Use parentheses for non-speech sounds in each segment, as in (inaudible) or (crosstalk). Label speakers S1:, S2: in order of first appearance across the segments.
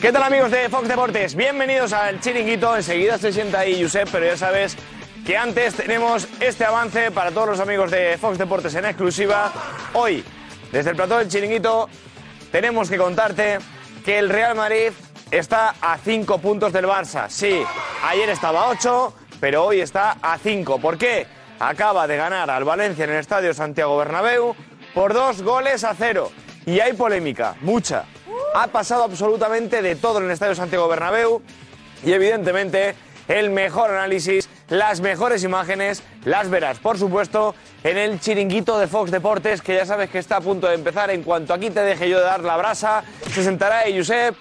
S1: ¿Qué tal amigos de Fox Deportes? Bienvenidos al Chiringuito. Enseguida se sienta ahí Josep, pero ya sabes que antes tenemos este avance para todos los amigos de Fox Deportes en exclusiva. Hoy, desde el plató del Chiringuito, tenemos que contarte que el Real Madrid está a 5 puntos del Barça. Sí, ayer estaba a 8, pero hoy está a 5. ¿Por qué? Acaba de ganar al Valencia en el Estadio Santiago Bernabéu por dos goles a cero. Y hay polémica, mucha. Ha pasado absolutamente de todo en el Estadio Santiago Bernabéu y evidentemente el mejor análisis, las mejores imágenes, las verás, por supuesto, en el chiringuito de Fox Deportes, que ya sabes que está a punto de empezar. En cuanto aquí te deje yo de dar la brasa, se sentará Josep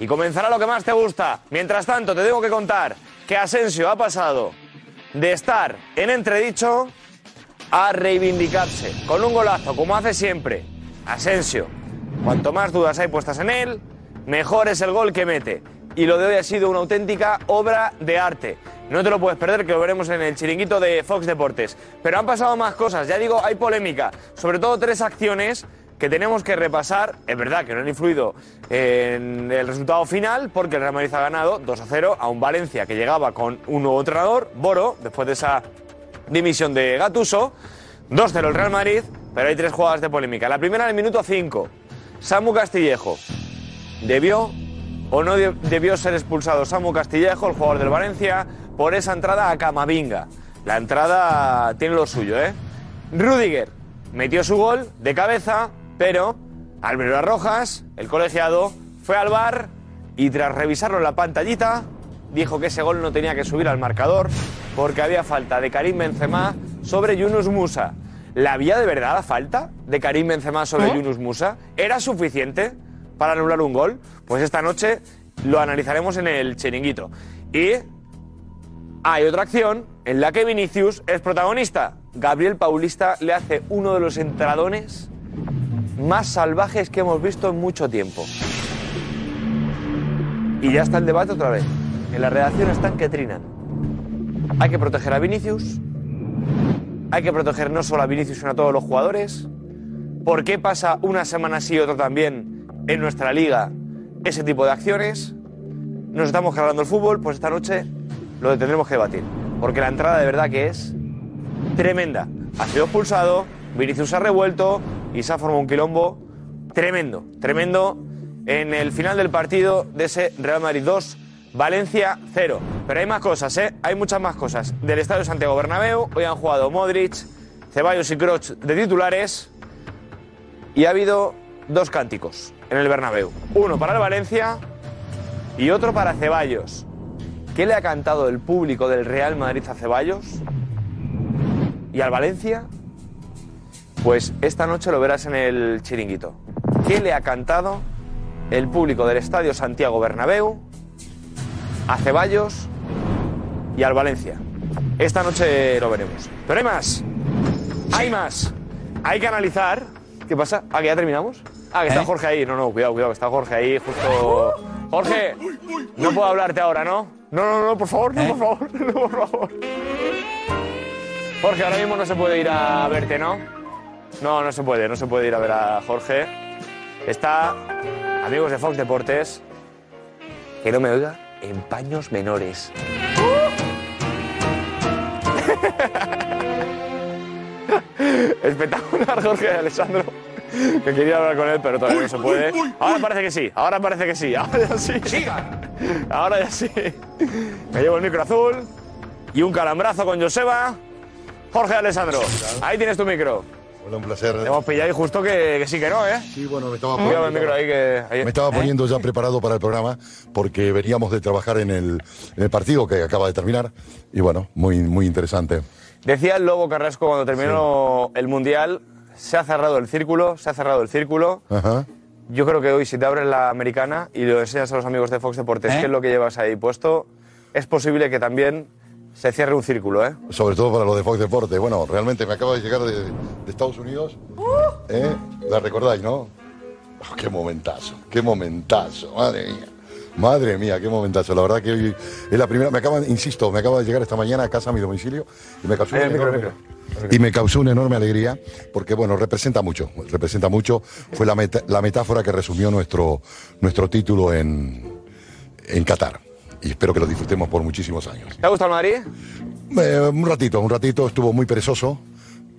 S1: y comenzará lo que más te gusta. Mientras tanto, te tengo que contar que Asensio ha pasado de estar en entredicho a reivindicarse con un golazo, como hace siempre. Asensio, cuanto más dudas hay puestas en él, mejor es el gol que mete. Y lo de hoy ha sido una auténtica obra de arte. No te lo puedes perder, que lo veremos en el chiringuito de Fox Deportes. Pero han pasado más cosas, ya digo, hay polémica. Sobre todo tres acciones que tenemos que repasar. Es verdad que no han influido en el resultado final, porque el Real Madrid ha ganado 2 a 0 a un Valencia que llegaba con un nuevo entrenador, Boro, después de esa dimisión de Gatuso. 2-0 el Real Madrid, pero hay tres jugadas de polémica. La primera en el minuto 5. Samu Castillejo. ¿Debió o no de- debió ser expulsado Samu Castillejo, el jugador del Valencia, por esa entrada a Camavinga? La entrada tiene lo suyo, ¿eh? Rudiger metió su gol de cabeza, pero Álvaro Rojas, el colegiado, fue al bar y tras revisarlo en la pantallita, dijo que ese gol no tenía que subir al marcador porque había falta de Karim Benzema sobre Yunus Musa. ¿La había de verdad la falta de Karim Benzema sobre Yunus Musa? ¿Era suficiente para anular un gol? Pues esta noche lo analizaremos en el chiringuito. Y hay otra acción en la que Vinicius es protagonista. Gabriel Paulista le hace uno de los entradones más salvajes que hemos visto en mucho tiempo. Y ya está el debate otra vez. En la redacción están que trinan. Hay que proteger a Vinicius. Hay que proteger no solo a Vinicius, sino a todos los jugadores. ¿Por qué pasa una semana sí y otra también en nuestra liga ese tipo de acciones? Nos estamos cargando el fútbol, pues esta noche lo tendremos que debatir. Porque la entrada de verdad que es tremenda. Ha sido expulsado, Vinicius se ha revuelto y se ha formado un quilombo tremendo, tremendo en el final del partido de ese Real Madrid 2, Valencia 0. Pero hay más cosas, ¿eh? Hay muchas más cosas. Del Estadio Santiago Bernabéu, hoy han jugado Modric, Ceballos y Kroch de titulares y ha habido dos cánticos en el Bernabéu. Uno para el Valencia y otro para Ceballos. ¿Qué le ha cantado el público del Real Madrid a Ceballos? ¿Y al Valencia? Pues esta noche lo verás en el chiringuito. ¿Qué le ha cantado el público del Estadio Santiago Bernabéu a Ceballos y al Valencia? Esta noche lo veremos. Pero hay más. Hay más. Hay que analizar. ¿Qué pasa? ¿Ah, que ya terminamos? Ah, que está Jorge ahí. No, no, cuidado, cuidado, que está Jorge ahí justo. Jorge, no puedo hablarte ahora, ¿no? No, no, no, por favor, no, por favor, (laughs) no, por favor. Jorge, ahora mismo no se puede ir a verte, ¿no? No, no se puede, no se puede ir a ver a Jorge. Está, amigos de Fox Deportes, que no me oiga, en paños menores. (laughs) Espectacular, Jorge de Alessandro. Que quería hablar con él, pero todavía no se puede. Ahora parece que sí, ahora parece que sí, ahora ya sí. Ahora ya sí. Me llevo el micro azul y un calambrazo con Joseba. Jorge de Alessandro, ahí tienes tu micro.
S2: Hola, un placer.
S1: Te hemos pillado y justo que, que sí que no, ¿eh?
S2: Sí, bueno, me estaba
S1: Cuidado el micro ahí que... ahí-
S2: Me estaba
S1: ¿Eh?
S2: poniendo ya preparado para el programa porque veníamos de trabajar en el, en el partido que acaba de terminar y bueno, muy, muy interesante.
S1: Decía el Lobo Carrasco cuando terminó el Mundial, se ha cerrado el círculo, se ha cerrado el círculo.
S2: Ajá.
S1: Yo creo que hoy si te abres la americana y lo enseñas a los amigos de Fox Deportes, que es lo que llevas ahí puesto, es posible que también Se cierra un círculo, ¿eh?
S2: Sobre todo para los de Fox Deportes. Bueno, realmente me acaba de llegar de, de Estados Unidos. ¿eh? ¿La recordáis, no? Oh, qué momentazo, qué momentazo, madre mía. Madre mía, qué momentazo. La verdad que hoy es la primera. Me acaban, insisto, me acaba de llegar esta mañana a casa a mi domicilio y me causó
S1: Eh,
S2: una
S1: micro,
S2: enorme-
S1: micro.
S2: y me causó una enorme alegría porque, bueno, representa mucho, representa mucho. Fue la, meta- la metáfora que resumió nuestro, nuestro título en, en Qatar. Y espero que lo disfrutemos por muchísimos años.
S1: ¿Te ha gustado el Madrid?
S2: Eh, un ratito, un ratito, estuvo muy perezoso.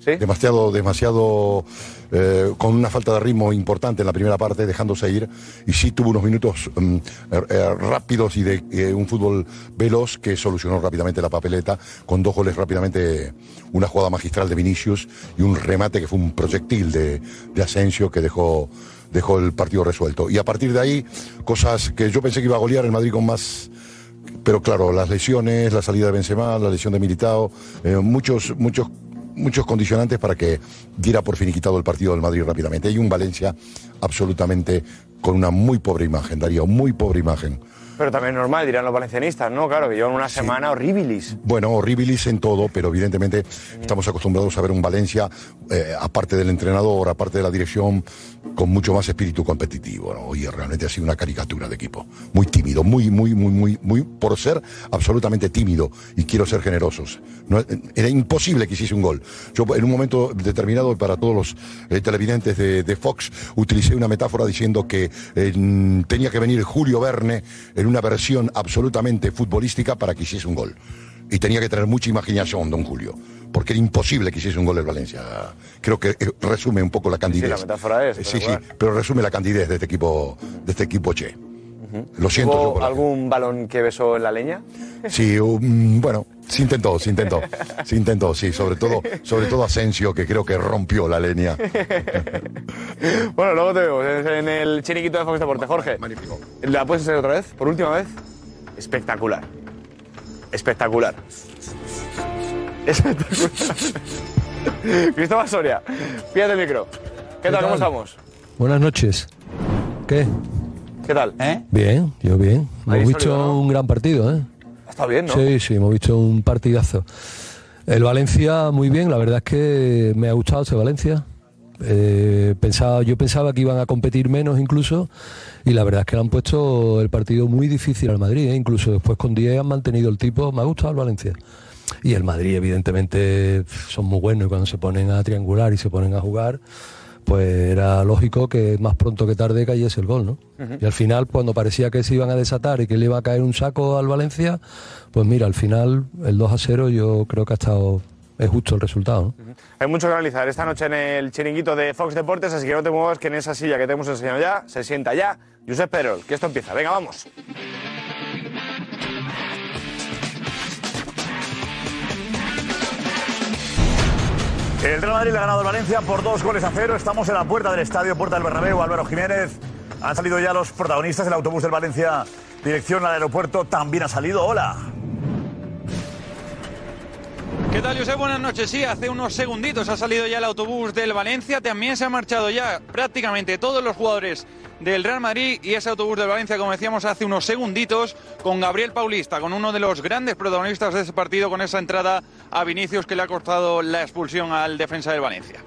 S1: Sí.
S2: Demasiado, demasiado, eh, con una falta de ritmo importante en la primera parte, dejándose ir. Y sí tuvo unos minutos mm, eh, eh, rápidos y de eh, un fútbol veloz que solucionó rápidamente la papeleta, con dos goles rápidamente, una jugada magistral de Vinicius y un remate que fue un proyectil de, de Asensio que dejó, dejó el partido resuelto. Y a partir de ahí, cosas que yo pensé que iba a golear el Madrid con más pero claro, las lesiones, la salida de Benzema, la lesión de Militao, eh, muchos, muchos, muchos condicionantes para que diera por finiquitado el partido del Madrid rápidamente. Y un Valencia absolutamente con una muy pobre imagen, Darío, muy pobre imagen.
S1: Pero también es normal, dirán los valencianistas, ¿no? Claro, que llevan una semana horribilis.
S2: Bueno, horribilis en todo, pero evidentemente estamos acostumbrados a ver un Valencia, eh, aparte del entrenador, aparte de la dirección, con mucho más espíritu competitivo. ¿no? Y realmente ha sido una caricatura de equipo. Muy tímido, muy, muy, muy, muy, muy, por ser absolutamente tímido, y quiero ser generosos. No, eh, era imposible que hiciese un gol. Yo en un momento determinado, para todos los eh, televidentes de, de Fox, utilicé una metáfora diciendo que eh, tenía que venir Julio Verne en una versión absolutamente futbolística para que hiciese un gol y tenía que tener mucha imaginación, don Julio, porque era imposible que hiciese un gol el Valencia. Creo que eh, resume un poco la candidez.
S1: la metáfora es,
S2: Eh,
S1: pero
S2: Sí, sí,
S1: bueno.
S2: pero resume la candidez de este equipo, de este equipo Che. Lo siento. yo
S1: ¿Hubo
S2: por la-
S1: algún balón que besó en la
S2: (laughs)
S1: leña?
S2: Sí, um, bueno, se intentó, se intentó, se intentó, sí, sobre todo, sobre todo Asensio, que creo que rompió la leña.
S1: Bueno, luego te vemos en el chiriquito de Fox Deportes. Jorge,
S2: Magnífico.
S1: ¿la puedes hacer otra vez? ¿Por última vez? Espectacular. Espectacular. Espectacular. (laughs) Cristóbal Soria, pídate el micro. ¿Qué tal? ¿Cómo
S3: tal?
S1: estamos?
S3: Buenas noches. ¿Qué?
S1: ¿Qué tal?
S3: Bien, yo bien.
S1: Ahí
S3: Hemos visto
S1: sólido, ¿no?
S3: un gran partido, ¿eh?
S1: Está bien, ¿no?
S3: Sí, sí, hemos visto un partidazo. El Valencia, muy bien, la verdad es que me ha gustado ese Valencia. Eh, pensaba, yo pensaba que iban a competir menos incluso y la verdad es que le han puesto el partido muy difícil al Madrid, ¿eh? incluso después con 10 han mantenido el tipo, me ha gustado el Valencia. Y el Madrid evidentemente pf, son muy buenos y cuando se ponen a triangular y se ponen a jugar, pues era lógico que más pronto que tarde cayese el gol, ¿no? Y al final, cuando parecía que se iban a desatar y que le iba a caer un saco al Valencia, pues mira, al final el 2 a 0 yo creo que ha estado, es justo el resultado, ¿no?
S1: Hay mucho que analizar esta noche en el chiringuito de Fox Deportes, así que no te muevas que en esa silla que te hemos enseñado ya, se sienta ya Josep Perol, que esto empieza. Venga, vamos.
S4: El Real Madrid le ha ganado al Valencia por dos goles a cero. Estamos en la puerta del estadio, puerta del Bernabéu, Álvaro Jiménez. Han salido ya los protagonistas del autobús del Valencia, dirección al aeropuerto. También ha salido. Hola.
S5: ¿Qué tal, José? Buenas noches. Sí, hace unos segunditos ha salido ya el autobús del Valencia. También se han marchado ya prácticamente todos los jugadores del Real Madrid y ese autobús del Valencia, como decíamos hace unos segunditos, con Gabriel Paulista, con uno de los grandes protagonistas de ese partido, con esa entrada a Vinicius que le ha costado la expulsión al defensa del Valencia.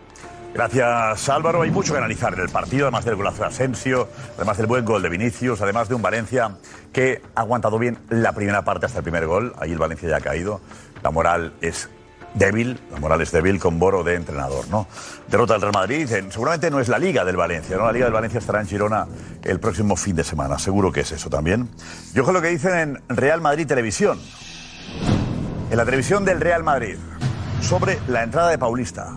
S4: Gracias, Álvaro. Hay mucho que analizar en el partido, además del golazo de Asensio, además del buen gol de Vinicius, además de un Valencia que ha aguantado bien la primera parte hasta el primer gol. Ahí el Valencia ya ha caído. La moral es débil, la moral es débil con Boro de entrenador, ¿no? Derrota del Real Madrid, en- seguramente no es la Liga del Valencia, ¿no? La Liga del Valencia estará en Girona el próximo fin de semana, seguro que es eso también. Yo con lo que dicen en Real Madrid Televisión, en la televisión del Real Madrid, sobre la entrada de Paulista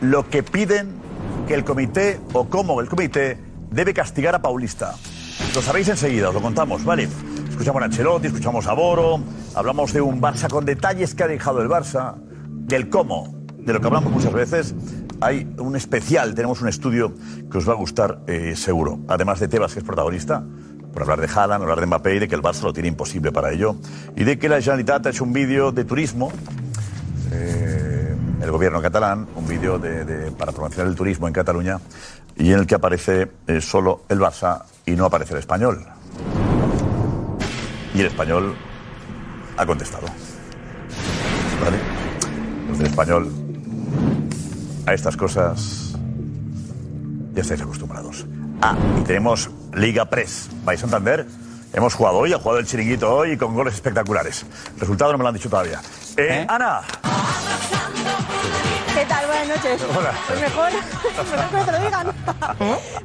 S4: lo que piden que el comité o cómo el comité debe castigar a Paulista. Lo sabéis enseguida, os lo contamos, ¿vale? Escuchamos a Ancelotti, escuchamos a Boro, hablamos de un Barça con detalles que ha dejado el Barça, del cómo, de lo que hablamos muchas veces. Hay un especial, tenemos un estudio que os va a gustar eh, seguro. Además de Tebas, que es protagonista, por hablar de Haaland, hablar de Mbappé y de que el Barça lo tiene imposible para ello. Y de que la Generalitat ha hecho un vídeo de turismo eh, el gobierno catalán un vídeo de- de- para promocionar el turismo en Cataluña y en el que aparece eh, solo el Barça y no aparece el español. Y el español ha contestado. ¿Vale? Los del español, a estas cosas ya estáis acostumbrados. Ah, y tenemos Liga Press. ¿Vais a Santander? Hemos jugado hoy, ha jugado el chiringuito hoy con goles espectaculares. Resultado no me lo han dicho todavía. Eh, Ana,
S6: ¿Qué tal? Buenas noches.
S4: Hola.
S6: Pues mejor, (laughs) mejor que no te lo digan.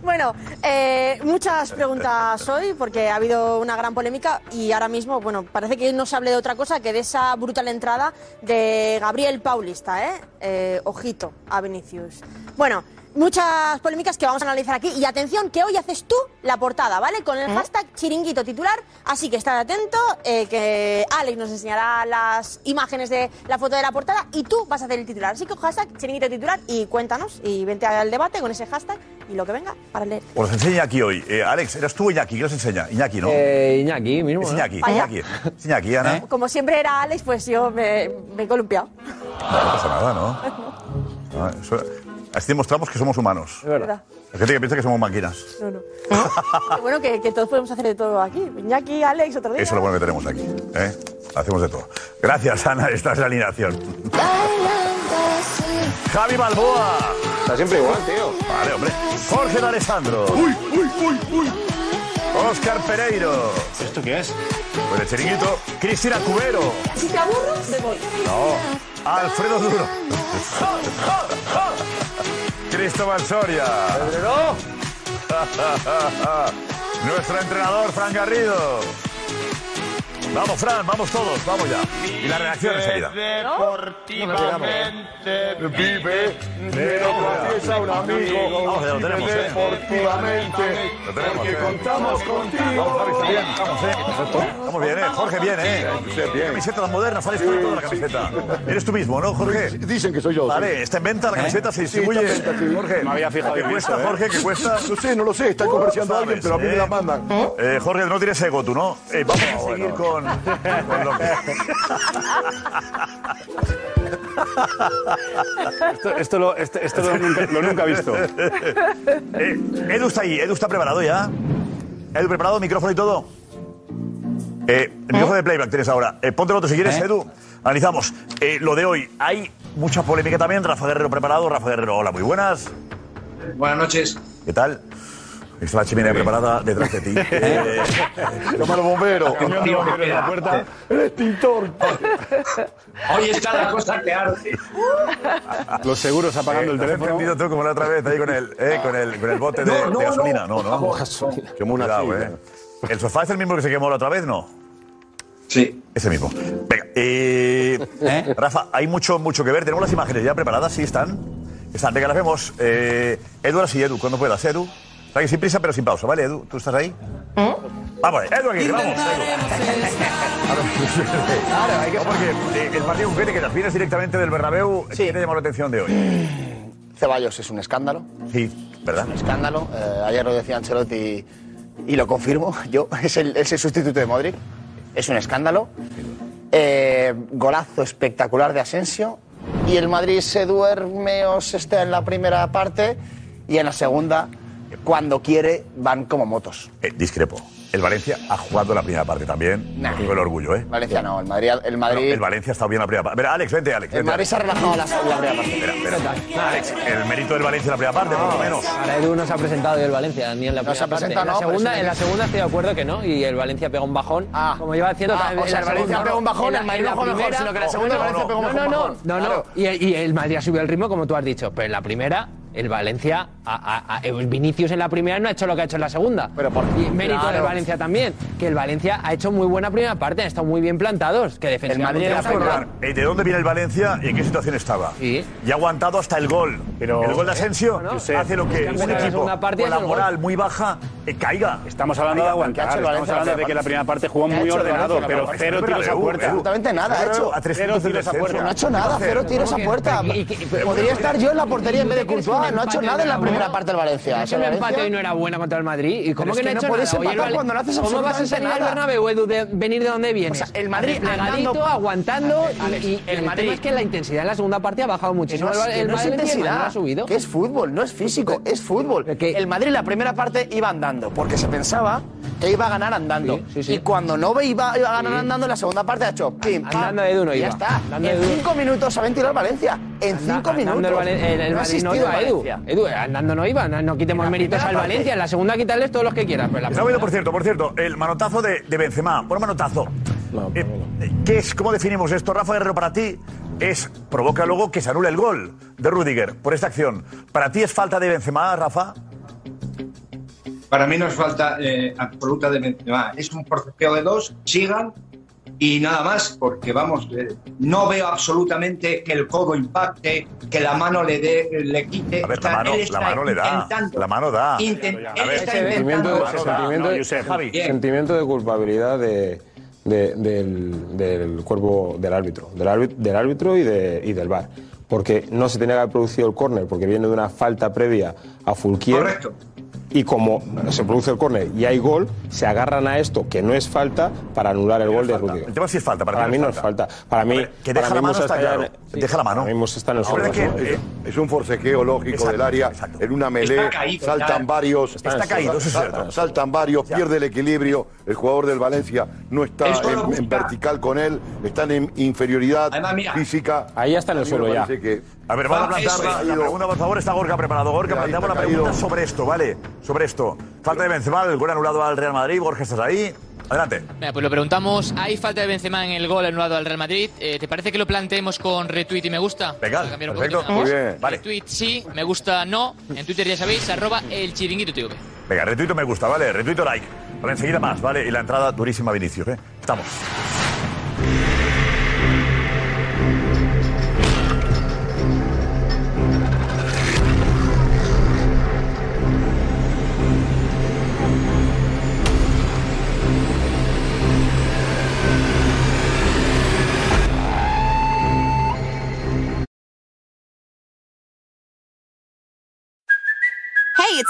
S6: bueno, eh, muchas preguntas hoy porque ha habido una gran polémica y ahora mismo, bueno, parece que no se hable de otra cosa que de esa brutal entrada de Gabriel Paulista, ¿eh? Eh, ojito a Vinicius. Bueno, muchas polémicas que vamos a analizar aquí y atención que hoy haces tú la portada, ¿vale? Con el hashtag chiringuito titular, así que estad atento eh, que Alex nos enseñará las imágenes de la foto de la portada y tú vas a hacer el titular. Así que hashtag chiringuito titular y cuéntanos y vente al debate con ese hashtag y lo que venga para leer.
S4: os enseña Iñaki hoy. Eh, Alex, ¿eras tú o Iñaki? ¿Quién os enseña? Iñaki, ¿no?
S7: Eh, Iñaki, mismo.
S4: Es
S7: ¿no?
S4: Iñaki,
S6: Vaya.
S4: Iñaki. Es Iñaki, Ana.
S8: ¿Eh?
S6: Como siempre era Alex, pues yo me, me he columpiado.
S4: No pasa nada, ¿no?
S6: (laughs)
S4: No, eso- así demostramos que somos humanos.
S7: Es verdad.
S4: Hay gente que piensa que somos máquinas.
S6: No, no. Pero bueno, que, que todos podemos hacer de todo aquí. Iñaki, Alex, otro día.
S4: Eso es lo bueno que tenemos aquí. ¿eh? Hacemos de todo. Gracias, Ana. Esta es la alineación. Javi Balboa.
S8: Está siempre igual, tío.
S4: Vale, hombre. Jorge de Alessandro. Uy, uy, uy, uy. Oscar Pereiro.
S8: ¿Esto qué es?
S4: Pues el chiringuito. Cristina Cubero.
S6: Si te aburro, me voy.
S4: No. Alfredo Duro. Cristóbal Soria. (laughs) Nuestro entrenador, Fran Garrido. Vamos, Fran, vamos todos, vamos ya. Y la reacción enseguida.
S9: Deportivamente vive,
S10: Eh,
S9: pero gracias a un amigo.
S4: Vamos, ya lo tenemos,
S9: Vive
S4: ¿eh?
S9: Deportivamente,
S4: Lo tenemos,
S9: porque
S4: ¿eh?
S9: contamos contigo.
S4: Vamos, eh. Estamos bien, eh. Jorge, bien, eh. Camiseta tan moderna, sales tú con la camiseta. Eres tú mismo, ¿no, Jorge?
S2: Pues Dicen que soy yo. ¿Eh?
S4: Vale, está en venta la camiseta, se distribuye.
S2: está en venta, sí.
S4: Jorge,
S8: Me había fijado
S4: ¿qué
S8: yo en
S4: cuesta,
S8: eso, eh.
S4: Jorge? ¿Qué cuesta?
S2: No sé, no lo sé, están comerciando a alguien,
S4: sabes,
S2: pero a mí me
S4: eh.
S2: la mandan.
S4: Eh, Jorge, no tienes ego tú, ¿no? Eh, vamos a seguir con, con lo que...
S8: Esto, esto lo, esto, esto lo nunca, lo nunca he visto.
S4: Eh, Edu está ahí, Edu está preparado ya. Edu, preparado, micrófono y todo. Eh, el micrófono de playback tienes ahora. Eh, ponte otro si quieres, Edu. Analizamos. Eh, lo de hoy, hay mucha polémica también. Rafa Guerrero preparado. Rafa Guerrero, hola, muy buenas.
S10: Buenas noches.
S4: ¿Qué tal? Ahí Está la chimenea preparada detrás de
S8: (laughs)
S4: ti. Eh,
S2: Llama a los bomberos.
S10: la puerta.
S2: Eres pintor.
S10: Hoy está la cosa que arde.
S8: Los seguros apagando el
S4: ¿Has entendido
S8: teléfono.
S4: tú como la otra vez ahí con el, eh, con el, con el bote de,
S10: No, no,
S4: de gasolina? No,
S10: no.
S4: no.
S2: Qué mona
S4: Cuidado,
S2: chica.
S4: eh. ¿El sofá es el mismo que se quemó la otra vez? No.
S10: Sí.
S4: Ese mismo. Venga, eh, Rafa, hay mucho, mucho que ver. Tenemos las imágenes ya preparadas, sí están. Están, venga, las vemos. Eh, Edu, ahora sí, Edu, cuando puedas, Edu. O sea, que sin prisa, pero sin pausa, ¿vale, Edu? ¿Tú estás ahí? Vamos, eh, Edu, aquí, vamos. Edu. (laughs) Claro, hay que- No, porque eh, el partido que viene, que las vienes directamente del Bernabéu,
S11: Sí.
S4: ¿quién te llamó la atención de hoy?
S11: (clears throat) Ceballos es un escándalo,
S4: Sí, ¿verdad?
S11: un escándalo. Eh, ayer lo decía Ancelotti y lo confirmo (laughs) yo. Es el, es el sustituto de Modric. Es un escándalo. Eh, golazo espectacular de Asensio. Y el Madrid se duerme o se está en la primera parte y en la segunda, cuando quiere, van como motos.
S4: Eh, discrepo. El Valencia ha jugado la primera parte también.
S11: Nah.
S4: Con el orgullo, ¿eh?
S11: Valencia no, el Madrid. El
S4: No,
S11: Madrid,
S4: el Valencia ha estado bien la primera parte. Verá, Alex, vente, Alex.
S11: el
S4: Vente,
S11: Madrid
S4: Alex.
S11: se ha relajado en la, en la primera parte.
S4: Espera, espera. Alex, el mérito del Valencia en la primera parte, por lo menos.
S7: Ahora Edu no se ha presentado y el Valencia, ni en la
S11: No se
S7: primera
S11: ha
S7: parte.
S11: presentado,
S7: en, la
S11: no, pero
S7: segunda,
S11: sí que-
S7: en la segunda estoy de acuerdo que no, y el Valencia pega un bajón,
S11: Ah.
S7: como lleva haciendo...
S11: Ah,
S7: tal-
S11: o
S7: en
S11: sea,
S7: la
S11: el Valencia
S7: segunda,
S11: pega un bajón,
S7: en la-
S11: el Madrid
S7: en la
S11: bajó mejor,
S7: primera-
S11: sino que la
S7: No,
S11: segunda el
S7: no,
S11: Valencia pegó
S7: no,
S11: mejor
S7: No, no,
S11: bajón.
S7: no, no.
S11: Claro.
S7: Y, el- y el Madrid ha subido el ritmo, como tú has dicho, pero en la primera, el Valencia, a, a- a- el Vinicius en la primera no ha hecho lo que ha hecho en la segunda.
S11: Pero por-
S7: Y mérito
S11: claro.
S7: del Valencia también, que el Valencia ha hecho muy buena primera parte, han estado muy bien plantados, que defensivamente...
S11: Madrid era
S7: han estado
S11: superior.
S7: bien.
S4: Eh, ¿De dónde viene el Valencia y en qué situación estaba?
S7: Sí.
S4: Y ha aguantado hasta el gol.
S8: Pero-
S4: el gol de Asensio
S7: No, no.
S4: hace lo que
S7: han
S4: un
S7: ganado la
S4: equipo
S7: segunda parte y
S4: con la
S7: hace el gol.
S4: moral muy baja eh, caiga.
S8: Estamos hablando de
S11: ¿Qué ha hecho
S8: aguantar.
S11: el
S8: Estamos
S11: Valencia?
S8: hablando de que la primera parte jugó
S11: ¿Qué ha
S8: muy
S11: hecho el
S8: ordenado,
S11: Valencia?
S8: pero
S11: Pero
S8: cero
S4: Pero
S8: tiros a
S4: Bernabéu,
S8: puerta.
S4: Edu.
S11: Absolutamente nada ha
S4: Bernabéu,
S11: hecho.
S4: A tres
S8: Cero
S4: puntos del
S8: tiros a
S4: descenso.
S8: puerta.
S11: No ha hecho nada, cero tiros a
S7: que-
S11: puerta.
S7: y que-
S11: Podría estar yo en la portería en vez de
S7: ¿Tú crees que un
S11: Courtois. No ha hecho
S7: empate
S11: nada en
S7: era
S11: la primera
S7: bueno?
S11: parte del Valencia.
S7: Es que
S11: el
S7: el
S11: Valencia-
S7: empate hoy no era buena contra el Madrid. ¿Y cómo
S11: es
S7: que no,
S11: que
S7: ha
S11: no
S7: hecho
S11: puedes
S7: nada? Oye, el
S11: empatar
S7: Vale-
S11: cuando no haces
S7: ¿Cómo vas a
S11: absolutamente
S7: enseñar al
S11: nada?
S7: Bernabéu, Edu, de venir de dónde vienes?
S11: O sea, el Madrid
S7: Replegadito,
S11: andando-
S7: aguantando. y- y,
S11: el
S7: el,
S11: Madrid-
S7: tema es que la intensidad en la segunda parte ha bajado
S11: Que
S7: muchísimo.
S11: no,
S7: el
S11: es,
S7: Val-
S11: que
S7: el
S11: no es
S7: Valencia y el Madrid
S11: intensidad,
S7: ha subido.
S11: que es fútbol, no es físico, es fútbol.
S7: Que-
S11: El Madrid la primera parte iba andando, porque se pensaba que iba a ganar andando. Y cuando no ve- iba, iba a ganar andando, en la segunda parte ha hecho pim, pam,
S7: Andando de uno
S11: y ya
S7: iba.
S11: está.
S7: Andando de
S11: en
S7: uno.
S11: cinco minutos ha ventilado el Valencia. En cinco
S7: Andando
S11: minutos.
S7: el, Valen- el- el
S11: No ha
S7: Madrid no
S11: asistido
S7: iba,
S11: el
S7: Edu.
S11: Valencia.
S7: Edu, andando no iba. No, no quitemos méritos
S4: primera
S7: al
S4: parte.
S7: Valencia. En la segunda, quitarles todos los que quieras. Pero la
S4: Está viendo, por cierto, por cierto, el manotazo de, de Benzema. Buen manotazo. Eh, ¿qué es, ¿Cómo definimos esto, Rafa Guerrero? Para ti es provoca luego que se anule el gol de Rudiger por esta acción. ¿Para ti es falta de Benzema, Rafa?
S12: Para mí no es falta eh, absoluta de Benzema. Es un forcejeo de dos, sigan y nada más, porque vamos, eh, no veo absolutamente que el codo impacte, que la mano le dé, le quite.
S4: A ver,
S12: O sea,
S4: la mano,
S12: él
S4: la
S12: está
S4: mano le da.
S12: intentando-
S4: La mano da.
S12: Inten-
S4: A ver,
S12: él está
S13: sentimiento,
S12: intentando.
S13: ese sentimiento, el sentimiento de culpabilidad de- de- del, del cuerpo del árbitro, del árbitro, del árbitro y, de- y del VAR. Porque no se tenía que haber producido el córner, porque viene de una falta previa a Fulquier. Y como se produce el córner y hay gol, se agarran a esto, que no es falta, para anular el gol de Rudiger. El
S4: tema sí es falta. Para,
S13: mí no es falta. Para mí...
S4: que deja
S13: para
S4: la mano
S13: mí Musa
S4: está
S13: ya
S4: claro.
S13: en-
S4: Deja la mano.
S13: Ahora mismo está en el
S4: Ahora
S13: suelo.
S4: que,
S13: ¿no?
S4: eh,
S2: Es un forcejeo lógico
S4: Exacto,
S2: del área. En una melee
S4: Está caído,
S2: saltan
S4: ya.
S2: varios.
S4: Está caído, eso es
S2: saltan-
S4: cierto.
S2: Saltan varios, pierde el equilibrio. El jugador del Valencia no está
S13: Eso lo
S2: en, en
S13: busca.
S2: vertical con él. Están en inferioridad
S13: Además, mira.
S2: física.
S13: Ahí ya está en el
S2: A mí me
S13: suelo ya.
S2: parece que-
S4: A ver, vamos a plantear
S2: Eso
S4: la,
S2: es.
S4: la pregunta, por favor. Está Gorka preparado. Gorka,
S2: Mira, ahí
S4: planteamos la
S2: está
S4: pregunta
S2: caído.
S4: sobre esto, ¿vale? Sobre esto. Falta de Benzema, el gol anulado al Real Madrid. Borja, ¿estás ahí? Adelante.
S14: Venga, pues lo preguntamos. ¿Hay falta de Benzema en el gol anulado al Real Madrid? Eh, ¿Te parece que lo planteemos con retweet y me gusta?
S4: Venga,
S14: Para cambiar un
S4: perfecto.
S14: poquito, nada más.
S4: Muy bien, vale.
S14: Retweet sí, me gusta no. En Twitter ya sabéis, arroba el chiringuito TV.
S4: Venga, retuito me gusta, ¿vale? Retuito like. Vale, enseguida más, ¿vale? Y la entrada durísima a Vinicius, ¿eh? Estamos.
S15: Hey, it's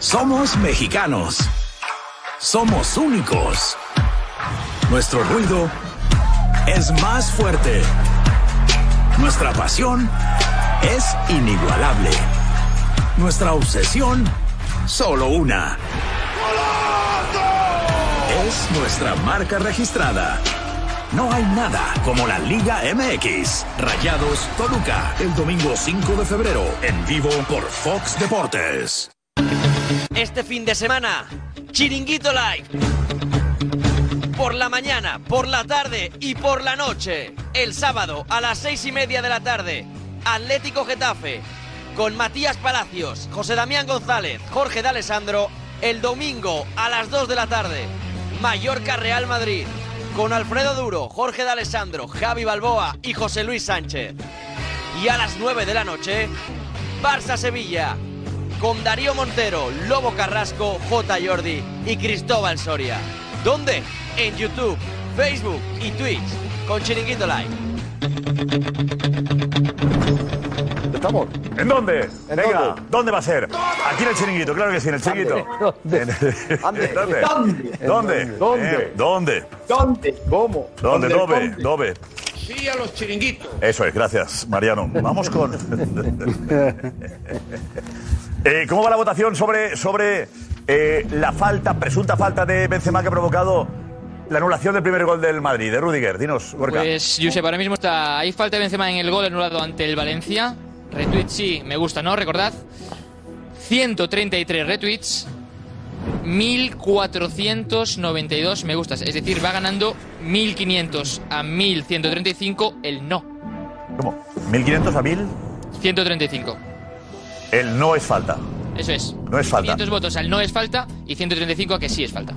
S16: Somos mexicanos. Somos únicos. Nuestro ruido es más fuerte. Nuestra pasión es inigualable. Nuestra obsesión, solo una. Es nuestra marca registrada. No hay nada como la Liga MX. Rayados Toluca, el domingo 5 de febrero, en vivo por Fox Deportes.
S17: Este fin de semana, Chiringuito Live. Por la mañana, por la tarde y por la noche. El sábado a las seis y media de la tarde, Atlético Getafe. Con Matías Palacios, José Damián González, Jorge D Alessandro. El domingo a las 2 de la tarde, Mallorca Real Madrid. Con Alfredo Duro, Jorge D Alessandro, Javi Balboa y José Luis Sánchez. Y a las 9 de la noche, Barça Sevilla. Con Darío Montero, Lobo Carrasco, J. Jordi y Cristóbal Soria. ¿Dónde? En YouTube, Facebook y Twitch. Con Chiringuito Live.
S4: ¿Estamos? ¿En dónde? Venga, dónde? va a ser? Aquí en el chiringuito, claro que sí, en el chiringuito. ¿Dónde? ¿Dónde? (laughs) ¿Dónde? ¿Dónde? Eh, ¿Dónde?
S12: ¿Dónde? ¿Cómo?
S4: ¿Dónde?
S12: ¿Dónde?
S4: Dove,
S12: ¿Dónde?
S4: Dove.
S12: Sí a los chiringuitos.
S4: Eso es, gracias, Mariano. Vamos con. (laughs) Eh, ¿Cómo va la votación sobre, sobre eh, la falta, presunta falta de Benzema que ha provocado la anulación del primer gol del Madrid, de Rudiger? Dinos, Gorka.
S14: Pues, Josep, ahora mismo está. ¿Hay falta de Benzema en el gol anulado ante el Valencia? Retweet sí, me gusta, ¿no? Recordad. 133 retweets, 1492 me gustas. Es decir, va ganando 1500 a 1135 el no.
S4: ¿Cómo? ¿1500 a 1000?
S14: 135.
S4: El no es falta.
S14: Eso es.
S4: No es falta.
S14: 500 votos al no es falta y 135 a que sí es falta.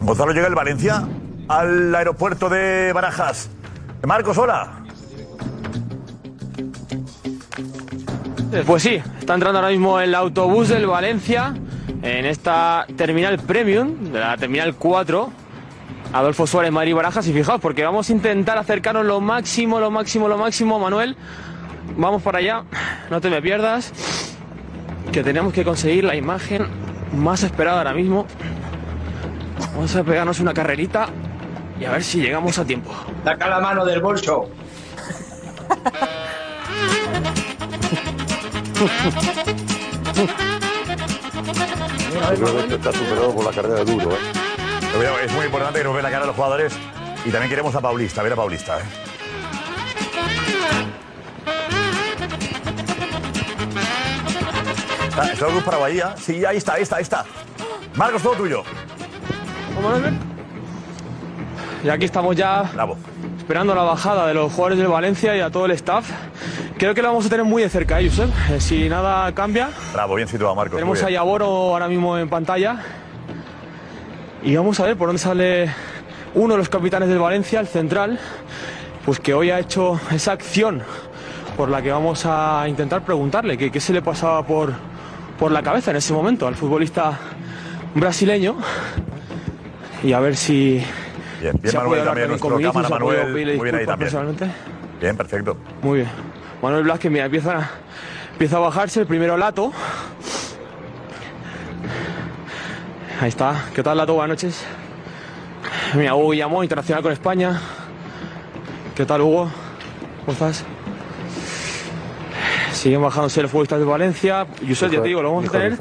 S4: Gonzalo llega el Valencia al aeropuerto de Barajas. Marcos, hola.
S18: Pues sí, está entrando ahora mismo el autobús del Valencia en esta terminal premium, de la terminal 4, Adolfo Suárez, Mari Barajas, y fijaos, porque vamos a intentar acercarnos lo máximo, lo máximo, lo máximo, Manuel. Vamos para allá, no te me pierdas, que tenemos que conseguir la imagen más esperada ahora mismo. Vamos a pegarnos una carrerita y a ver si llegamos a tiempo. (laughs)
S12: Saca la mano del bolso.
S2: Yo creo que esto está superado por la carrera de duro, ¿eh?
S4: Cuidado, Es muy importante que nos vean la cara de los jugadores y también queremos a Paulista, ver a Paulista. ¿eh? Está, está Cruz para Bahía. Sí, ahí está, ahí está, ahí está. Marcos, todo tuyo.
S18: Y aquí estamos ya esperando la bajada de los jugadores del Valencia y a todo el staff. Creo que lo vamos a tener muy de cerca, ¿eh, Josep. Eh, Si nada cambia,
S4: Bravo, bien situado, Marcos.
S18: tenemos a
S4: muy bien.
S18: Yaboro ahora mismo en pantalla. Y vamos a ver por dónde sale uno de los capitanes del Valencia, el central, pues que hoy ha hecho esa acción por la que vamos a intentar preguntarle que qué se le pasaba por, por la cabeza en ese momento al futbolista brasileño. Y a ver si
S4: Bien, bien
S18: se ha podido
S4: Manuel
S18: hablar también
S4: también,
S18: con
S4: nuestro
S18: Vinicius,
S4: cámara
S18: se ha podido
S4: Manuel. Muy
S18: pedirle
S4: bien ahí
S18: disculpas
S4: también. Bien, perfecto.
S18: Muy bien. Manuel Blasque, mira, empieza a, empieza a bajarse. El primero Lato. Ahí está. ¿Qué tal, Lato? Buenas noches. Mira, Hugo Guillamón, internacional con España. ¿Qué tal, Hugo? ¿Cómo estás? Siguen bajándose los futbolistas de Valencia. Yusel, ya te digo, lo vamos a tener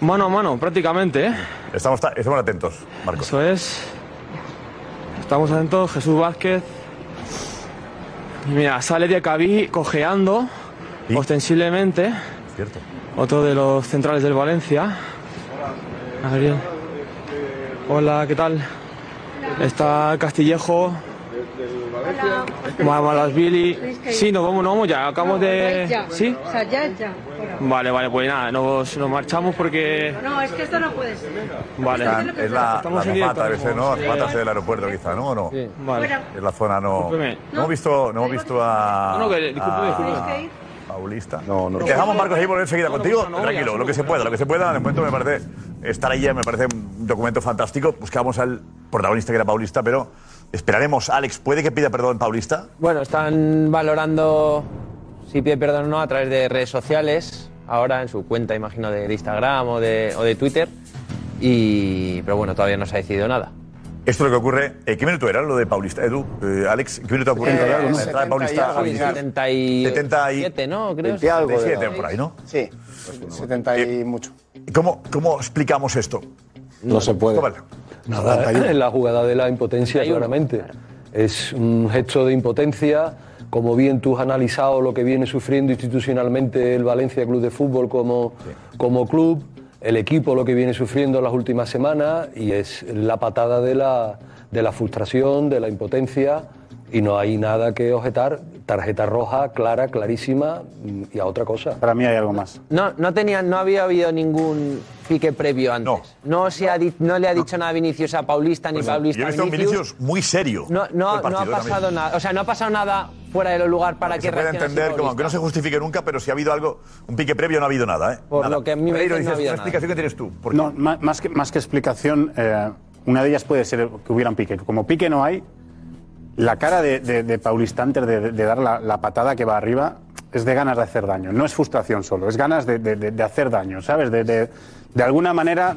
S18: mano a mano, prácticamente. ¿eh?
S4: Estamos, ta- estamos atentos, Marcos.
S18: Eso es. Estamos atentos. Jesús Vázquez. Y mira, sale de Acabí cojeando, ostensiblemente.
S4: Cierto.
S18: Otro de los centrales del Valencia. Gabriel. Hola, ¿qué tal? Está Castillejo, Malasvili. Sí, nos vamos, nos vamos ya. Acabamos de. ¿Sí?
S17: O sea, ya, ya. Fuera.
S18: Vale, vale, pues nada, nos, nos marchamos porque.
S17: No, es que esto no puede ser.
S18: Vale.
S4: Están- es la, la
S18: en directo,
S4: azafata a veces, ¿no?
S18: Sí.
S4: Azafata del aeropuerto, quizá, ¿no? ¿O no?
S18: Vale.
S4: Es la zona, no. No,
S18: Discúlpeme.
S4: hemos visto, no hemos visto a.
S18: No, no, que- discúlpeme, discúlpeme.
S4: a
S18: ¿Tenéis
S4: Paulista.
S2: No,
S4: Te dejamos, Marcos, ahí volver enseguida
S18: No, no
S4: contigo.
S18: pasa nada,
S4: Tranquilo,
S18: ya,
S4: lo que se pueda, lo que se pueda. De momento me parece. Estar ahí ya me parece un documento fantástico. Buscábamos al protagonista que era Paulista, pero esperaremos. Alex, ¿puede que pida perdón Paulista?
S7: Bueno, están valorando si pide perdón o no a través de redes sociales, ahora en su cuenta, imagino, de, de Instagram o de, o de Twitter. Y, pero bueno, todavía no se ha decidido nada.
S4: Esto es lo que ocurre. eh, ¿Qué minuto era lo de Paulista, Edu? Eh, Alex, ¿qué minuto ocurre?
S7: Eh,
S4: la entrada
S7: 70
S4: de
S7: y
S4: Paulista.
S7: algo,
S4: al inicio?
S7: 77, ¿no? Creo.
S4: 20 algo, 77 por ahí, ¿no? Eh,
S11: Sí, 70 y mucho.
S4: ¿Cómo, cómo explicamos esto? Pues
S3: No se puede.
S4: Vale.
S3: Nada, ¿eh? es la jugada de la impotencia, claramente. Es un gesto de impotencia. Como bien tú has analizado lo que viene sufriendo institucionalmente el Valencia Club de Fútbol como, como club, el equipo lo que viene sufriendo las últimas semanas y es la patada de la, de la frustración, de la impotencia y no hay nada que objetar. Tarjeta roja, clara, clarísima mm, y a otra cosa. Para mí hay algo más.
S7: No, no, tenía, no había habido ningún pique previo antes. No, se ha di- no le ha dicho nada Vinicius a Paulista ni
S4: Pues,
S7: Paulista
S4: Yo he
S7: a
S4: visto a un Vinicius muy serio.
S7: No,
S4: todo
S7: no,
S4: el
S7: no
S4: partido,
S7: ha
S4: ¿eh?
S7: pasado
S4: también.
S7: nada. O sea, no ha pasado nada fuera de los lugar para que
S4: Se puede
S7: reaccionase
S4: entender, como
S7: Paulista.
S4: aunque no se justifique nunca, pero si ha habido algo, un pique previo no ha habido nada. ¿eh?
S7: Por
S4: Nada.
S7: lo que a mí me
S4: Pereiro,
S7: dicen, no
S4: dices,
S7: había
S4: ¿la
S7: nada.
S4: explicación que tienes tú? ¿Por qué?
S8: No, ma- más que, más que explicación, eh, una de ellas puede ser que hubiera un pique. Como pique no hay, la cara de, de- de Paulista antes de, de dar la, la patada que va arriba es de ganas de hacer daño. No es frustración solo, es ganas de, de- de- de hacer daño, ¿sabes? De, de- de alguna manera,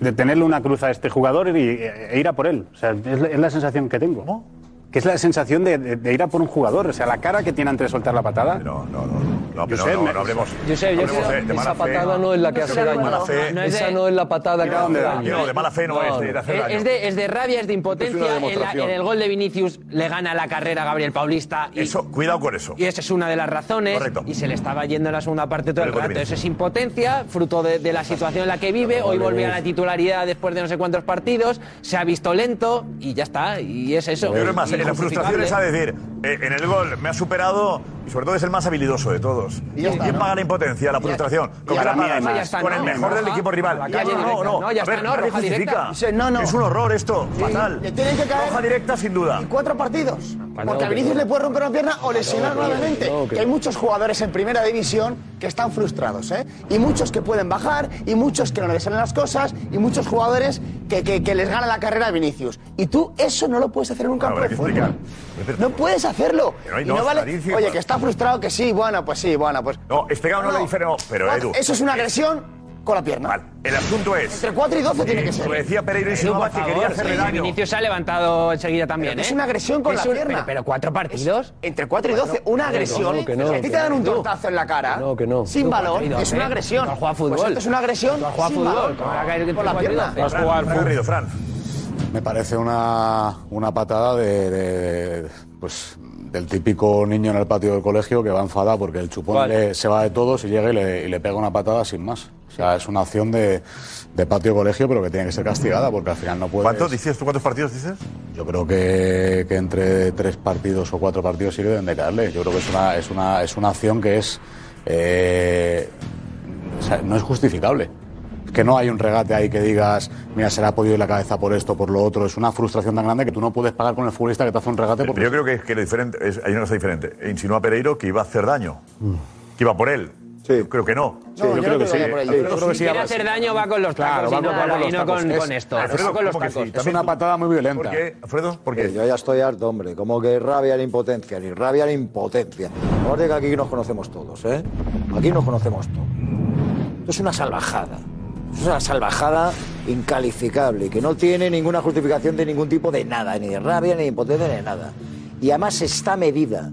S8: de tenerle una cruz a este jugador y, e e ir a por él. O sea, es, la- es la sensación que tengo. Que es la sensación de, de- de ir a por un jugador. O sea, la cara que tiene antes de soltar la patada.
S4: No, no, no. No,
S8: pero
S4: no, no, eh, no hablemos-
S3: Josep, yo creo que esa patada no es la que hace daño. Esa no es la patada que hace daño. Eh,
S4: No, eh, de mala fe no, es de ir a hacer
S7: Es-
S4: daño.
S7: Eh, Es de, es de rabia, es
S4: Es
S7: de
S4: una
S7: impotencia. En, la-
S4: demostración.
S7: en el gol de Vinicius le gana la carrera a Gabriel Paulista. Y,
S4: Eso, cuidado con eso.
S7: Y esa es una de las razones. Y se le estaba yendo en la segunda parte todo el
S4: Pero el gol de
S7: rato. Eso
S4: Vinicius.
S7: es impotencia, fruto de, de la situación en la que vive. Hoy volvió a la titularidad después de no sé cuántos partidos. Se ha visto lento y ya está. Y es eso.
S4: Yo creo que más, eh, la
S7: Injustificable.
S4: frustración es a decir, eh, en el gol me ha superado y sobre todo es el más habilidoso de todos.
S13: Y ya está,
S4: ¿Quién
S13: ¿no?
S4: paga la impotencia, la frustración?
S13: y
S4: ¿Con
S13: ya
S4: qué la
S13: está,
S4: pagas?
S13: no, ya está,
S4: Con
S13: no,
S4: el mejor
S13: roja.
S4: del equipo rival.
S13: La
S4: No,
S13: calle
S4: no,
S13: directa.
S4: no.
S13: No, ya
S4: a
S13: está,
S4: ver,
S13: no,
S4: nadie
S13: roja
S4: justifica.
S13: directa. Dice, no, no.
S4: Es un horror esto,
S13: Sí,
S4: fatal.
S13: le tienen que caer-
S4: Roja directa sin duda.
S11: Cuatro partidos.
S4: Ah,
S11: Porque a Vinicius le puede romper una pierna o lesionar
S4: no, que-
S11: nuevamente.
S4: no, que-
S11: Que hay muchos jugadores en primera división que están frustrados, ¿eh? Y muchos que pueden bajar, y muchos que no les salen las cosas, y muchos jugadores que, que- que les gana la carrera a Vinicius. Y tú eso no lo puedes hacer en un campo de fútbol. No puedes hacerlo.
S4: Pero hay
S11: Y no
S4: dos,
S11: vale-
S4: clarísimo.
S11: Oye, que está frustrado, que sí, bueno, pues sí, bueno, pues.
S4: No, explicado no,
S11: No,
S4: lo
S11: no.
S4: dice, no. Pero
S11: Cuatro-
S4: Edu. eh,
S11: Eso es una agresión con la pierna.
S4: El asunto es.
S11: Entre 4 y 12 tiene
S4: eh,
S11: que ser.
S4: Lo decía Pereiro y
S11: Edu,
S4: Silva
S11: por
S4: que
S11: favor,
S4: quería hacerle
S11: sí,
S4: daño.
S19: Vinicius se ha levantado enseguida también.
S11: Pero que
S19: ¿eh?
S11: es una agresión con
S19: Es
S11: la
S19: un-
S11: pierna.
S19: Pero, pero cuatro partidos.
S11: Entre 4 y 12, una
S19: No,
S11: agresión.
S19: no, que no,
S11: Si a ti
S19: que
S11: te dan un
S19: no.
S11: tortazo en la cara,
S19: Que no, que no.
S11: sin
S19: No,
S11: valor,
S19: cuatro y doce.
S11: es una agresión.
S19: No juega
S11: Pues
S19: fútbol.
S11: esto es una agresión
S19: No juega
S11: sin
S19: fútbol.
S11: valor,
S19: ¿Cómo va a caer
S11: por la
S19: cuatro y
S11: pierna.
S19: doce? Vas a jugar
S4: Fran
S19: fútbol.
S4: Garrido, Fran.
S20: Me parece una, una patada de, de- pues, del típico niño en el patio del colegio que va enfadado porque el chupón
S19: Vale.
S20: le- se va de todos y llega y le, y le pega una patada sin más. O sea, es una acción de, de patio colegio, pero que tiene que ser castigada porque al final no puede.
S4: ¿Cuántos dices tú? ¿Cuántos partidos dices?
S20: Yo creo que, que entre tres partidos o cuatro partidos sí que deben de caerle. Yo creo que es una, es una, es una acción que es. eh, o sea, no es justificable. Es que no hay un regate ahí que digas, mira, se le ha podido ir la cabeza por esto, por lo otro. Es una frustración tan grande que tú no puedes pagar con el futbolista que te hace un regate
S4: Pero
S20: porque.
S4: yo creo que, que lo diferente es- hay una cosa diferente. E Insinúa Pereiro que iba a hacer daño, que iba por él. Yo creo que no.
S20: yo yo creo creo que que Mm. sí. vaya por él. Yo
S4: Yo
S20: creo que
S4: sí,
S20: sí,
S4: además.
S20: además.
S19: hacer daño va con los
S20: Claro,
S19: tacos
S20: va
S19: y no,
S20: con- va con
S19: y
S20: los
S19: no
S20: tacos.
S19: con,
S20: Es-
S19: con esto.
S20: Alfredo,
S19: va con los
S20: ¿cómo que sí?
S19: tacos.
S20: Es una patada muy violenta. ¿Por qué,
S4: Alfredo?
S10: Eh, Yo ya estoy harto, hombre. Como que rabia la impotencia, ni rabia la impotencia. Aparte que aquí nos conocemos todos, ¿eh? Aquí nos conocemos todos. Esto es una salvajada. Es una salvajada incalificable, que no tiene ninguna justificación de ningún tipo de nada, ni de rabia, ni de impotencia, ni de nada. Y además está medida.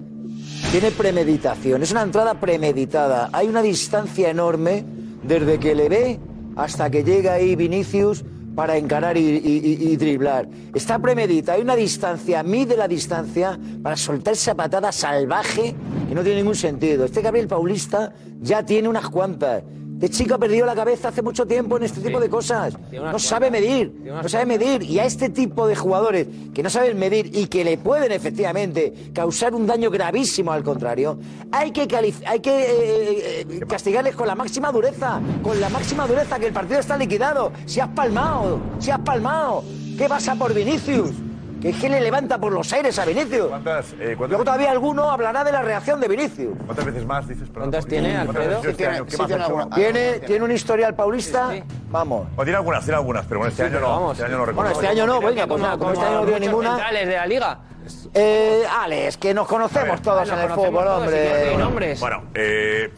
S10: Tiene premeditación. Es una entrada premeditada. Hay una distancia enorme desde que le ve hasta que llega ahí Vinicius para encarar y, y- y- y driblar. Está premeditada. Hay una distancia, mide la distancia para soltarse a patada salvaje que no tiene ningún sentido. Este Gabriel Paulista ya tiene unas cuantas. Este chico ha perdido la cabeza hace mucho tiempo en este tipo de cosas. No sabe medir, no sabe medir. Y a este tipo de jugadores que no saben medir y que le pueden efectivamente causar un daño gravísimo al contrario, hay que, calif- hay que eh, eh, eh, castigarles con la máxima dureza, con la máxima dureza, que el partido está liquidado. Si has palmado, si has palmado, ¿qué pasa por Vinicius? Que es que le levanta por los aires a Vinicius. Luego todavía alguno hablará de la reacción de Vinicius.
S4: ¿Cuántas veces eh, más dices? ¿Cuántas
S20: tiene, Alfredo?
S4: veces
S20: Sí
S4: este
S20: tiene-
S4: año? ¿Qué
S20: sí
S4: más
S20: tiene
S4: ha hecho?
S20: alguna- Tiene- tiene un historial paulista. Vamos.
S4: O tiene algunas, tiene algunas, pero bueno, este año no. este año
S20: eh.
S4: no recuerdo.
S20: venga, pues nada, como este año no dio ninguna-
S19: centrales de la liga.
S20: Eh, Alex, que nos conocemos
S4: Ah,
S20: todos en el fútbol, hombre.
S4: Bueno, eh,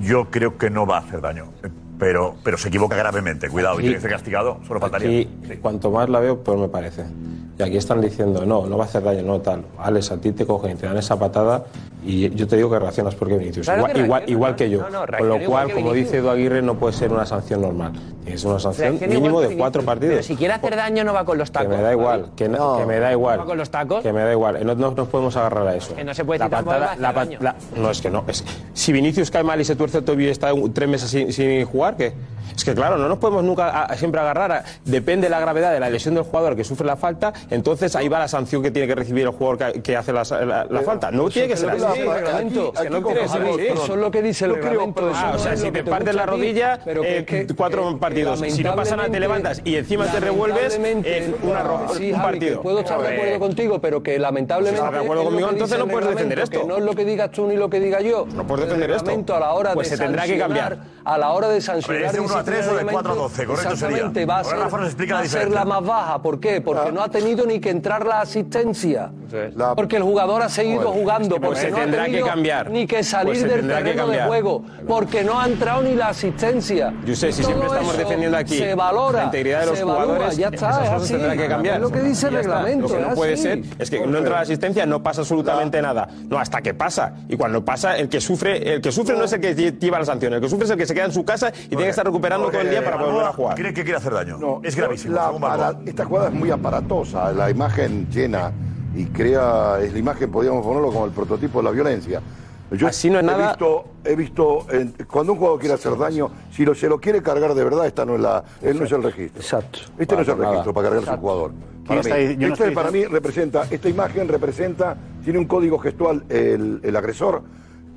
S4: yo creo que no va a hacer daño, eh, pero, pero se equivoca gravemente. Cuidado, y
S13: Sí.
S4: tiene que ser castigado, solo faltaría.
S13: Aquí, cuanto más la veo, peor me parece. Y aquí están diciendo, no, no va a hacer daño, no tal. Alex, a ti te cogen, te dan esa patada y yo te digo que reaccionas porque Vinicius.
S19: Claro
S13: igual
S19: que
S13: que, igual,
S19: reacciona,
S13: igual que yo.
S19: no, no,
S13: Con
S19: reacciona
S13: lo
S19: igual
S13: cual,
S19: que
S13: como
S19: Vinicius.
S13: dice Edu Aguirre, no puede ser una sanción normal. Tiene que ser una sanción
S19: Reacciona igual
S13: mínimo
S19: que
S13: de
S19: Vinicius.
S13: cuatro partidos.
S19: Pero si quiere hacer daño no va con los
S13: Que
S19: tacos.
S13: me da igual, que, no- que me da igual.
S19: ¿Va con los tacos?
S13: Que me da igual, Eh, no no nos podemos agarrar a eso.
S19: Que no se puede
S13: la
S19: decir tampoco
S13: patada,
S19: que va a
S13: la,
S19: hacer
S13: pat- la- No, es que no. es- si Vinicius cae mal y se tuerce el tobillo y está un- tres meses sin, sin jugar, que Es que claro, no nos podemos nunca a- a- siempre agarrar. a- depende de la gravedad de la lesión del jugador que sufre la falta, entonces ahí va la sanción que tiene que recibir el jugador que, que hace la, la- la falta. No tiene que ser así.
S3: Sí, reglamento.
S13: Es que no tiene que ser así.
S3: Eso es lo que dice el
S13: Yo creo,
S3: reglamento.
S13: perdón,
S3: eso
S13: ah, o
S3: no
S13: sea,
S3: es
S13: si
S3: lo
S13: te
S3: que
S13: partes
S3: gusta
S13: la
S3: a ti,
S13: rodilla,
S3: pero que
S13: eh,
S3: es que-
S13: cuatro
S3: que
S13: partidos. Si no pasa nada,
S3: lamentablemente-
S13: te levantas y encima te revuelves en
S3: lamentablemente-
S13: una roja.
S3: Sí,
S13: un
S3: Javi, que
S13: partido.
S3: puedo estar de
S13: Hombre.
S3: acuerdo contigo, pero que lamentablemente.
S13: Si estás de acuerdo
S3: es lo
S13: conmigo,
S3: que
S13: entonces
S3: dice
S13: no
S3: el
S13: puedes defender
S3: reglamento,
S13: esto.
S3: Que no es lo que digas tú ni lo que diga yo. No
S13: puedes defender esto.
S3: A la hora
S13: Pues
S3: de
S13: se tendrá que
S3: sancionar-
S13: cambiar.
S3: A la hora de sancionar.
S4: es de uno a tres o de cuatro a doce, correcto sería.
S3: Exactamente, va a
S4: Ahora
S3: ser,
S4: Rafa nos explica
S3: va
S4: la
S3: a ser
S4: diferencia.
S3: la más baja. ¿Por qué? Porque
S13: Ah.
S3: no ha tenido ni que entrar la asistencia.
S13: La-
S3: Porque el jugador ha seguido
S13: Joder,
S3: jugando.
S13: es que me
S3: porque
S13: parece-
S3: no ha
S13: tendrá que
S3: tenido
S13: cambiar.
S3: Ni que salir
S13: Pues se
S3: del
S13: tendrá que
S3: terreno de
S13: cambiar.
S3: juego. Porque no ha entrado ni la asistencia.
S13: Yo sé, si
S3: Todo
S13: siempre estamos
S3: eso
S13: defendiendo aquí
S3: se valora,
S13: la integridad de los
S3: se valora,
S13: jugadores,
S3: ya
S13: esas
S3: está, es
S13: cosas
S3: así.
S13: tendrán que cambiar.
S3: Es lo que dice el
S13: Y ya está.
S3: reglamento.
S13: Lo que no
S3: es
S13: puede
S3: así.
S13: ser es que no entra la asistencia, no pasa absolutamente nada. No, hasta que pasa. Y cuando pasa, el que sufre, el que sufre no es el que lleva la sanción, el que sufre es el que se queda en su casa y tiene que estar recuperando todo el día para poder volver a jugar.
S4: ¿Cree que quiere hacer daño? es gravísimo.
S2: La
S4: según Balboa.
S2: apara- esta jugada es muy aparatosa, la imagen llena y crea, es la imagen, podríamos ponerlo como el prototipo de la violencia. Yo
S13: Así no es
S2: he
S13: nada-
S2: Visto, he visto, eh, cuando un jugador quiere hacer daño, si lo, se lo quiere cargar de verdad, esta no es la, él no es el registro. Exacto. Este no es el registro para cargarse a un jugador. Para
S8: está
S2: mí.
S8: ahí- yo no
S2: Este,
S8: estoy
S2: para mí representa, esta imagen representa, tiene un código gestual el, el agresor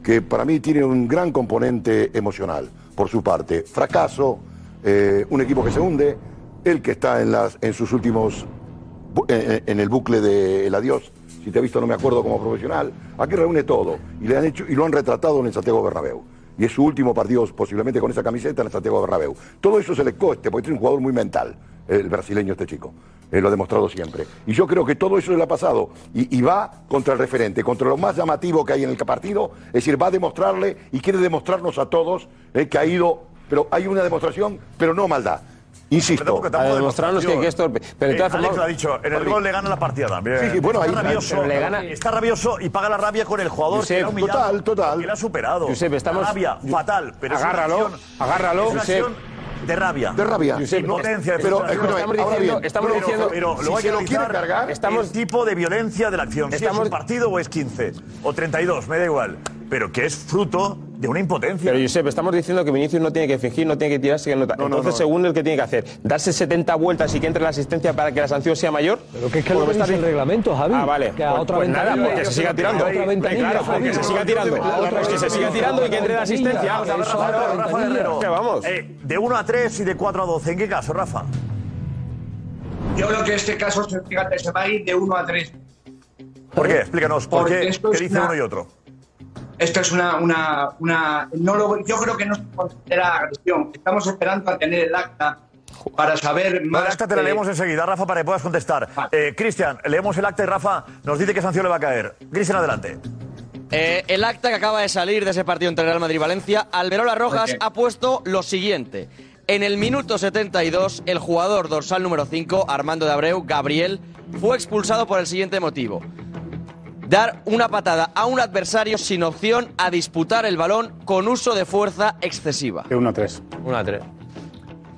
S2: que para mí tiene un gran componente emocional por su parte. Fracaso, eh, un equipo que se hunde, el que está en, las, en sus últimos, bu- eh, en, en el bucle del adiós. Si te he visto no me acuerdo como profesional. Aquí reúne todo y, le han hecho, y lo han retratado en el Santiago Bernabéu. Y es su último partido posiblemente con esa camiseta en el Santiago Bernabéu. Todo eso se le coste porque es un jugador muy mental, el brasileño este chico. Eh, lo ha demostrado siempre. Y yo creo que todo eso le ha pasado. Y, y va contra el referente, contra lo más llamativo que hay en el partido. Es decir, va a demostrarle y quiere demostrarnos a todos eh, que ha ido. Pero hay una demostración, pero no maldad. Insisto.
S4: tampoco A demostrarnos que- que es
S10: torpe.
S4: Eh, Alex lo ha dicho, en el gol le gana la partida también.
S10: Sí, sí, bueno, ahí-
S4: está rabioso,
S10: pero le gana-
S4: está rabioso y paga la rabia con el jugador que
S10: Josep,
S4: le ha humillado,
S10: total,
S4: que le ha superado.
S10: Josep, estamos-
S4: La rabia,
S10: Yo-
S4: fatal, pero
S10: Agárralo,
S4: es una acción,
S10: agárralo,
S4: es una
S10: Josep.
S4: acción de rabia.
S10: De rabia.
S4: De
S10: Josep,
S4: impotencia, de
S10: pero,
S4: frustración.
S10: escúchame, Estamos ahora diciendo- bien, estamos
S4: pero,
S10: diciendo-
S4: pero
S10: si
S4: luego hay
S10: se
S4: que
S10: lo quiere
S4: analizar
S10: cargar, estamos-
S4: el tipo de violencia de la acción. Si es
S10: Estamos-
S4: un partido o es 15 o 32, me da igual, pero que es fruto de una impotencia.
S13: Pero Josep, estamos diciendo que Vinicius no tiene que fingir, no tiene que tirarse que nota.
S4: No, no,
S13: Entonces,
S4: no.
S13: según el que tiene que hacer, darse 70 vueltas y que entre la asistencia para que la sanción sea mayor. Pero
S3: que es que lo
S13: está
S3: dice el reglamento, Javi.
S13: Ah, vale.
S3: Que a
S13: pues,
S3: otra
S13: pues nada,
S3: ventanilla.
S13: pues que se siga tirando.
S3: A otra ventanilla.
S13: Claro, pues que se siga tirando. Pues que se siga tirando y que entre la asistencia.
S4: Vamos a ver, Rafa, Rafa, Rafa Guerrero. Eh, de 1 a 3 y de 4 a 12. ¿En qué caso, Rafa?
S12: Yo creo que este caso, fíjate, se va a ir de 1 a 3.
S4: ¿Por
S13: Eh,
S4: qué? Explícanos. ¿Por
S12: Porque
S4: qué?
S12: esto
S4: ¿Qué
S12: es
S4: dice
S12: una-
S4: uno y otro?
S12: Esto es una, una, una no lo, yo creo que no se considera agresión. Estamos esperando a tener el acta para saber más.
S4: el acta te la
S12: de-
S4: leemos enseguida, Rafa, para que puedas contestar.
S13: Ah.
S4: Eh, Cristian, leemos el acta y Rafa nos dice qué sanción le va a caer. Cristian, adelante.
S17: Eh, el acta que acaba de salir de ese partido entre Real Madrid y Valencia, Alberola Rojas
S12: Ok.
S17: ha puesto lo siguiente. En el minuto 72, el jugador dorsal número 5, Armando de Abreu, Gabriel, fue expulsado por el siguiente motivo. Dar una patada a un adversario sin opción a disputar el balón con uso de fuerza excesiva.
S8: 1 a 3.
S17: 1 a 3.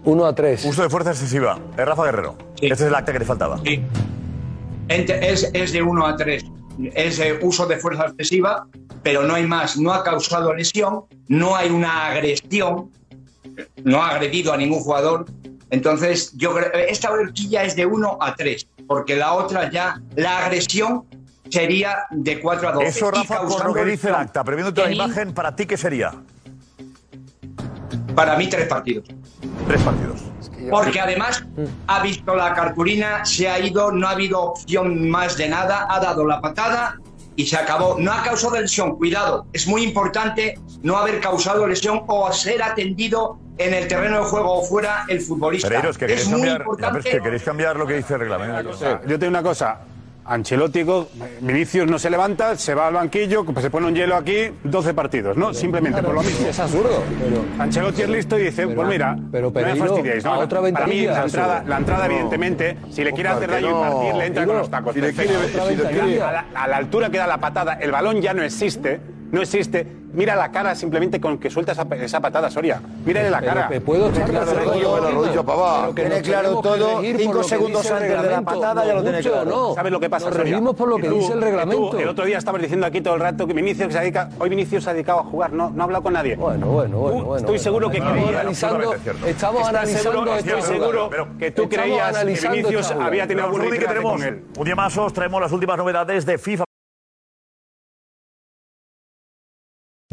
S3: 1 a 3.
S4: Uso de fuerza excesiva. Eh, Rafa Guerrero. Este es el acta que le faltaba.
S12: Ente- Es, es de 1 a 3. Es de uso de fuerza excesiva, pero no hay más. No ha causado lesión, no hay una agresión, no ha agredido a ningún jugador. Entonces, yo creo esta horquilla es de 1 a 3, porque la otra ya, la agresión sería de 4 a 12.
S4: Eso,
S12: y
S4: Rafa, con lo
S12: causando
S4: que dice el
S12: lesión.
S4: acta, pero viendo toda la imagen, ¿para ti qué sería?
S12: Para mí, tres partidos.
S4: Tres partidos.
S12: Porque además ha visto la cartulina, se ha ido, no ha habido opción más de nada, ha dado la patada y se acabó. No ha causado lesión, cuidado, es muy importante no haber causado lesión o ser atendido en el terreno de juego o fuera el futbolista.
S4: Pereiro, es que queréis
S12: muy
S4: cambiar, ya, pero es
S12: importante.
S4: que queréis cambiar lo que dice el reglamento.
S8: Yo tengo una cosa. Ancelótico, Vinicius no se levanta, se va al banquillo, se pone un hielo aquí, 12 partidos, ¿no? Simplemente por lo mismo.
S3: Es absurdo.
S8: Ancelotti es listo y dice,
S3: Pero-
S8: pues mira,
S3: pero
S8: no
S3: Pereiro,
S8: me fastidiéis, ¿no?
S3: a otra
S8: Para mí,
S3: ventanilla,
S8: la
S3: Ansu.
S8: entrada, la entrada
S3: No.
S8: evidentemente, si le quiere
S3: Oscar,
S8: hacer daño
S3: que no.
S8: y partir, le entra
S3: Digo,
S8: con los tacos.
S3: si le
S8: perfecto.
S3: quiere- si le quiere-
S8: a, la, a la altura que da la patada, el balón ya no existe, no existe. Mira la cara simplemente con que suelta esa, esa patada, Soria. Mírale la
S3: Pero
S8: cara.
S3: que puedo
S8: Tiene
S3: echarle
S8: claro
S3: la
S8: todo,
S3: rodilla,
S8: la
S3: Martín.
S8: rodilla para
S3: Pero
S8: abajo.
S3: que nos tenemos que regir por lo que dice el reglamento. No mucho, no.
S8: ¿Sabes lo que pasa,
S3: Nos
S8: Soria?
S3: regimos por lo
S8: Y
S3: que
S8: tú-
S3: dice el
S8: y tú,
S3: reglamento.
S8: El otro día estabas diciendo aquí todo el rato que Vinicius se ha dedicado, hoy Vinicius se ha dedicado a jugar, no, no ha hablado con nadie.
S3: Bueno, bueno, bueno, bueno.
S8: Estoy
S3: bueno.
S8: seguro que
S3: estamos
S8: creía-
S3: analizando, estamos
S8: Estás
S3: analizando
S8: seguro-
S3: esta
S8: estoy
S3: jugada.
S8: seguro que tú
S3: Estamos
S8: creías que
S3: analizando
S8: Vinicius
S3: esta jugada.
S8: había tenido algún
S4: Rudy, que
S8: rifirrafe
S4: tenemos
S8: con él.
S4: un día más os traemos las últimas novedades de FIFA.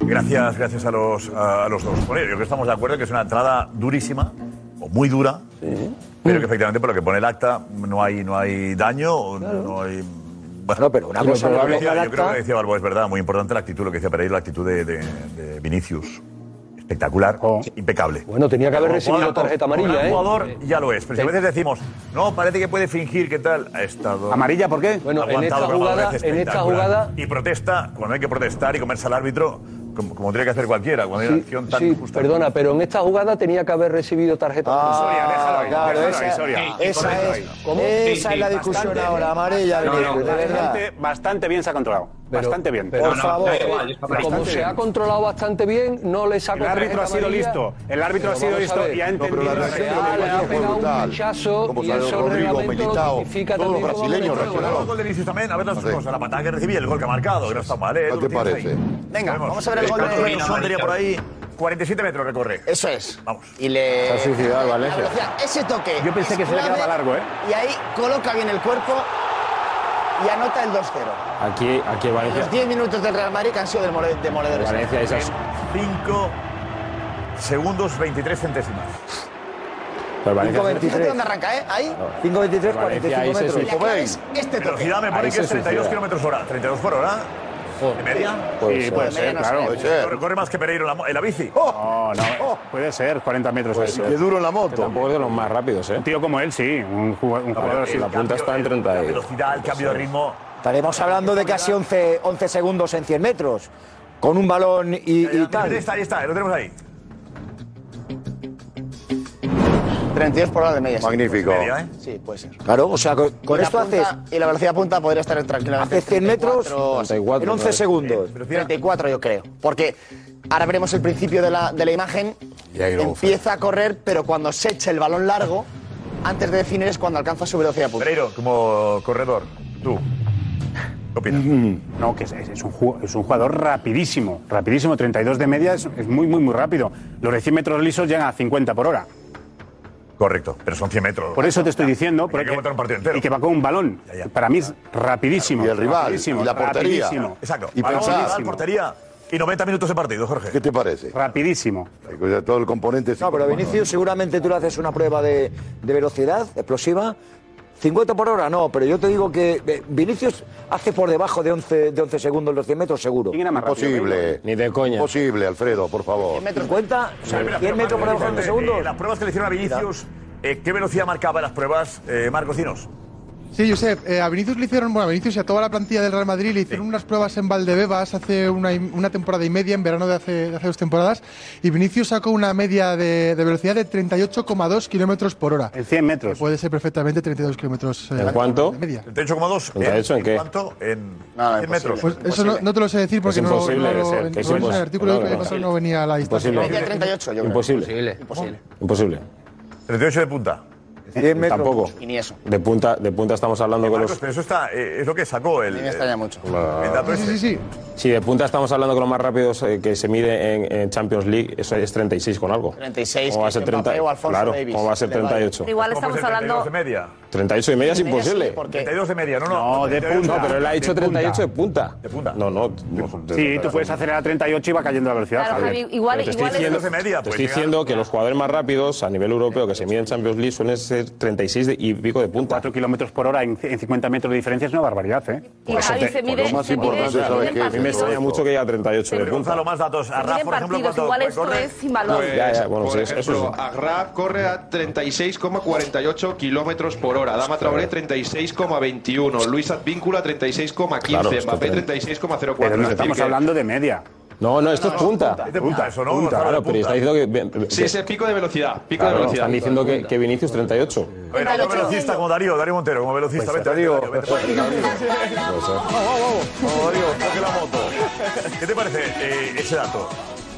S4: Gracias, gracias a los, a los dos. Bueno, yo creo que estamos de acuerdo que es una entrada durísima, o muy dura, pero que efectivamente por lo que pone el acta no hay, no hay daño, o no hay... Bueno, pero
S10: una cosa
S4: yo,
S10: es lo
S4: creo que
S10: que
S4: decía,
S10: ponga el
S4: yo creo que
S10: acta.
S4: decía Balbo, es verdad, muy importante la actitud, lo que decía Pereira, la actitud de, de- de Vinicius. Espectacular,
S10: Oh.
S4: impecable.
S3: Bueno, tenía que haber
S4: Como
S3: recibido
S4: jugador-
S3: tarjeta
S4: como gran
S3: amarilla, ¿eh?
S4: jugador ya lo es, pero si a veces decimos, no, parece que puede fingir, ¿qué tal? Ha estado...
S8: ¿Amarilla por qué?
S4: Bueno,
S3: en esta jugada- en esta jugada-
S4: Y protesta, cuando hay que protestar y comerse al árbitro, como, como tiene que hacer cualquiera, cuando hay una acción tan
S3: Sí,
S4: injusta.
S3: perdona, pero en esta jugada tenía que haber recibido
S8: Ah,
S3: tarjeta.
S4: Soria, déjalo ahí,
S3: claro, ¿eh?
S4: déjalo
S3: esa-
S4: ahí, Soria.
S3: esa
S4: Déjalo
S3: es-
S4: ahí.
S3: ¿Cómo?
S10: Esa
S3: Sí,
S10: es la
S3: sí,
S10: discusión
S3: bastante.
S10: ahora, amarilla,
S8: No, no,
S10: de verdad.
S8: bastante, bastante bien se ha controlado. bastante bien.
S3: Pero, como se ha controlado bastante bien, no les ha
S8: El árbitro ha sido listo. El árbitro ha sido listo y ha entendido.
S3: la ha pegado un pinchazo y eso el reglamento lo tipifica también como gol de juego.
S4: El gol de Vinicius también, a ver las dos cosas. La patada que recibí y el gol que ha marcado. que no está mal, ¿eh? Edu, lo tienes ahí.
S11: Venga,
S4: Vemos.
S11: vamos a ver el gol de-
S4: ¿Cuántos metros son? Tenía por ahí 47 metros recorre.
S11: Eso es.
S4: Vamos.
S11: Y le.
S4: Se ha suicidado
S11: la
S4: Valencia.
S11: velocidad, ese toque.
S4: Yo pensé
S11: es
S4: que se le
S11: clave,
S4: quedaba largo,
S13: ¿eh?
S11: Y ahí coloca bien el cuerpo y anota el 2-0.
S13: Aquí, aquí en Valencia.
S11: Los 10 minutos del Real Madrid que han sido demole- demoledores.
S13: Valencia, esas-
S4: 5 segundos 23 centésimas.
S13: Pero Valencia-
S11: Fíjate dónde arranca, ¿eh? Ahí.
S10: 5.23,
S4: Valencia,
S10: 45
S4: ahí se
S11: Y la
S10: metros.
S11: clave es este toque.
S4: Velocidad me pone
S10: Ahí
S4: que
S10: se
S4: es 32
S10: suicida.
S4: kilómetros hora. 32 por hora. ¿De media?
S8: Puede Sí, ser. puede ser,
S4: Media no
S8: claro.
S4: sé.
S8: Puede ser.
S4: Recorre más que Pereiro en la, mo- en la bici. ¡Oh!
S8: No, no, puede ser, 40 metros.
S4: Pues,
S8: eso.
S4: qué duro
S8: en la moto. tampoco es de los más rápidos, ¿eh? Un tío como él, sí. Un jugador, un jugador así.
S13: la punta está en 30
S4: La velocidad, el cambio de ritmo.
S10: Estaremos hablando de casi 11, 11 segundos en 100 metros, con un balón y, y
S4: Ahí
S10: tal.
S4: está, ahí está, lo tenemos ahí.
S11: 32 por hora de media. sí.
S10: Magnífico.
S11: Media, ¿eh? Sí,
S20: Pues,
S11: puede ser.
S10: Claro, o sea, con, con
S11: Y la
S10: esto
S11: punta-
S10: haces
S11: Y la velocidad punta podría estar tranquilamente.
S10: Hace 100 metros,
S11: 34,
S10: en 11 segundos.
S11: 34 yo creo. Porque ahora veremos el principio de la, de la imagen.
S10: Y ahí lo
S11: Empieza a correr, pero cuando se echa el balón largo, antes de definir es cuando alcanza su velocidad punta.
S4: Pereiro, como corredor, tú.
S8: Mm, No, que es, es- es un, ju- es un jugador rapidísimo, rapidísimo. 32 de media es, es muy, muy, muy rápido. Los de 100 metros lisos llegan a 50 por hora.
S4: Correcto, pero son 100 metros.
S8: Por eso te estoy diciendo.
S4: Hay que botar un partido entero.
S8: Y que va con un balón. Para mí es rapidísimo.
S4: Y el rival,
S8: rapidísimo,
S4: y la portería.
S8: rapidísimo.
S4: Exacto. Y Balón, pensar- balón, portería y 90 minutos de partido, Jorge.
S2: ¿Qué te parece?
S8: Rapidísimo.
S2: Todo el componente.
S10: No, Ah, pero Vinicius, seguramente tú le haces una prueba de, de velocidad explosiva. 50 por hora, no, pero yo te digo que eh, Vinicius hace por debajo de 11, de 11 segundos los 100 metros, seguro.
S2: Imposible.
S13: Ni de coña.
S2: Imposible, Alfredo, por favor.
S10: 50, o sea, 100 metros por debajo de 11 segundos.
S4: eh, Las pruebas que le hicieron a Vinicius, eh, ¿qué velocidad marcaba las pruebas, eh, Marcos Dinos?
S5: Sí, Josep, eh, a Vinicius le hicieron, bueno, a Vinicius y a toda la plantilla del Real Madrid le hicieron unas pruebas en Valdebebas hace una, y- una temporada y media, en verano de hace, de hace dos temporadas, y Vinicius sacó una media de, de velocidad de 38,2 kilómetros por hora.
S8: En 100 metros.
S5: Puede ser perfectamente 32 kilómetros. eh,
S4: cuánto?
S5: de media.
S4: 38,2.
S5: ¿Te ha hecho en qué?
S4: ¿Cuánto? En 100
S5: Pues
S4: metros.
S5: eso no, no te lo sé decir porque
S4: Es
S5: no,
S4: imposible
S5: no
S4: de
S5: lo
S4: ser,
S5: en,
S4: que es
S5: no lo hice en el
S4: imposible.
S5: artículo
S4: No,
S5: y
S4: no,
S5: no,
S4: no.
S5: no venía la distancia.
S13: Imposible.
S5: Media
S11: 38, yo creo.
S13: Imposible.
S11: Imposible.
S13: Imposible.
S4: 38 de punta.
S10: 100
S4: metros.
S13: Tampoco.
S11: Y ni eso.
S13: De punta, de punta estamos hablando con
S4: Marcos,
S13: los.
S4: pero eso está, eh, es lo que sacó el.
S11: A mí me extraña mucho.
S4: El dato
S5: Sí, sí, sí.
S13: Si de punta estamos hablando con los más rápidos eh, que se mide en, en Champions League, eso es 36 con algo.
S11: 36,
S13: ¿Cómo va a
S11: que
S13: ser
S11: es Mbappé
S13: 30?
S11: o Alfonso
S13: claro,
S11: Davies,
S13: ¿cómo va a ser
S11: el del Bayern.
S13: 38?
S12: Igual estamos hablando.
S4: de media.
S13: 38 y media es
S12: De media
S13: imposible.
S12: sí, porque-
S4: 32 de media, no, no.
S8: No, de punta.
S13: No, pero él ha dicho 38 de
S8: punta.
S13: punta. De punta. No, no.
S8: Sí, tú puedes acelerar a 38 y va cayendo la velocidad.
S12: Claro,
S8: Javier.
S12: Javi, igual-
S13: Pero te estoy
S12: igual
S13: diciendo,
S12: es- de media,
S13: te
S12: pues,
S13: estoy
S12: llegar.
S13: diciendo que los jugadores más rápidos a nivel europeo que se miden Champions League suelen ser 36 de- y pico de punta.
S8: 4 kilómetros por hora en, en 50 metros de diferencia es una barbaridad, ¿eh?
S12: Y Por eso Javi te- se por mide- lo más se mide- importante, se ¿sabes mide qué?
S13: A mí me extraña mucho que haya 38 de
S4: Pero
S13: punta.
S4: Gonzalo, más datos. A Rafa, por ejemplo,
S12: partidos,
S4: cuando
S12: igual esto
S4: corre-
S12: es sin valor.
S13: Pues, Ya, ya, bueno,
S5: por
S13: sí, eso es-
S5: ejemplo,
S14: Agraf corre a 36,48 kilómetros por hora. Dama Traoré 36,21. Luis Advíncula 36,15.
S13: Claro, esto
S14: Mbappé
S13: es-
S14: 36,04.
S8: Pero
S14: Es
S8: no
S14: decir
S8: estamos
S14: que-
S8: hablando de media.
S13: No, no, esto es punta.
S14: Es de punta, eso, ¿no?
S13: Punta,
S14: Gonzalo,
S13: claro,
S14: de
S13: pero está
S14: punta.
S13: diciendo que.
S14: Sí, ese pico de velocidad. Pico
S13: Claro,
S14: de velocidad.
S13: están diciendo que, que Vinicius 38.
S4: Bueno, como velocista, como Darío, Darío Montero, como velocista. Vete, Pues, Darío. Como Darío, coge la moto. ¿Qué te parece eh, ese dato?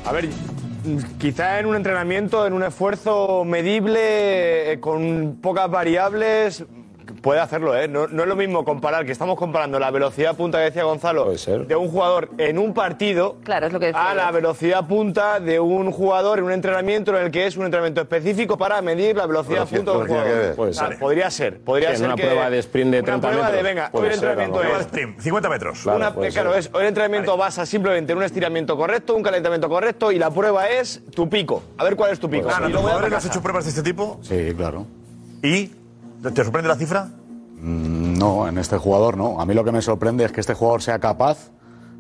S1: A ver, mm, quizá en un entrenamiento, en un esfuerzo medible, eh, con pocas variables, puede hacerlo, ¿eh? No, no es lo mismo comparar, que estamos comparando la velocidad punta que decía Gonzalo de un jugador en un partido
S12: Claro, es lo que decía.
S1: a la velocidad punta de un jugador en un entrenamiento en el que es un entrenamiento específico para medir la velocidad
S13: Velocidad,
S1: punta de un
S13: velocidad que
S1: jugador.
S13: ves. Puede
S1: O sea,
S13: ser.
S1: podría ser, podría
S13: Sí, en
S1: ser
S13: una
S1: que-
S13: prueba de sprint de
S1: una
S13: 30
S1: prueba de,
S13: metros.
S1: venga, hoy
S13: Puede
S1: el
S13: ser, pues, a lo
S1: entrenamiento
S13: mejor.
S1: es...
S4: Sprint, 50 metros.
S1: Una-
S4: puede
S1: claro,
S4: ser.
S1: es, el entrenamiento basa simplemente en un estiramiento correcto, un calentamiento correcto y la prueba es tu pico. A ver cuál es tu pico.
S13: Pues,
S4: Claro,
S1: Y
S4: ¿Los
S1: luego ya
S4: jugadores
S1: te
S4: no has
S1: casas.
S4: hecho pruebas de este tipo?
S20: Sí, claro.
S4: ¿Y te sorprende la cifra?
S20: Mm, No, en este jugador no. A mí lo que me sorprende es que este jugador sea capaz